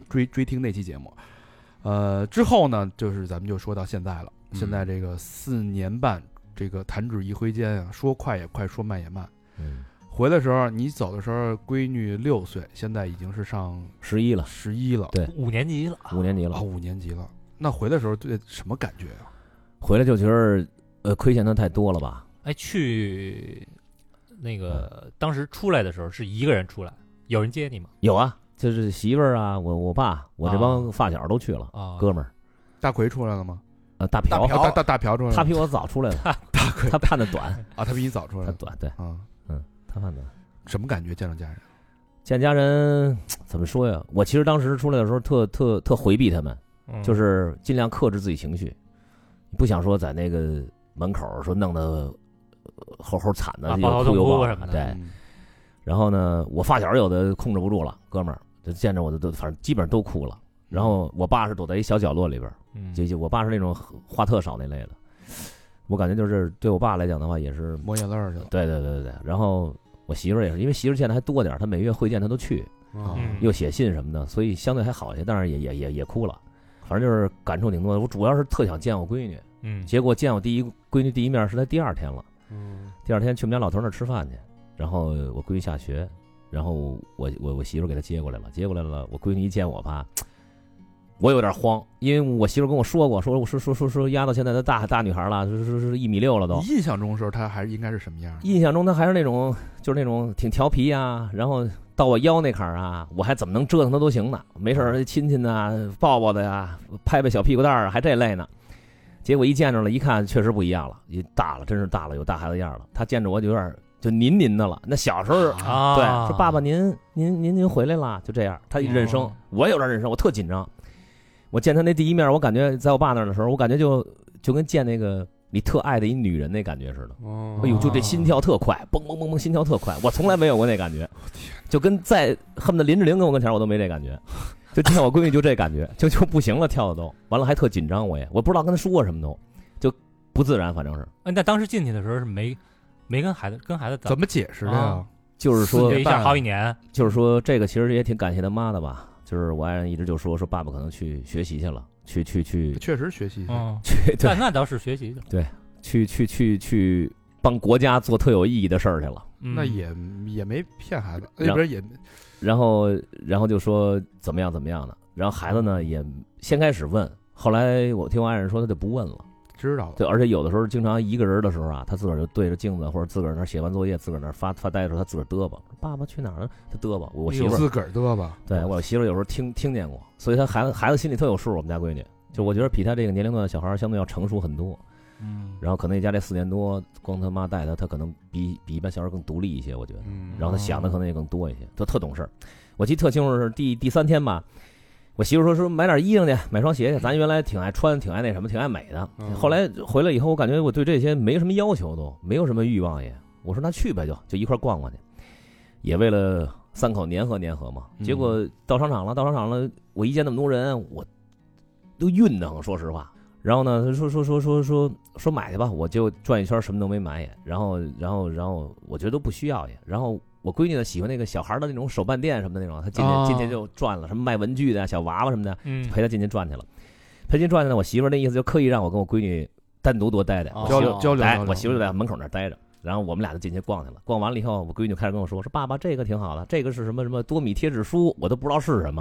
Speaker 1: 追、追听那期节目。呃，之后呢，就是咱们就说到现在了，
Speaker 2: 嗯
Speaker 1: 现在这个四年半，这个弹指一挥间啊，说快也快，说慢也慢。
Speaker 3: 嗯，
Speaker 1: 回的时候，你走的时候，闺女六岁，现在已经是上
Speaker 3: 十一了，
Speaker 1: 十一了，
Speaker 3: 对
Speaker 5: 五年级了，
Speaker 3: 五年级
Speaker 1: 啊，
Speaker 3: 了，
Speaker 1: 五年级了。那回的时候，对什么感觉啊？
Speaker 3: 回来就觉得呃亏欠他太多了吧？
Speaker 5: 哎，去那个当时出来的时候是一个人出来，有人接你吗？
Speaker 3: 有啊，就是媳妇儿啊，我我爸，我这帮发小都去了，
Speaker 5: 啊，
Speaker 3: 哥们儿，
Speaker 1: 大奎出来了吗？
Speaker 3: 呃，大朴
Speaker 2: 大朴
Speaker 1: 啊大大大朴出
Speaker 5: 嗯
Speaker 1: 来了，
Speaker 3: 他比我早出 来了，他判的短，
Speaker 1: 啊，他比你早出来
Speaker 3: 他
Speaker 1: 了
Speaker 3: 短，对
Speaker 1: 啊。
Speaker 3: 他判短。
Speaker 1: 什么感觉见着家人？啊
Speaker 3: 见家人怎么说呀？我其实当时出来的时候特特特回避他们，
Speaker 5: 嗯
Speaker 3: 就是尽量克制自己情绪，不想说在那个门口说弄得呃齁齁惨的
Speaker 5: 啊，
Speaker 3: 又哭
Speaker 5: 抱头痛
Speaker 3: 又
Speaker 5: 哭
Speaker 3: 抱
Speaker 5: 什么的
Speaker 3: 对，
Speaker 1: 嗯
Speaker 3: 然后呢，我发小有的控制不住了，哥们儿就见着我的都反正基本上都哭了。然后我爸是躲在一小角落里边儿，
Speaker 5: 嗯
Speaker 3: 就就我爸是那种话特少那类的，我感觉就是对我爸来讲的话也是
Speaker 1: 抹眼泪儿去了。
Speaker 3: 对对对对对，然后我媳妇儿也是，因为媳妇儿现在还多点儿，她每月会见她都去，
Speaker 1: 啊
Speaker 5: 嗯
Speaker 3: 啊又写信什么的，所以相对还好一些，但是也也也也哭了，反正就是感触挺多的。我主要是特想见我闺女，
Speaker 5: 嗯
Speaker 3: 结果见我第一闺女第一面是在第二天了，
Speaker 5: 嗯
Speaker 3: 第二天去我们家老头那儿吃饭去，然后我闺女下学，然后我我我媳妇儿给她接过来了，接过来了，我闺女一见我吧。我有点慌，因为我媳妇儿跟我说过，说说说说说丫到现在都大大女孩了，说说说一米六了都
Speaker 1: 你。印象中的时候，他还是应该是什么样？
Speaker 3: 啊印象中她还是那种就是那种挺调皮呀、然后到我腰那坎儿啊，我还怎么能折腾他都行呢？没事儿，亲亲呐、抱抱的呀、拍拍小屁股蛋儿啊，还这类呢。结果一见着了，一看确实不一样了，也大了，真是大了，有大孩子样了。他见着我就有点儿就您您的了，那小时候
Speaker 5: 啊，
Speaker 3: 对，说爸爸您您您您回来啦，就这样。他一认生，
Speaker 6: 哦
Speaker 3: 我也有点认生，我特紧张。我见他那第一面，我感觉在我爸那儿的时候，我感觉就就跟见那个你特爱的一女人那感觉似的。
Speaker 2: 哦
Speaker 3: 哎呦，就这心跳特快，嘣嘣嘣嘣，心跳特快，我从来没有过那感觉，就跟在恨不得林志玲跟我跟前儿我都没这感觉，就见我闺女就这感觉，就就不行了，跳的都完了，还特紧张，我也我不知道跟她说什么都，就不自然，反正是
Speaker 5: 哎那当时进去的时候是没没跟孩子跟孩子
Speaker 1: 怎么解释的呀
Speaker 5: 啊？
Speaker 3: 就是说嗯
Speaker 5: 一下好几年，
Speaker 3: 就是说这个其实也挺感谢他妈的吧，就是我爱人一直就说说爸爸可能去学习去了，去去去
Speaker 1: 确实学习一下
Speaker 5: 嗯，
Speaker 3: 去
Speaker 5: 那
Speaker 3: 对
Speaker 5: 那倒是学习的，
Speaker 3: 去去去去帮国家做特有意义的事儿去了。
Speaker 5: 嗯
Speaker 1: 那也也没骗孩子，
Speaker 3: 然
Speaker 1: 那边也
Speaker 3: 然后然后就说怎么样怎么样的，然后孩子呢也先开始问，后来我听我爱人说他就不问了，
Speaker 1: 知道了。
Speaker 3: 对，而且有的时候经常一个人的时候啊，他自个儿就对着镜子或者自个儿那儿写完作业，自个儿那儿发发呆的时候，他自个儿嘚吧，爸爸去哪儿了？他嘚吧，
Speaker 5: 哎
Speaker 3: 我媳妇儿
Speaker 1: 自个儿嘚吧，
Speaker 3: 对我媳妇儿有时候听听见过，所以她孩子孩子心里特有数。我们家闺女，就我觉得比她这个年龄段的小孩儿相对要成熟很多。
Speaker 6: 嗯，
Speaker 3: 然后可能一家这四年多，光他妈带她，她可能比比一般小孩儿更独立一些，我觉得。
Speaker 2: 嗯
Speaker 3: 然后她想的可能也更多一些，她特懂事儿。我记得特清楚是第第三天吧，我媳妇说说买点衣裳去，买双鞋去。咱原来挺爱穿，挺爱那什么，挺爱美的。
Speaker 2: 嗯
Speaker 3: 后来回来以后，我感觉我对这些没什么要求都，没有什么欲望也。我说那去呗就，就一块儿逛逛去，也为了三口粘合粘合嘛。
Speaker 2: 嗯
Speaker 3: 结果到商场了，到商场了，我一见那么多人，我都晕得很，说实话。然后呢，他说说说说说说买去吧，我就转一圈，什么都没买也。然后然后然后，我觉得都不需要也。然后我闺女呢，喜欢那个小孩儿的那种手办店什么的那种，她进去、
Speaker 6: 哦
Speaker 3: 进去就转了，什么卖文具的、小娃娃什么的，
Speaker 5: 嗯
Speaker 3: 陪她进去转去了。陪进去转去呢，我媳妇儿那意思就刻意让我跟我闺女单独多待待，
Speaker 2: 哦
Speaker 3: 我
Speaker 1: 交
Speaker 3: 媳妇
Speaker 1: 流交流
Speaker 3: 哎
Speaker 1: 交，流嗯
Speaker 3: 我媳妇就在门口那儿待着，然后我们俩就进去逛去了。逛完了以后，我闺女就开始跟我说：“说爸爸，这个挺好的，这个是什么什么多米贴纸书，我都不知道是什 么。”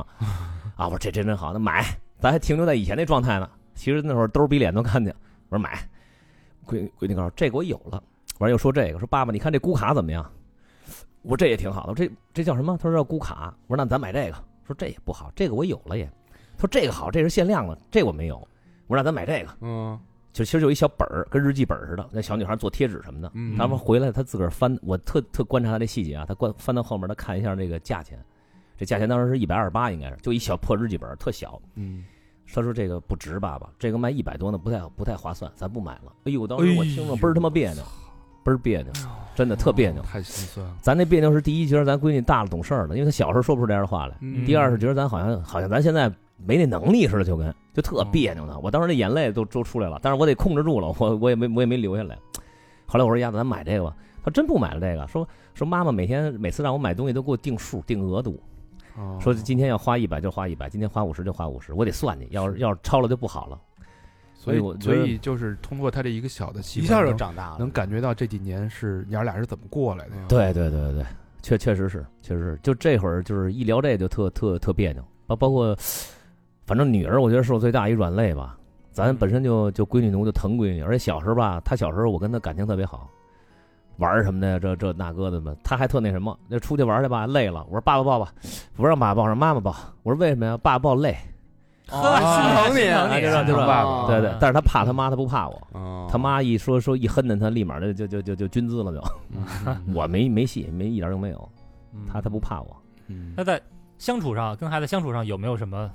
Speaker 3: 啊，我说这真真好，那买。咱还停留在以前那状态呢，其实那会儿兜儿比脸都看见。我说买，闺闺女告诉我这个我有了，完了又说这个，说爸爸你看这咕卡怎么样？我说这也挺好的，我说这这叫什么？他说叫咕卡。我说那咱买这个，说这也不好，这个我有了也。他说这个好，这是限量的，这我没有。我说那咱买这个。
Speaker 2: 嗯
Speaker 3: 就其实就一小本儿，跟日记本儿似的。那小女孩做贴纸什么的，
Speaker 2: 嗯，
Speaker 3: 他们回来她自个儿翻，我特特观察她这细节啊，她观翻到后面，她看一下这个价钱，这价钱当时是一百二十八，应该是就一小破日记本儿，特小。
Speaker 2: 嗯
Speaker 3: 她说这个不值，爸爸，这个卖一百多呢，不太不太划算，咱不买了。哎呦，当时我听着倍儿他妈别扭，倍儿别扭，
Speaker 2: 哎
Speaker 3: 真的特别
Speaker 2: 哦
Speaker 3: 扭。
Speaker 1: 太心酸了。
Speaker 3: 咱那别扭是第一，觉得咱闺女大了懂事儿了，因为她小时候说不出这样的话来。
Speaker 2: 嗯
Speaker 3: 第
Speaker 5: 哦
Speaker 3: 二是觉得咱好像好像咱现在没那能力似的，就跟就特别扭呢。我当时那眼泪都都出来了，但是我得控制住了，我我也没我也没流下来。后来我说丫头，咱买这个吧。他真不买了这个，说说妈妈每天每次让我买东西都给我定数定额度，
Speaker 1: 哦
Speaker 3: 说今天要花一百就花一百，今天花五十就花五十，我得算计，要是要是超了就不好了。
Speaker 1: 所
Speaker 3: 哎我
Speaker 1: 以
Speaker 3: 觉
Speaker 1: 所
Speaker 3: 得
Speaker 1: 以就是通过他这一个小的习
Speaker 2: 一
Speaker 1: 惯，
Speaker 2: 下就
Speaker 1: 能
Speaker 2: 长大了，
Speaker 1: 能感觉到这几年是娘儿俩是怎么过来的呀？
Speaker 3: 对对对对对，确确实是，确实是。就这会儿就是一聊这就特特特别扭，包包括，反正女儿我觉得是我最大一软肋吧。咱本身就就闺女奴就疼闺女，而且小时候吧，她小时候我跟她感情特别好，玩儿什么的呀这这那个的嘛，她还特那什么，那出去玩儿去吧，累了，我说爸爸抱吧，不让爸爸抱，让妈妈抱。我说为什么呀？爸爸抱累，
Speaker 5: 呵
Speaker 2: 心疼你
Speaker 5: 啊疼你，
Speaker 2: 对吧
Speaker 3: 对吧
Speaker 2: 吧
Speaker 3: 对
Speaker 5: 嗯
Speaker 3: 对。但是她怕她妈，她不怕我。
Speaker 2: 哦
Speaker 3: 他妈一说说一恨着她，立马就就就就就军姿了就。
Speaker 1: 嗯
Speaker 3: 我没没戏，没一点儿都没有，她她不怕我。
Speaker 1: 嗯
Speaker 5: 那在相处上跟孩子相处上有没有什么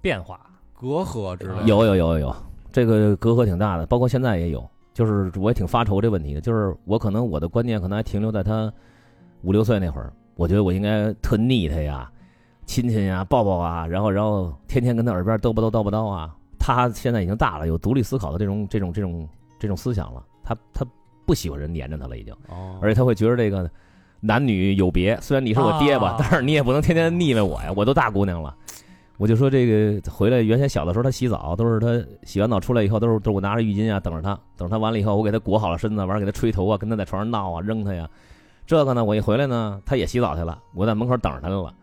Speaker 5: 变化？
Speaker 2: 隔阂之类的，
Speaker 3: 有有有有有，这个隔阂挺大的，包括现在也有。就是我也挺发愁这问题的，就是我可能我的观念可能还停留在他五六岁那会儿，我觉得我应该特腻他呀，亲亲呀，抱抱啊，然后然后天天跟他耳边叨吧叨叨吧叨啊。他现在已经大了，有独立思考的这种这种这种这种思想了，他他不喜欢人黏着他了已经，
Speaker 2: 哦
Speaker 3: 而且他会觉得这个男女有别，虽然你是我爹吧，
Speaker 5: 啊
Speaker 3: 但是你也不能天天腻歪我呀，我都大姑娘了。我就说这个回来，原先小的时候他洗澡都是他洗完澡出来以后都是都是我拿着浴巾啊等着他，等着他完了以后我给他裹好了身子，完了给他吹头啊，跟他在床上闹啊扔他呀。这个呢，我一回来呢，他也洗澡去了，我在门口等着他去了。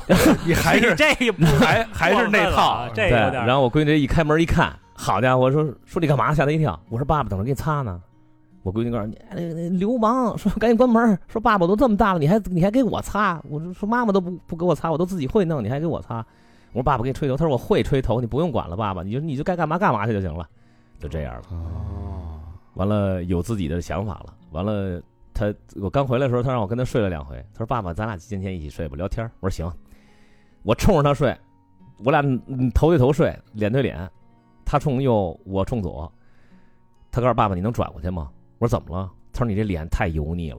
Speaker 1: 你还是
Speaker 5: 这个不
Speaker 1: 还还是那套
Speaker 5: 过分了啊，
Speaker 3: 对，
Speaker 5: 这有点儿。
Speaker 3: 然后我闺女一开门一看，好家伙，说说你干嘛？吓他一跳。我说爸爸等着给你擦呢。我闺女告诉你，哎那那流氓说赶紧关门，说爸爸我都这么大了，你还你还给我擦？我就说妈妈都不不给我擦，我都自己会弄，你还给我擦？我说爸爸给你吹头，他说我会吹头，你不用管了，爸爸，你就你就该干嘛干嘛去就行了，就这样了。完了有自己的想法了。完了，他我刚回来的时候，他让我跟他睡了两回。他说：“爸爸，咱俩今天一起睡吧，聊天儿。”我说：“行。”我冲着他睡，我俩嗯头对头睡，脸对脸，他冲右，我冲左。他告诉爸爸：“你能转过去吗？”我说：“怎么了？”他说：“你这脸太油腻了。”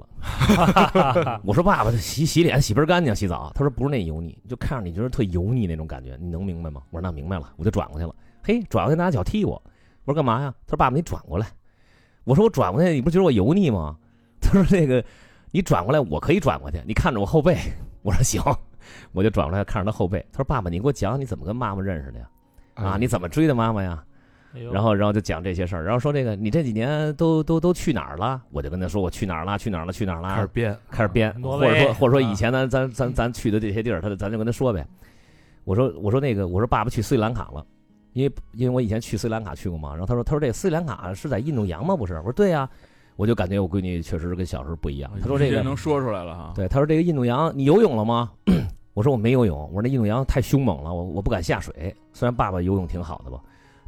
Speaker 3: 我说：“爸爸，洗洗脸洗倍儿干净，洗澡。”他说：“不是那油腻，就看着你觉得特油腻那种感觉，你能明白吗？”我说：“那明白了。”我就转过去了。嘿，转过去拿脚踢我。我说：“干嘛呀？”他说：“爸爸，你转过来。”我说我转过去，你不觉得我油腻吗？他说那个，你转过来，我可以转过去。你看着我后背，我说行，我就转过来看着他后背。他说爸爸，你给我讲你怎么跟妈妈认识的呀？
Speaker 1: 嗯
Speaker 3: 啊，你怎么追的妈妈呀？
Speaker 5: 哎呦
Speaker 3: 然后然后就讲这些事儿，然后说这个你这几年都都都去哪儿了？我就跟他说我去哪儿了，去哪儿了，去哪儿了，
Speaker 6: 开始编，
Speaker 3: 开始编，
Speaker 5: 挪
Speaker 3: 或
Speaker 5: 威
Speaker 3: 者说或者说
Speaker 5: 啊
Speaker 3: 以前咱咱咱咱去的这些地儿，他就咱就跟他说呗。我说我说那个我说爸爸去斯里兰卡了，因为因为我以前去斯里兰卡去过嘛。然后他说他说这斯里兰卡是在印度洋吗？不是，我说对呀、我就感觉我闺女确实跟小时候不一样。他说这
Speaker 6: 直接
Speaker 3: 个
Speaker 6: 能说出来了哈，
Speaker 3: 对，他说这个印度洋你游泳了吗？我说我没游泳，我说那印度洋太凶猛了，我我不敢下水。虽然爸爸游泳挺好的吧，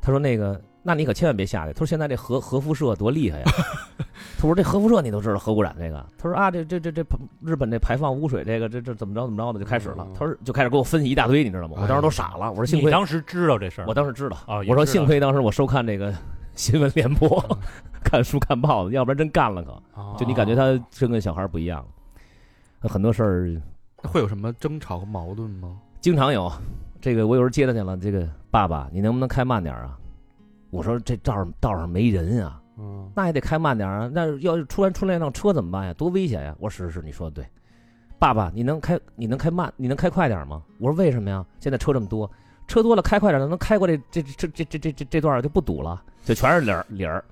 Speaker 3: 他说那个，那你可千万别下去。他说现在这核核辐射多厉害呀！他说这核辐射你都知道，核污染这个。他说啊，这这这这日本这排放污水这个这这怎么着怎么着的就开始了。他说就开始给我分析一大堆，你知道吗？我当时都傻了。我说幸
Speaker 5: 你
Speaker 3: 亏
Speaker 5: 当时知道这事儿吗，
Speaker 3: 我当时知道，
Speaker 5: 哦也
Speaker 3: 我说
Speaker 5: 知道
Speaker 3: 幸亏当时我收看这个 新闻联播， 看书看报的，要不然真干了可。就你感觉他真跟小孩不一样了，很多事儿。
Speaker 1: 会有什么争吵和矛盾吗？
Speaker 3: 经常有，这个我有时候接他去了，这个爸爸，你能不能开慢点儿啊？我说这道上道上没人啊，
Speaker 2: 嗯
Speaker 3: 那也得开慢点儿啊。那要是突然出来一辆车怎么办呀？多危险呀！我说是是，你说的对。爸爸，你能开你能开慢，你能开快点儿吗？我说为什么呀？现在车这么多，车多了开快点儿，能开过这这这这这这这这段儿就不堵了，就全是理儿理儿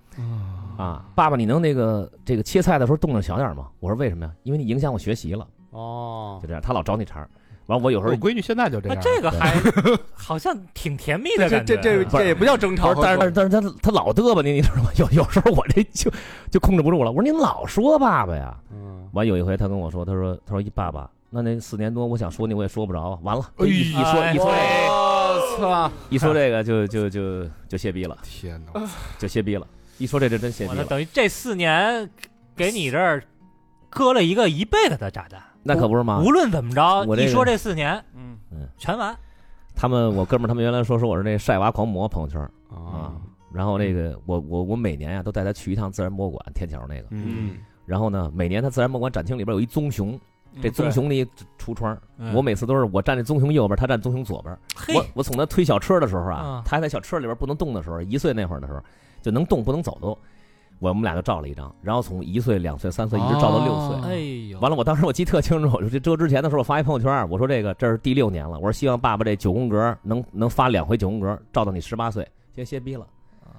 Speaker 3: 啊！爸爸，你能那个这个切菜的时候动静小点儿吗？我说为什么呀？因为你影响我学习了，
Speaker 2: 哦
Speaker 3: 就，这样。他老找你茬儿，完我有时
Speaker 1: 我
Speaker 3: 候
Speaker 1: 闺女现在就这
Speaker 5: 那
Speaker 1: 样，
Speaker 5: 这个还 好像挺甜蜜的
Speaker 2: 这
Speaker 5: 感觉啊
Speaker 2: 这，这
Speaker 5: 不
Speaker 2: 这
Speaker 5: 是
Speaker 2: 也不叫争吵
Speaker 3: 不是，但
Speaker 2: 和沟
Speaker 3: 是
Speaker 2: 通，
Speaker 3: 但是他他老嘚吧你，你知道吗？ 有有时候我这就就控制不住了。我说你老说爸爸呀。
Speaker 2: 嗯，
Speaker 3: 完有一回他跟我说，他说他说爸爸，那那四年多我想说你我也说不着啊。完了，
Speaker 1: 哎
Speaker 3: 一一说
Speaker 5: 哎
Speaker 3: 一说这
Speaker 2: 我操，
Speaker 3: 一说这个就就就就歇逼了，
Speaker 1: 天哪！
Speaker 3: 就歇逼了。一说这就真歇
Speaker 5: 我
Speaker 3: 逼
Speaker 5: 那
Speaker 3: 了。
Speaker 5: 等于这四年给你这儿搁了一个一辈子的炸弹，
Speaker 3: 那可不是吗？
Speaker 5: 无论怎么着，
Speaker 3: 啊我这个
Speaker 5: 一说这四年
Speaker 6: 嗯，
Speaker 5: 全完，
Speaker 3: 他们我哥们儿他们原来说说我是那晒娃狂魔朋友圈儿啊。然后那个我我我每年呀、都带他去一趟自然博物馆天桥那个。
Speaker 6: 嗯，
Speaker 3: 然后呢，每年他自然博物馆展厅里边有一棕熊，
Speaker 5: 嗯
Speaker 3: 这棕熊里橱窗。我每次都是我站这棕熊右边，他站棕熊左边。
Speaker 5: 嘿，
Speaker 3: 我我从他推小车的时候啊
Speaker 5: 啊，
Speaker 3: 他还在小车里边不能动的时候，一岁那会儿的时候，就能动不能走都，我们俩就照了一张，然后从一岁、两岁、三岁一直照到六岁。
Speaker 1: 哦
Speaker 5: 哎呦，
Speaker 3: 完了，我当时我记得特清楚，我说这遮之前的时候，我发一朋友圈，我说这个这是第六年了，我说希望爸爸这九宫格能能发两回九宫格，照到你十八岁，先歇逼了，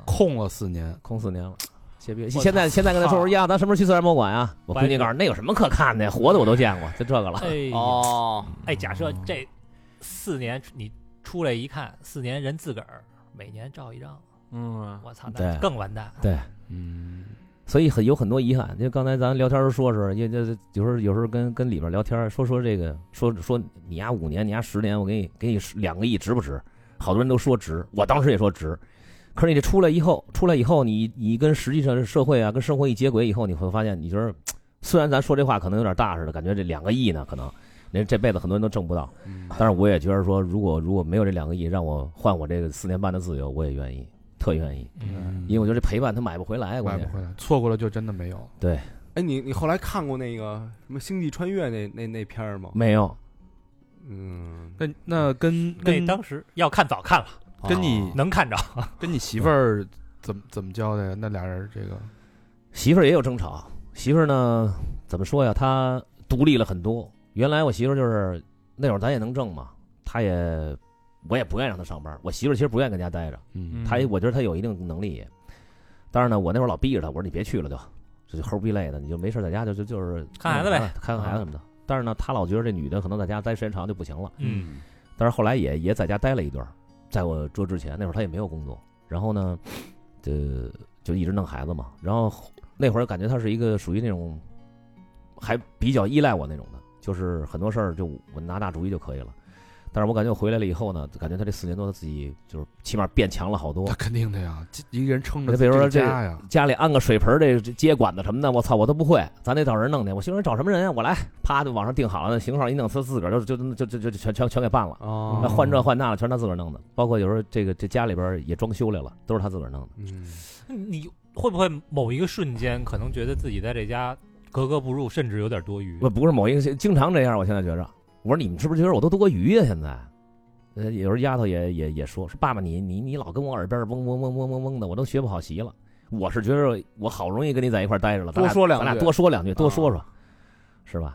Speaker 1: 空了四年，
Speaker 3: 空四年了。歇逼。
Speaker 5: 操
Speaker 3: 现在现在跟他说说呀，咱什么时候去自然博物馆啊？我闺女告诉那有什么可看的呀，活的我都见过，就这个了。
Speaker 5: 哎呦
Speaker 2: 哦，
Speaker 5: 哎，假设这四年你出来一看，四年人自个儿每年照一张，
Speaker 6: 嗯，
Speaker 5: 我操，那
Speaker 3: 对
Speaker 5: 更完蛋。
Speaker 1: 嗯，
Speaker 3: 所以很有很多遗憾。就刚才咱聊天儿说说，也就有时候有时候跟跟里边聊天儿说说这个，说说你丫五年，你丫十年，我给你给你十两个亿值不值？好多人都说值，我当时也说值。可是你这出来以后，出来以后你，你跟实际上的社会啊，跟生活一接轨以后，你会发现，你觉得虽然咱说这话可能有点大似的，感觉这两个亿呢，可能人这辈子很多人都挣不到。
Speaker 1: 嗯
Speaker 3: 但是我也觉得说，如果如果没有这两个亿，让我换我这个四年半的自由，我也愿意，特愿意，因为我觉得这陪伴他买不回来，关
Speaker 1: 嗯买
Speaker 3: 键
Speaker 1: 不
Speaker 3: 是
Speaker 1: 嗯回来，错过了就真的没有了。
Speaker 2: 哎，你你后来看过那个什么《星际穿越》那那那片儿吗？
Speaker 3: 没有。
Speaker 2: 嗯，
Speaker 1: 那那跟
Speaker 5: 那
Speaker 1: 跟
Speaker 5: 当时要看早看了，
Speaker 1: 跟
Speaker 4: 嗯
Speaker 1: 你
Speaker 5: 能看着。
Speaker 1: 跟你媳妇儿怎么怎么交代呀？那俩人这个
Speaker 3: 媳妇儿也有争吵。媳妇儿呢，怎么说呀？她独立了很多。原来我媳妇儿就是那会儿咱也能挣嘛，她也我也不愿意让她上班。我媳妇儿其实不愿意跟家待着，
Speaker 1: 嗯
Speaker 3: 她也我觉得她有一定能力。当然呢，我那会儿老逼着她，我说你别去了就，这就猴逼累的，你就没事在家就就就是
Speaker 5: 看孩子呗，啊
Speaker 3: 看看孩子什么的。但是呢，她老觉得这女的可能在家待时间长就不行了。
Speaker 5: 嗯，
Speaker 3: 但是后来也也在家待了一段儿，在我这之前那会儿他也没有工作，然后呢，呃，就一直弄孩子嘛。然后那会儿感觉他是一个属于那种还比较依赖我那种的，就是很多事儿就我拿大主意就可以了。但是我感觉我回来了以后呢，感觉他这四年多他自己就是起码变强了好多
Speaker 1: 那。肯定的呀，这一个人撑着
Speaker 3: 那比如说这
Speaker 1: 这个家呀，
Speaker 3: 家里安个水盆儿，这这接管子什么的，我操，我都不会，咱得找人弄去。我心说找什么人啊？我来，啪就网上定好了，型号一弄，他自个儿就就就就就就全全全给办了。那
Speaker 2: 哦
Speaker 3: 换这换那的全是他自个儿弄的，包括有时候这个这家里边儿也装修来了，都是他自个儿弄的。
Speaker 2: 嗯，
Speaker 5: 你会不会某一个瞬间可能觉得自己在这家格格不入，甚至有点多余？
Speaker 3: 我不是某一个，经常这样。我现在觉着，我说你们是不是觉得我都多余啊呀、现在，呃，有时候丫头也也也说，说爸爸你你你老跟我耳边嗡嗡嗡嗡嗡嗡的，我都学不好习了。我是觉着我好容易跟你在一块儿待着了，咱俩
Speaker 2: 多说两句啊
Speaker 3: 咱俩多说两句，多说说，是吧？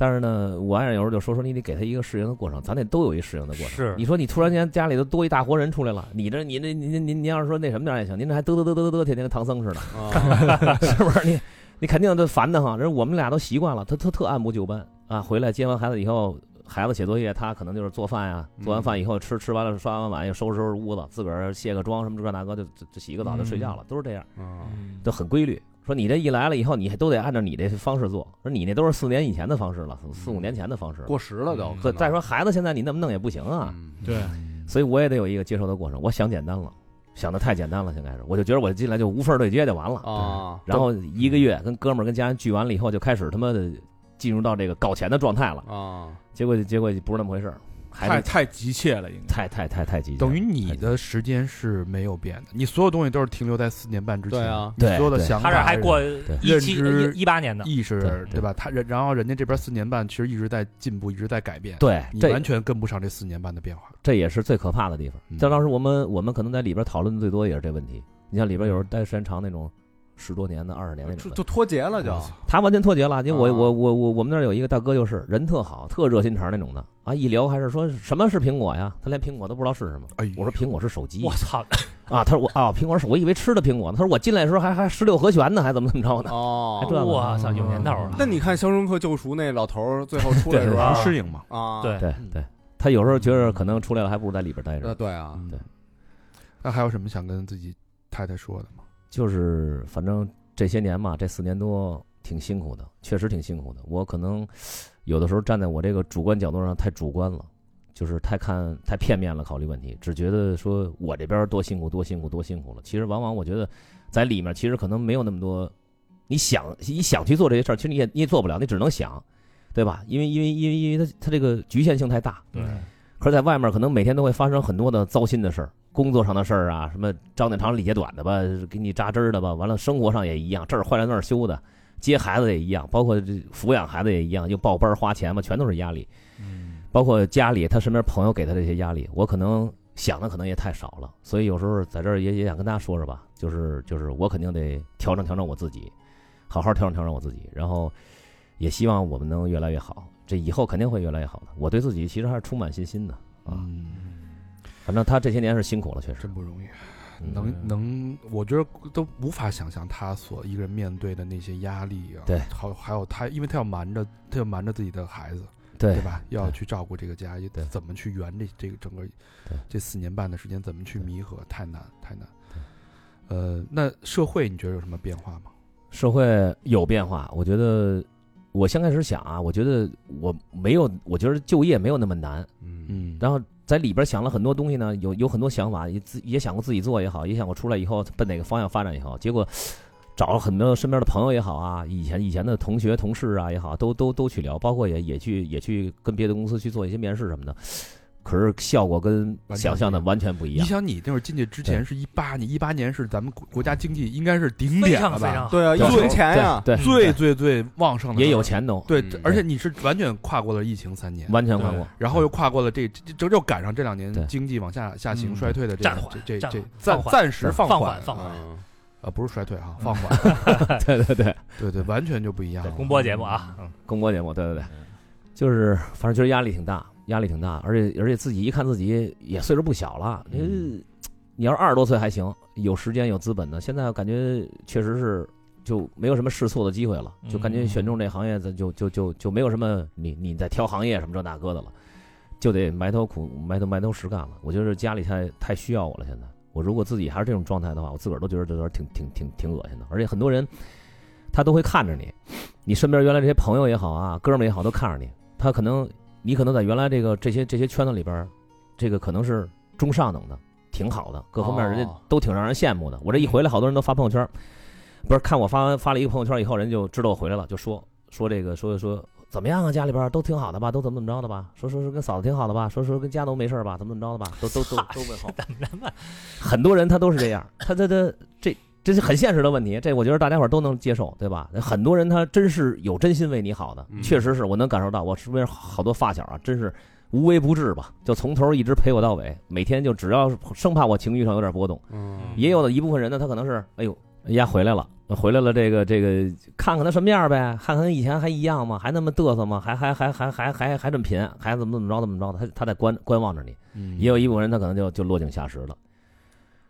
Speaker 3: 但是呢，我爱人有时候就说说你得给他一个适应的过程，咱得都有一适应的过程。
Speaker 5: 是
Speaker 3: 你说你突然间家里头多一大活人出来了，你这你这您您您您要是说那什么点儿也行，您这还嘚嘚嘚嘚嘚，天天跟唐僧似的。
Speaker 2: 哦
Speaker 3: 是不是？你你肯定都烦的哈。人我们俩都习惯了，他他特按部就班啊。回来接完孩子以后，孩子写作业，他可能就是做饭呀、做完饭以后吃吃完了，刷完碗又收拾收拾屋子，自个儿卸个妆什么这那个就就就洗个澡就睡觉了，都是这样，
Speaker 2: 哦
Speaker 3: 都很规律。说你这一来了以后，你还都得按照你这方式做。说你那都是四年以前的方式了，四四五年前的方式了。
Speaker 2: 过时了都
Speaker 3: 可。再说孩子现在你那么弄也不行啊，
Speaker 2: 嗯
Speaker 6: 对，
Speaker 3: 所以我也得有一个接受的过程。我想简单了，想的太简单了，现在是，我就觉得我进来就无缝对接就完
Speaker 1: 哦
Speaker 3: 了。
Speaker 2: 啊，
Speaker 3: 然后一个月跟哥们儿跟家人聚完了以后，就开始他妈的进入到这个搞钱的状态了。
Speaker 2: 啊，
Speaker 3: 结果结果不是那么回事儿，还
Speaker 6: 太
Speaker 3: 是
Speaker 6: 太急切了，应该
Speaker 3: 太太太太急切了，
Speaker 1: 等于你的时间是没有变的，你所有东西都是停留在四年半之前。
Speaker 2: 对啊
Speaker 1: 你所有的
Speaker 3: 对对
Speaker 1: 想法，
Speaker 5: 他这还过一七呃
Speaker 1: 认知
Speaker 5: 一八年的，
Speaker 1: 意识
Speaker 3: 对对
Speaker 1: 对吧？他人然后人家这边四年半其实一直在进步，一直在改变，
Speaker 3: 对，
Speaker 1: 你
Speaker 3: 这
Speaker 1: 完全跟不上这四年半的变化。
Speaker 3: 这也是最可怕的地方
Speaker 1: 嗯。
Speaker 3: 但当时我们我们可能在里边讨论的最多也是这问题。你像里边有人待时间长那种，十多年的、二十年那
Speaker 2: 就
Speaker 3: 种的，
Speaker 2: 就脱节了就
Speaker 1: 我操
Speaker 3: 他完全脱节了。因为我
Speaker 2: 啊
Speaker 3: 我我我我们那儿有一个大哥，就是人特好，特热心肠那种的啊，一聊还是说什么是苹果呀？他连苹果都不知道是什么。
Speaker 1: 哎呦，
Speaker 3: 我说苹果是手机
Speaker 5: 我操！
Speaker 3: 啊，他说我啊苹果是我以为吃的苹果呢。他说我进来的时候还还十六合拳呢，还怎么怎么着呢？ 还
Speaker 2: 哦。
Speaker 3: 这个呢
Speaker 5: 我操，有年头了。
Speaker 2: 那你看《肖申克救赎》那老头儿最后出来 的时
Speaker 5: 啊
Speaker 1: 不
Speaker 2: 候
Speaker 1: 适应嘛？
Speaker 2: 啊，
Speaker 5: 对
Speaker 3: 对
Speaker 1: 嗯
Speaker 3: 对，他有时候觉得可能出来了，还不如在里边待
Speaker 2: 呃，
Speaker 3: 着。
Speaker 2: 对啊，
Speaker 1: 嗯
Speaker 3: 对。
Speaker 1: 那还有什么想跟自己太太说的吗？
Speaker 3: 就是反正这些年嘛，这四年多挺辛苦的，确实挺辛苦的。我可能有的时候站在我这个主观角度上太主观了，就是太看太片面了考虑问题，只觉得说我这边多辛苦多辛苦多辛苦了。其实往往我觉得在里面其实可能没有那么多，你想你想去做这些事儿，其实你也你也做不了，你只能想，对吧？因为因为因为因为它它这个局限性太大，
Speaker 5: 对，
Speaker 3: 可是，在外面可能每天都会发生很多的糟心的事儿，工作上的事儿啊，什么张点长李截短的吧，给你扎针儿的吧，完了生活上也一样，这儿坏了那儿修的，接孩子也一样，包括这抚养孩子也一样，又报班儿花钱嘛，全都是压力。嗯，包括家里他身边朋友给他这些压力，我可能想的可能也太少了，所以有时候在这儿也也想跟大家说说吧，就是就是我肯定得调整调整我自己，好好调整调整我自己，然后也希望我们能越来越好。这以后肯定会越来越好的。我对自己其实还是充满信心的。啊
Speaker 1: 嗯，
Speaker 3: 反正他这些年是辛苦了，确实
Speaker 1: 啊真不容易，
Speaker 3: 嗯
Speaker 1: 能能，我觉得都无法想象他所一个人面对的那些压力啊，
Speaker 3: 对
Speaker 1: 还有还有他，因为他要瞒着，他要瞒着自己的孩子，
Speaker 3: 对
Speaker 1: 对吧？要去照顾这个家，也
Speaker 3: 对
Speaker 1: 怎么去圆这这个整个这四年半的时间，怎么去弥合，太难太难。呃，那社会你觉得有什么变化吗？
Speaker 3: 社会有变化，我觉得我先开始想啊，我觉得我没有，我觉得就业没有那么难。
Speaker 2: 嗯
Speaker 1: 嗯
Speaker 3: 然后在里边想了很多东西呢，有有很多想法，也自也想过自己做也好，也想过出来以后奔哪个方向发展也好，结果。找了很多身边的朋友也好啊，以前以前的同学同事啊也好，都都都去聊，包括也也去也去跟别的公司去做一些面试什么的，可是效果跟
Speaker 1: 完全
Speaker 3: 想象的完全不一
Speaker 1: 你
Speaker 3: 样。
Speaker 1: 想，你那会儿进去之前
Speaker 3: 对
Speaker 1: 是一八年，一八年是咱们国国家经济应该是顶
Speaker 5: 非
Speaker 1: 点
Speaker 5: 常
Speaker 1: 了
Speaker 5: 非常
Speaker 1: 吧？
Speaker 5: 好。
Speaker 2: 对啊，疫情前呀，
Speaker 3: 对，对
Speaker 1: 最最最旺盛的时候
Speaker 3: 也有钱都
Speaker 1: 对
Speaker 2: 嗯，
Speaker 1: 这而且你是完全跨过了疫情三年，
Speaker 3: 完全看过。
Speaker 1: 然后又跨过了这这这又赶上这两年
Speaker 3: 对
Speaker 1: 经济往下下行
Speaker 6: 嗯
Speaker 1: 衰退的这
Speaker 5: 暂
Speaker 1: 个
Speaker 5: 缓
Speaker 1: 这这
Speaker 5: 暂
Speaker 1: 这
Speaker 5: 缓
Speaker 1: 暂
Speaker 5: 放缓
Speaker 1: 暂时
Speaker 5: 放
Speaker 1: 缓
Speaker 5: 放缓。
Speaker 2: 嗯
Speaker 1: 呃不是衰退哈， 放缓，
Speaker 3: 对对对，
Speaker 1: 对对，完全就不一样
Speaker 5: 对
Speaker 1: 了。
Speaker 5: 公播节目啊，嗯
Speaker 3: 公播节目，对对对，就是反正觉得压力挺大，压力挺大，而且而且自己一看自己也岁数不小了，
Speaker 1: 嗯
Speaker 3: 呃你要是二十多岁还行，有时间有资本的，现在感觉确实是就没有什么试错的机会了，就感觉选中这行业咱就就就就没有什么你你在挑行业什么这那个的了，就得埋头苦埋头埋头实干了。我觉得家里太太需要我了，现在我如果自己还是这种状态的话，我自个儿都觉得这有点挺挺挺挺恶心的，而且很多人。他都会看着你，你身边原来这些朋友也好啊，哥们儿也好，都看着你。他可能你可能在原来这个这些这些圈子里边儿，这个可能是中上等的，挺好的，各方面人家
Speaker 2: 哦
Speaker 3: 都挺让人羡慕的。我这一回来，好多人都发朋友圈儿，不是看我发发了一个朋友圈以后，人就知道我回来了，就说说这个说说怎么样啊，家里边儿都挺好的吧，都怎么怎么着的吧，说说是跟嫂子挺好的吧，说说跟家都没事儿吧，怎么怎么着的吧，都都都都问候。很多人他都是这样，他他他这这是很现实的问题，这我觉得大家伙儿都能接受，对吧？很多人他真是有真心为你好的，
Speaker 2: 嗯
Speaker 3: 确实是我能感受到，我身边好多发小啊，真是无微不至吧，就从头一直陪我到尾，每天就只要是生怕我情绪上有点波动，
Speaker 2: 嗯
Speaker 3: 也有的一部分人呢，他可能是哎呦。丫回来了，回来了，这个这个，看看他什么样呗，看看以前还一样吗？还那么嘚瑟吗？还还还还还还还这么贫，还怎么怎么着怎么着的？他他在观观望着你，
Speaker 6: 嗯
Speaker 3: 也有一部分人他可能就就落井下石了，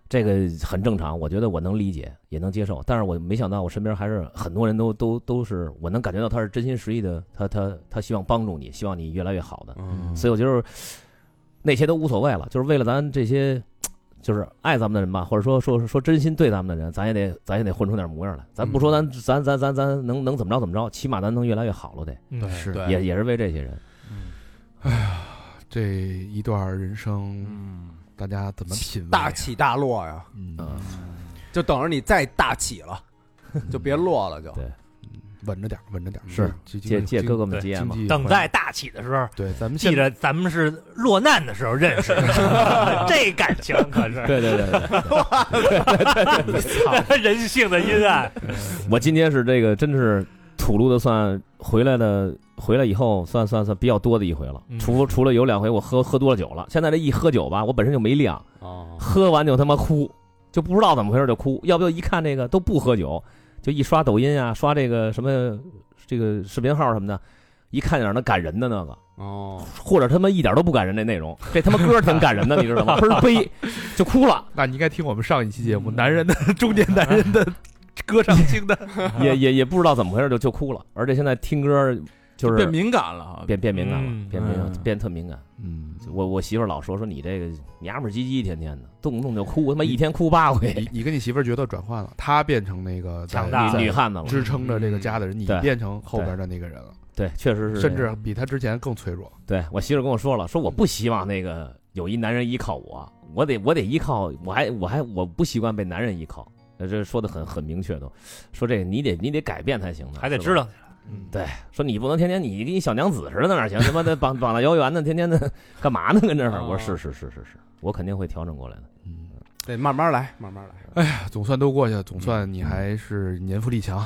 Speaker 3: 这个很正常，我觉得我能理解，也能接受。但是我没想到我身边还是很多人都都都是，我能感觉到他是真心实意的，他他他希望帮助你，希望你越来越好的。
Speaker 2: 嗯
Speaker 3: 所以我就是那些都无所谓了，就是为了咱这些就是爱咱们的人吧，或者说说说真心对咱们的人，咱也得咱也得混出点模样来。咱不说
Speaker 1: 嗯
Speaker 3: 咱咱咱咱咱能能怎么着怎么着，起码咱能越来越好了得，
Speaker 5: 嗯
Speaker 2: 对
Speaker 1: 是
Speaker 2: 对
Speaker 3: 也也是为这些人。
Speaker 1: 这一段人生，
Speaker 2: 嗯
Speaker 1: 大家怎么品味？啊
Speaker 2: 大，起大落呀，
Speaker 1: 嗯，
Speaker 3: 嗯，
Speaker 2: 就等着你再大起了，就别落了就
Speaker 3: 对。
Speaker 1: 稳着点儿，稳着点儿。
Speaker 3: 是
Speaker 1: 经
Speaker 3: 借借哥哥们
Speaker 5: 对
Speaker 3: 吉言嘛。
Speaker 1: 经济
Speaker 5: 等
Speaker 1: 环
Speaker 5: 待大起的时候，
Speaker 1: 对，咱们现
Speaker 5: 记
Speaker 1: 在
Speaker 5: 着咱们是落难的时候认 识的，这感情可是
Speaker 3: 对对对对，
Speaker 5: 人性的阴暗。
Speaker 3: 我今天是这个，真是吐露的算回来的，回来以后算算算比较多的一回了。
Speaker 5: 嗯
Speaker 3: 除除了有两回我喝喝多了酒了，现在这一喝酒吧，我本身就没量，
Speaker 2: 哦，
Speaker 3: 喝完就他妈哭，就不知道怎么回事就哭。要不就一看这个都不喝酒，就一刷抖音啊，刷这个什么这个视频号什么的，一看点儿那感人的那个，
Speaker 2: 哦，
Speaker 3: 或者他妈一点都不感人那内容，这他妈歌儿挺感人的，你知道吗？倍儿悲，就哭了。
Speaker 1: 那啊你应该听我们上一期节
Speaker 3: 嗯
Speaker 1: 目， 男人的中年男人 的歌唱清单，
Speaker 3: 也也也不知道怎么回事就就哭了，而且现在听歌儿就是
Speaker 6: 变敏感了啊，
Speaker 3: 变变敏感了，
Speaker 5: 嗯
Speaker 3: 变敏感，
Speaker 6: 嗯
Speaker 3: 变特敏感。
Speaker 1: 嗯，
Speaker 3: 我我媳妇儿老说说你这个娘们儿唧唧，天天的动不动就哭，我他妈一天哭八回，
Speaker 1: 你你跟你媳妇儿角色转换了，她变成那个在
Speaker 5: 强大
Speaker 3: 女
Speaker 5: 了
Speaker 3: 女汉子了。嗯
Speaker 1: 支撑着这个家的人，你
Speaker 3: 对
Speaker 1: 变成后边的那个人了，
Speaker 3: 对，确实是这
Speaker 1: 甚
Speaker 3: 样。
Speaker 1: 至比她之前更脆弱。
Speaker 3: 对我媳妇儿跟我说了，说我不希望那个有一男人依靠我，我得我得依靠，我还我还我不习惯被男人依靠。呃这说的很很明确都，说这个你得你得改变才行呢，
Speaker 5: 还得
Speaker 3: 是吧
Speaker 5: 知道
Speaker 1: 嗯，
Speaker 3: 对，说你不能天天你跟一小娘子似的，那哪行？他妈的绑绑大腰圆的，天天的 干嘛呢？跟这儿，我说
Speaker 5: 哦
Speaker 3: 是是是是是，我肯定会调整过来的。
Speaker 1: 嗯，
Speaker 2: 得慢慢来，慢慢来。
Speaker 1: 总算都过去了，总
Speaker 3: 嗯
Speaker 1: 算你还是年富力强，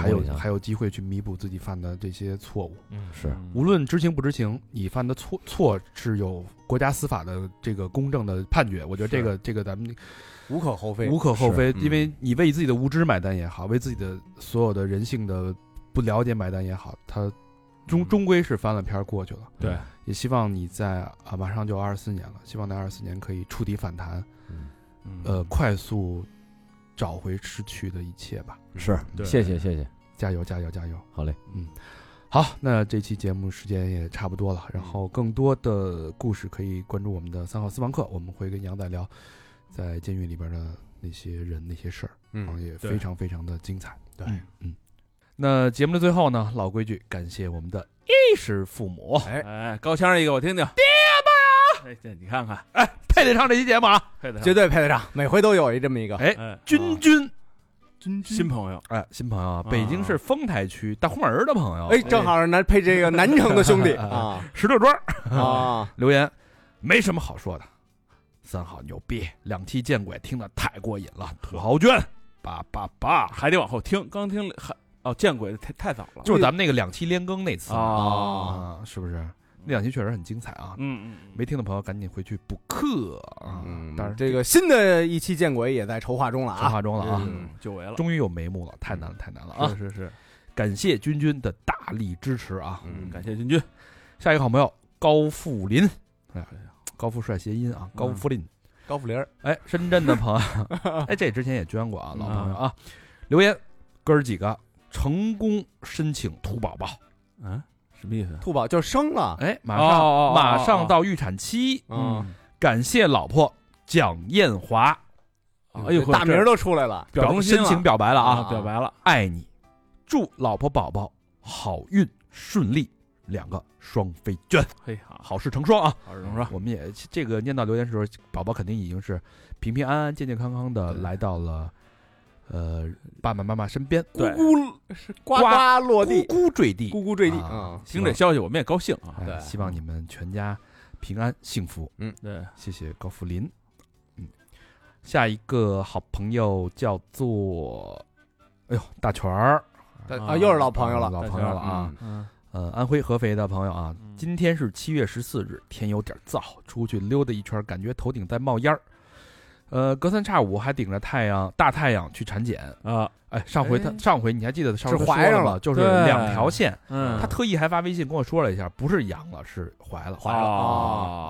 Speaker 1: 还有还有机会去弥补自己犯的这些错误。
Speaker 3: 是
Speaker 6: 嗯
Speaker 1: 无论知情不知情，你犯的错错是有国家司法的这个公正的判决，我觉得这个这个咱们
Speaker 2: 无可厚非，
Speaker 1: 无可厚非，
Speaker 6: 嗯
Speaker 1: 因为你为自己的无知买单也好，为自己的所有的人性的不了解买单也好，他终终归是翻了篇儿过去了。
Speaker 6: 嗯
Speaker 1: 嗯
Speaker 6: 对，
Speaker 1: 也希望你在啊，马上就二十四年了，希望在二十四年可以触底反弹，
Speaker 6: 嗯
Speaker 1: 呃，快速找回失去的一切吧，
Speaker 3: 是，
Speaker 6: 对
Speaker 3: 谢谢谢谢，
Speaker 1: 加油，加油，加油！
Speaker 3: 好嘞，
Speaker 1: 好，那这期节目时间也差不多了，然后更多的故事可以关注我们的三号私房课，我们会跟杨仔聊在监狱里边的那些人那些事儿，然后
Speaker 2: 嗯，
Speaker 1: 也
Speaker 6: 对
Speaker 1: 非常非常的精彩。
Speaker 2: 对
Speaker 1: 嗯嗯。那节目的最后呢，老规矩，感谢我们的衣食父母。
Speaker 2: 哎，
Speaker 6: 哎，高腔一个我听听，爹吧，哎，这你看看，哎，
Speaker 1: 配得上这期节目啊！
Speaker 6: 配得
Speaker 2: 绝
Speaker 6: 上，
Speaker 2: 对配得上，每回都有一这么一个。
Speaker 1: 哎，
Speaker 6: 哎，
Speaker 1: 君君，君
Speaker 6: 新朋友，
Speaker 1: 哎，新朋友啊，北京市丰台区大红门的朋友，
Speaker 2: 哎，正好是南配这个南城的兄弟
Speaker 1: 啊
Speaker 2: 啊
Speaker 1: 石头庄
Speaker 2: 啊！
Speaker 1: 留言，没什么好说的。三好牛逼，两期见鬼，听得太过瘾了，土豪捐，
Speaker 6: 叭叭
Speaker 3: 啊
Speaker 6: 叭，还得往后听，刚听还哦，见鬼太太早了，
Speaker 1: 就是咱们那个两期连更那次
Speaker 6: 哦，
Speaker 1: 啊，是不是？那两期确实很精彩啊，
Speaker 6: 嗯嗯，
Speaker 1: 没听的朋友赶紧回去补课啊。
Speaker 2: 嗯，
Speaker 1: 当然
Speaker 2: 这个新的一期《见鬼》也在筹划中了
Speaker 1: 说
Speaker 2: 啊。
Speaker 1: 话中了啊，
Speaker 2: 嗯
Speaker 6: 久违了，
Speaker 1: 终于有眉目了，太难了，太难了啊！
Speaker 6: 是是是，
Speaker 1: 感谢君君的大力支持啊！
Speaker 2: 嗯
Speaker 6: 感谢君君，
Speaker 1: 下一个好朋友高富林，哎呀，高富帅谐音啊，高富林。
Speaker 2: 高富林儿，
Speaker 1: 哎，深圳的朋友， 哎，这之前也捐过啊，老朋友啊，留言哥儿几个成功申请土宝宝，
Speaker 6: 嗯，什么意思？
Speaker 2: 兔宝就生了。
Speaker 1: 哎，马
Speaker 6: 哦哦哦
Speaker 1: 上
Speaker 6: 哦
Speaker 1: 马上到预产期，
Speaker 2: 嗯，
Speaker 1: 感谢老婆蒋艳华，
Speaker 6: 哎呦，
Speaker 2: 大名儿都出来了。
Speaker 6: 表忠心
Speaker 1: 申请表白了啊，
Speaker 6: 表白了，
Speaker 1: 爱你，
Speaker 4: 祝老婆宝宝好运顺利，两个双飞娟，
Speaker 6: 嘿，好，
Speaker 4: 好事成双啊！
Speaker 6: 好，荣说，
Speaker 4: 我们也这个念到留言的时候，宝宝肯定已经是平平安安、健健康康的来到了呃爸爸妈妈身边，
Speaker 6: 对
Speaker 2: 咕是呱呱落地，
Speaker 4: 咕咕坠地，
Speaker 2: 咕咕坠地
Speaker 4: 啊
Speaker 2: 啊！
Speaker 4: 希
Speaker 6: 听
Speaker 4: 望
Speaker 6: 这消息我们也高兴啊。
Speaker 4: 哎
Speaker 2: 对
Speaker 4: 希望你们全家平安幸福。
Speaker 6: 对，
Speaker 4: 谢谢高福林。嗯，下一个好朋友叫做，哎呦，大全儿，
Speaker 2: 啊，又是老朋友了，
Speaker 4: 老朋友了啊。
Speaker 2: 嗯，
Speaker 6: 嗯，
Speaker 4: 呃，安徽合肥的朋友啊
Speaker 6: 嗯，
Speaker 4: 今天是七月十四日，天有点燥，出去溜达一圈，感觉头顶在冒烟儿。呃，隔三差五还顶着太阳大太阳去产检。
Speaker 6: 啊，
Speaker 4: 哎，上回他
Speaker 6: 哎
Speaker 4: 上回你还记得上回
Speaker 2: 是
Speaker 4: 他
Speaker 2: 怀
Speaker 4: 说
Speaker 2: 上
Speaker 4: 吗
Speaker 2: 了
Speaker 4: 就是
Speaker 6: 对
Speaker 4: 两条线。
Speaker 6: 嗯，
Speaker 4: 他特意还发微信跟我说了一下，不是阳了，是怀了，
Speaker 2: 怀了
Speaker 4: 啊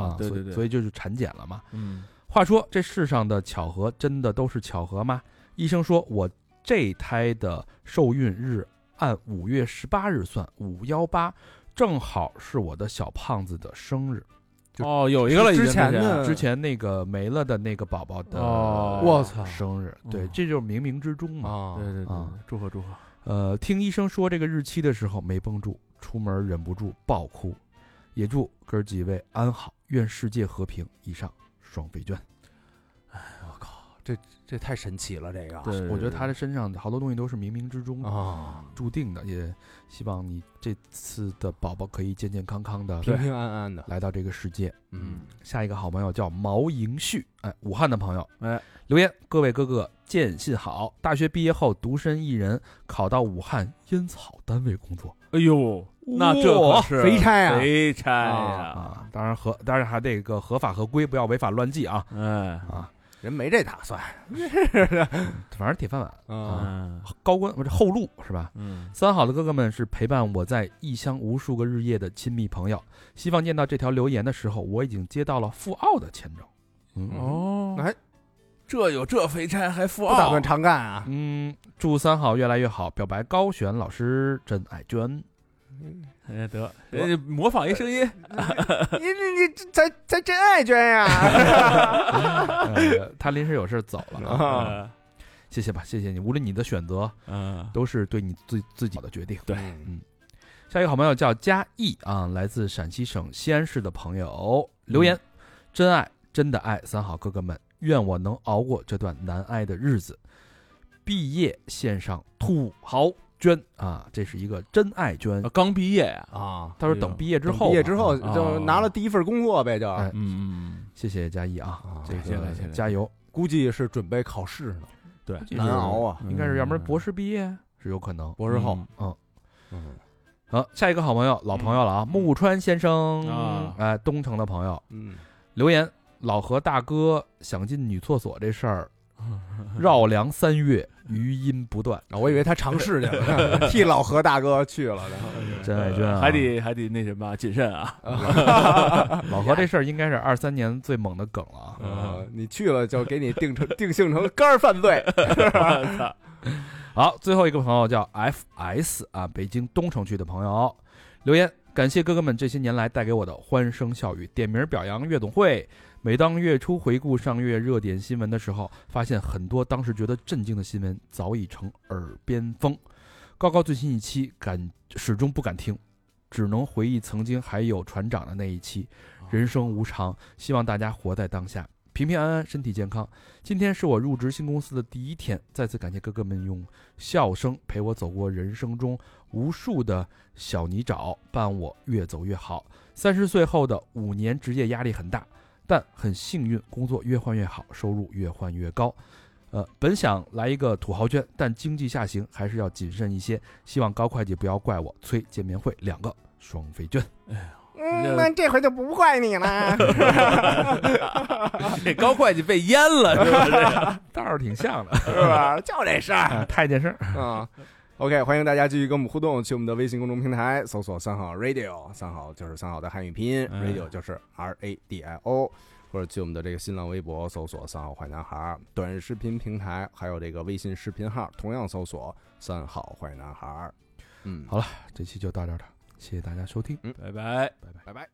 Speaker 6: 啊，，对
Speaker 4: 所以
Speaker 6: 对对，
Speaker 4: 所
Speaker 6: 以，
Speaker 4: 以就是产检了嘛。
Speaker 6: 嗯，
Speaker 4: 话说这世上的巧合真的都是巧合吗？医生说我这胎的受孕日按五月十八日算，五幺八正好是我的小胖子的生日。就
Speaker 6: 哦，有一个了，已经
Speaker 2: 之前
Speaker 6: 这啊样
Speaker 2: 的
Speaker 4: 之前那个没了的那个宝宝的
Speaker 6: 哦
Speaker 2: 我操
Speaker 4: 生日，
Speaker 6: 嗯
Speaker 4: 对，这就是冥冥之中嘛。
Speaker 2: 啊
Speaker 5: 哦
Speaker 6: 对对对对
Speaker 4: 啊，
Speaker 6: 祝贺祝贺，
Speaker 4: 呃，听医生说这个日期的时候没绷住，出门忍不住爆哭，也祝哥儿几位安好，愿世界和平。以上双倍券。
Speaker 2: 这太神奇了，这个
Speaker 6: 对，
Speaker 4: 我觉得他的身上好多东西都是冥冥之中
Speaker 2: 啊，
Speaker 4: 注定的，也希望你这次的宝宝可以健健康康的
Speaker 2: 平平安安的，
Speaker 4: 来到这个世界。
Speaker 2: 嗯，
Speaker 4: 下一个好朋友叫毛莹旭，哎，武汉的朋友，
Speaker 6: 哎，
Speaker 4: 留言：各位哥哥，见信好。大学毕业后独身一人，考到武汉烟草单位工作
Speaker 6: 哎呦，那这可是
Speaker 2: 肥差啊
Speaker 6: 肥差呀，
Speaker 4: 啊，当然合，当然还得个合法合规，不要违法乱纪啊
Speaker 6: 哎，
Speaker 4: 啊，
Speaker 2: 人没这打算
Speaker 4: 反正铁饭碗，
Speaker 2: 啊，
Speaker 6: 嗯
Speaker 4: 高官不是后路是吧？
Speaker 6: 嗯，
Speaker 4: 三好的哥哥们是陪伴我在异乡无数个日夜的亲密朋友。希望念到这条留言的时候，我已经接到了赴澳的签证。嗯
Speaker 6: 哦，
Speaker 2: 那还
Speaker 6: 这有这肥差还富
Speaker 2: 不打
Speaker 6: 傲
Speaker 2: 算，常干 啊，
Speaker 4: 嗯，祝三好越来越好。表白高璇老师，真爱娟。
Speaker 6: 哎得，人家模仿一声音，
Speaker 2: 你你你咱咱真爱捐呀！
Speaker 4: 呃他临时有事走了啊，
Speaker 2: 啊
Speaker 6: 嗯
Speaker 4: 谢谢吧，谢谢你。无论你的选择，
Speaker 6: 嗯，
Speaker 4: 都是对你自自己的决定。
Speaker 6: 对
Speaker 2: 嗯
Speaker 4: 下一个好朋友叫嘉义啊，来自陕西省西安市的朋友留
Speaker 6: 嗯
Speaker 4: 言：真爱，真的爱，三好哥哥们，愿我能熬过这段难挨的日子。毕业献上土豪捐啊，这是一个真爱捐
Speaker 6: 啊。刚毕业呀，
Speaker 2: 啊，
Speaker 4: 他说等毕业之后吧，
Speaker 2: 毕业之后
Speaker 4: 啊
Speaker 2: 就拿了第一份工作呗，就
Speaker 4: 哎
Speaker 6: 嗯
Speaker 4: 谢谢嘉义啊
Speaker 2: 啊，
Speaker 4: 这
Speaker 6: 哎谢
Speaker 4: 个
Speaker 6: 谢谢谢
Speaker 4: 加油，
Speaker 2: 估计是准备考试呢，
Speaker 6: 对嗯
Speaker 2: 难熬啊，
Speaker 4: 应该是要不然博
Speaker 6: 士
Speaker 4: 士毕业
Speaker 6: 嗯
Speaker 4: 是有可能。
Speaker 2: 博士后，嗯
Speaker 4: 好，下一个好朋友，老朋友了啊，木川先生
Speaker 6: 嗯啊
Speaker 4: 哎，东城的朋友
Speaker 2: 嗯，
Speaker 4: 留言，老何大哥想进女厕所这事儿， 绕梁三月，余音不断。
Speaker 2: 啊我以为他尝试去了，替老何大哥去了呢。
Speaker 4: 真爱娟啊，
Speaker 6: 还得还得那什么谨慎啊，
Speaker 4: 老何这事儿应该是二三年最猛的梗了啊。
Speaker 2: 啊，你去了就给你定成定性成肝儿犯罪，
Speaker 4: 好，最后一个朋友叫 F S 啊，北京东城区的朋友留言，感谢哥哥们这些年来带给我的欢声笑语。点名表扬月总会。每当月初回顾上月热点新闻的时候，发现很多当时觉得震惊的新闻早已成耳边风。高高最新一期敢始终不敢听，只能回忆曾经还有船长的那一期。人生无常，希望大家活在当下，平平安安，身体健康。今天是我入职新公司的第一天，再次感谢哥哥们用笑声陪我走过人生中无数的小泥沼，伴我越走越好。三十岁后的五年，职业压力很大，但很幸运，工作越换越好，收入越换越高。呃，本想来一个土豪圈，但经济下行还是要谨慎一些。希望高会计不要怪我，催见面会两个双飞券。
Speaker 6: 嗯
Speaker 2: 嗯，
Speaker 6: 那
Speaker 2: 那这回就不怪你 了。
Speaker 6: 这高会计被淹了是吧？
Speaker 4: 倒是挺像的，
Speaker 2: 是吧？就这事儿
Speaker 6: 哎
Speaker 4: 啊、太监事。
Speaker 2: 啊。OK，欢迎大家继续跟我们互动，去我们的微信公众平台搜索“三好 radio”，三好就是三好的汉语拼音、
Speaker 6: 嗯
Speaker 2: r a d i o 就是 R A D I O，或者去我们的这个新浪微博搜索“三好坏男孩”，短视频平台还有这个微信视频号，同样搜索“三好坏男孩”。嗯，
Speaker 4: 好这期就到这儿了，谢谢大家收听。
Speaker 6: 拜拜。
Speaker 2: 拜拜。